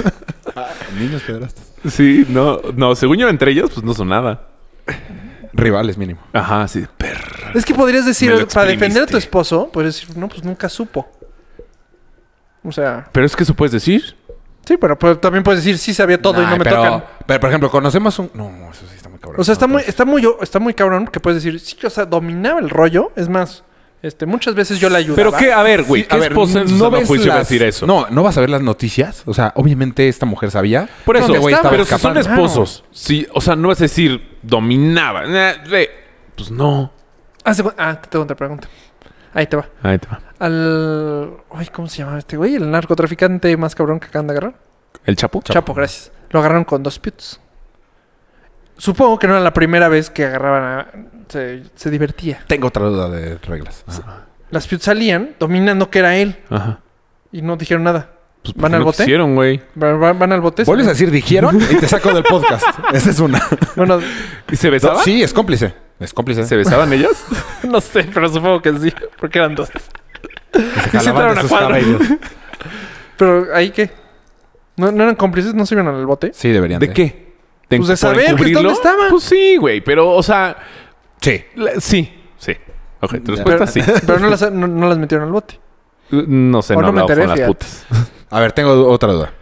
C: Ah, niños pederastos.
B: Sí, no, no, según yo, entre ellas, pues no son nada.
C: Rivales mínimo.
B: Ajá, sí, perro.
A: Es que podrías decir,
B: Me lo
A: para defender a
B: exprimiste.
A: tu esposo, podrías decir, no, pues nunca supo. O sea,
B: Pero es que eso puedes decir.
A: sí, pero, pero también puedes decir, sí sabía todo y
C: Ay,
A: no me
C: pero,
A: tocan.
C: Pero, por ejemplo, conocemos un... No, eso sí está muy cabrón.
A: O sea, está
C: No,
B: pues.
A: muy, está muy, está muy cabrón que puedes decir, sí, o sea, dominaba el rollo. Es más, este, muchas veces yo la ayudaba.
B: Pero qué, a ver, güey,
C: Sí,
B: ¿qué esposa
C: ves
B: no, juicio
C: las-
B: decir eso?
C: No, no vas a ver las noticias. O sea, obviamente esta mujer sabía. Este
B: Por
A: No,
B: eso,
A: que
B: güey,
A: estaba
B: pero si son
A: escapando.
B: esposos, sí, o sea, no es decir dominaba, eh, eh, pues no.
A: Ah, se- ah, te tengo otra pregunta. Ahí te va.
B: Ahí te va.
A: Al. Ay, ¿cómo se llama este güey? El narcotraficante más cabrón que acaban de agarrar.
B: ¿El Chapo?
A: Chapo, gracias. Lo agarraron con dos piuts. Supongo que no era la primera vez que agarraban a... Se, se divertía.
C: Tengo otra duda de reglas. Ajá.
A: Las piuts salían dominando que era él
B: Ajá.
A: y no dijeron nada.
B: Pues, ¿por
A: ¿Van
B: qué
A: al
B: no
A: bote?
B: quisieron, güey.
A: Va- va- Van, al bote.
C: Vuelves a decir dijeron y te saco del podcast. Esa es una.
A: Bueno,
B: ¿Y se besaban?
C: Sí, es cómplice. Es cómplice.
B: ¿Ah, ¿Se besaban ellas?
A: no sé, pero supongo que sí, porque eran dos.
C: Se
A: sí entraron a
C: sus
A: cuadro.
C: cabellos.
A: Pero ahí qué. ¿No, no eran cómplices? ¿No se iban al bote?
C: Sí, deberían.
B: ¿De qué?
A: Pues de
B: ¿por
A: saber que
B: encubrirlo?
A: dónde estaban.
B: Pues sí, güey, pero, o sea,
C: Sí.
B: la- sí, sí. Ok, tu
A: Pero,
C: Pues
B: respuesta sí.
A: pero no, las, no- no las metieron al bote.
B: No sé,
A: O
B: no,
A: no me
B: hablaba con
A: enteré,
B: las
A: fíjate.
B: putas.
C: A ver, tengo otra duda.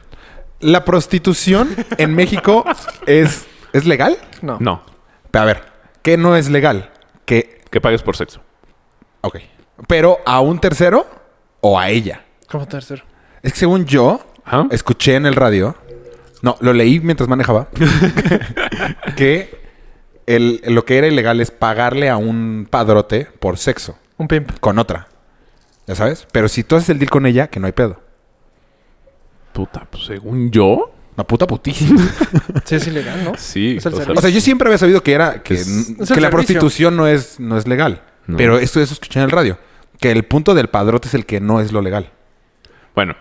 C: ¿La prostitución en México es, es legal?
A: No.
B: No,
C: A ver, ¿qué no es legal? Que,
B: que pagues por sexo.
C: ok. Pero a un tercero o a ella.
A: ¿Cómo tercero?
C: Es que según yo,
B: Ajá.
C: escuché en el radio, no, lo leí mientras manejaba, que el- lo que era ilegal es pagarle a un padrote por sexo
A: Un pimp.
C: con otra. ¿Ya sabes? Pero si tú haces el deal con ella, que no hay pedo.
B: Puta, pues según yo,
C: No, puta putísima.
A: Sí, es ilegal, ¿no?
B: sí.
A: Es el
B: o sea,
A: servicio.
C: O sea, yo siempre había sabido que era que,
B: Es-
C: n-
A: es el
C: que
A: servicio.
C: la prostitución no es, no es legal.
B: No.
C: Pero esto eso escuché en el radio. Que el punto del padrote es el que no es lo legal.
B: Bueno.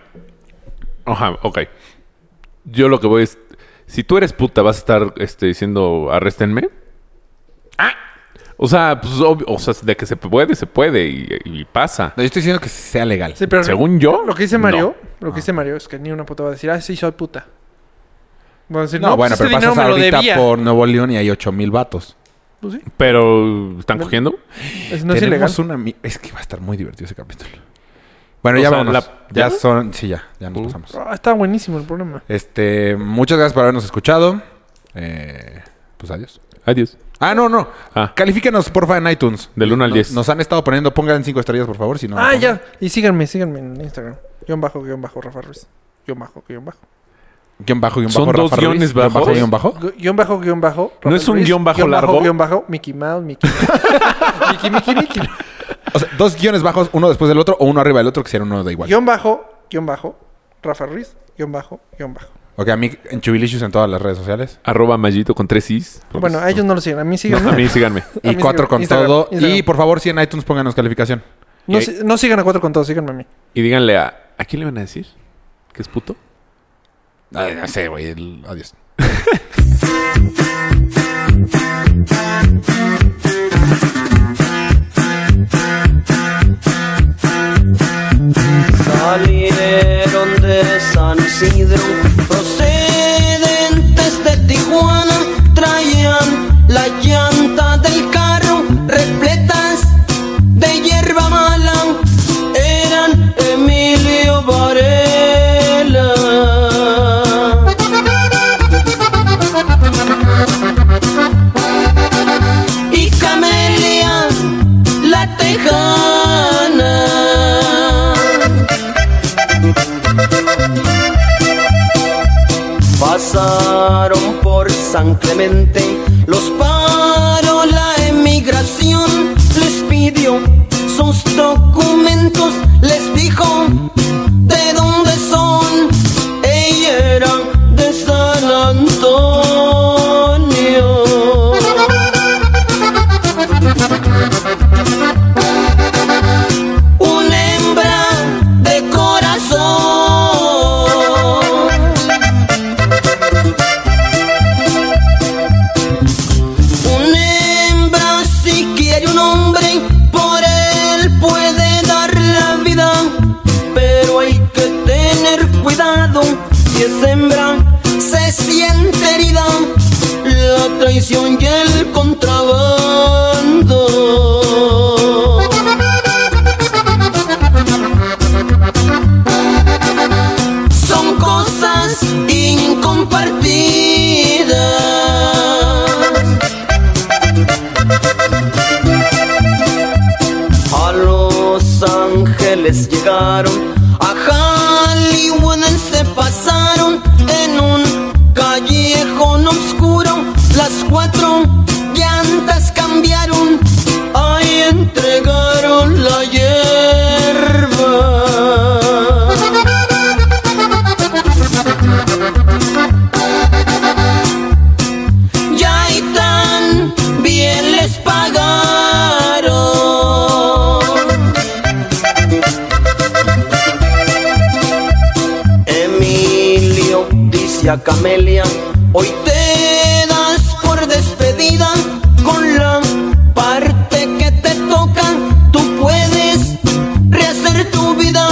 B: Ajá, ok. Yo lo que voy es... Si tú eres puta, vas a estar este, diciendo, arréstenme.
A: Ah.
B: O sea, pues, obvio- o sea, de que se puede, se puede y, y pasa.
C: No, yo estoy diciendo que sea legal.
A: Sí, pero
B: Según yo,
A: Lo que dice Mario, lo que dice Mario es que ni una puta va a decir, ah, sí, soy puta. Va a decir,
C: No,
A: no,
C: bueno,
A: pues
C: pero
A: este dinero
C: pasas
A: me lo
C: ahorita
A: debía.
C: por Nuevo León y hay ocho mil vatos.
A: Pues sí,
B: Pero están cogiendo.
A: es- no es ilegal.
C: Tenemos una mi- Es que va a estar muy divertido ese capítulo. Bueno,
B: O
C: ya
B: sea,
C: vamos.
B: la- ¿ya?
C: Ya son. Sí, ya. Ya nos
B: Uh.
C: pasamos.
A: Ah, está buenísimo el problema.
C: Este, muchas gracias por habernos escuchado. Eh, pues adiós.
B: Adiós.
C: Ah, no, no.
B: Ah.
C: Califíquenos, porfa, en iTunes.
B: Del uno al
C: Nos-
B: diez.
C: Nos han estado poniendo, pongan cinco estrellas, por favor. Si no, pues
A: ah,
C: no.
A: ya. Y síganme, síganme en Instagram. Guión bajo, guión bajo, Rafa Ruiz. Guión bajo, guión bajo.
C: Guión bajo, guión
B: Son
C: bajo.
B: dos
C: Rafa Ruiz,
B: guiones
C: guión bajo,
B: bajos.
C: guión bajo.
A: Gu- Guión bajo, guión bajo. Rafa
B: ¿No es un guión bajo largo?
A: Guión bajo, Mickey Mouse, Mickey Mickey, Mickey, Mickey.
C: O sea, dos guiones bajos, uno después del otro o uno arriba del otro, que sería uno da igual.
A: Guión bajo, guión bajo, Rafa Ruiz, guión bajo, guión bajo.
C: Ok, a mí en Chubilicious en todas las redes sociales.
B: Arroba Mayito con tres is.
A: Bueno, a ellos no lo siguen, a mí
B: Pues, No,
A: síganme.
B: a mí síganme.
C: Y
A: También
C: cuatro
A: sigue-
C: con
A: Instagram,
C: todo.
A: Instagram.
C: Y por favor, si en iTunes pónganos calificación.
A: No,
B: Y-
A: si- no sigan a cuatro con todos, síganme a mí.
B: Y díganle a... ¿A quién le van a decir? ¿Que es puto?
C: Ay, no sé, güey. el- Adiós.
E: procedentes de Tijuana traían la llanta del carro repletas de hierba mala. Eran Emilio Varela. y Camelia la Tejana. Pasaron por San Clemente, los paró la emigración, les pidió sus documentos, les dijo de dónde son. Ella era de San Antonio. Una hembra de corazón. Una hembra si quiere un hombre, por él puede dar la vida. Pero hay que tener cuidado, si es hembra, se siente herida. La traición y el contrabando. son cosas incompartidas. A Los Ángeles llegaron, a Hollywood se pasaron en un callejón oscuro. Las cuatro llantas cambiaron, ahí entregaron la hierba. ya y tan bien les pagaron. Emilio dice a Camelia, hoy te das por despedida con la parte que te toca, tú puedes rehacer tu vida,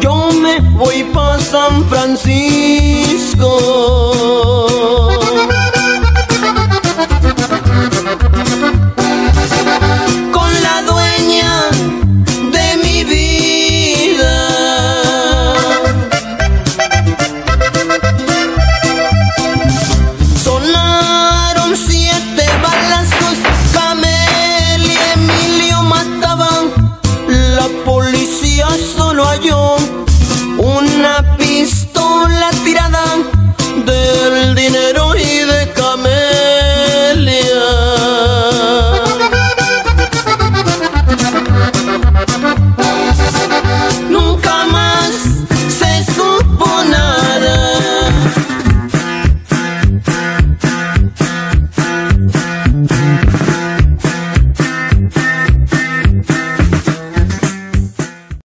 E: yo me voy para San Francisco. con la dueña de mi vida. Sonaron siete balazos, Camel y Emilio mataban. La policía solo halló una pistola tirada de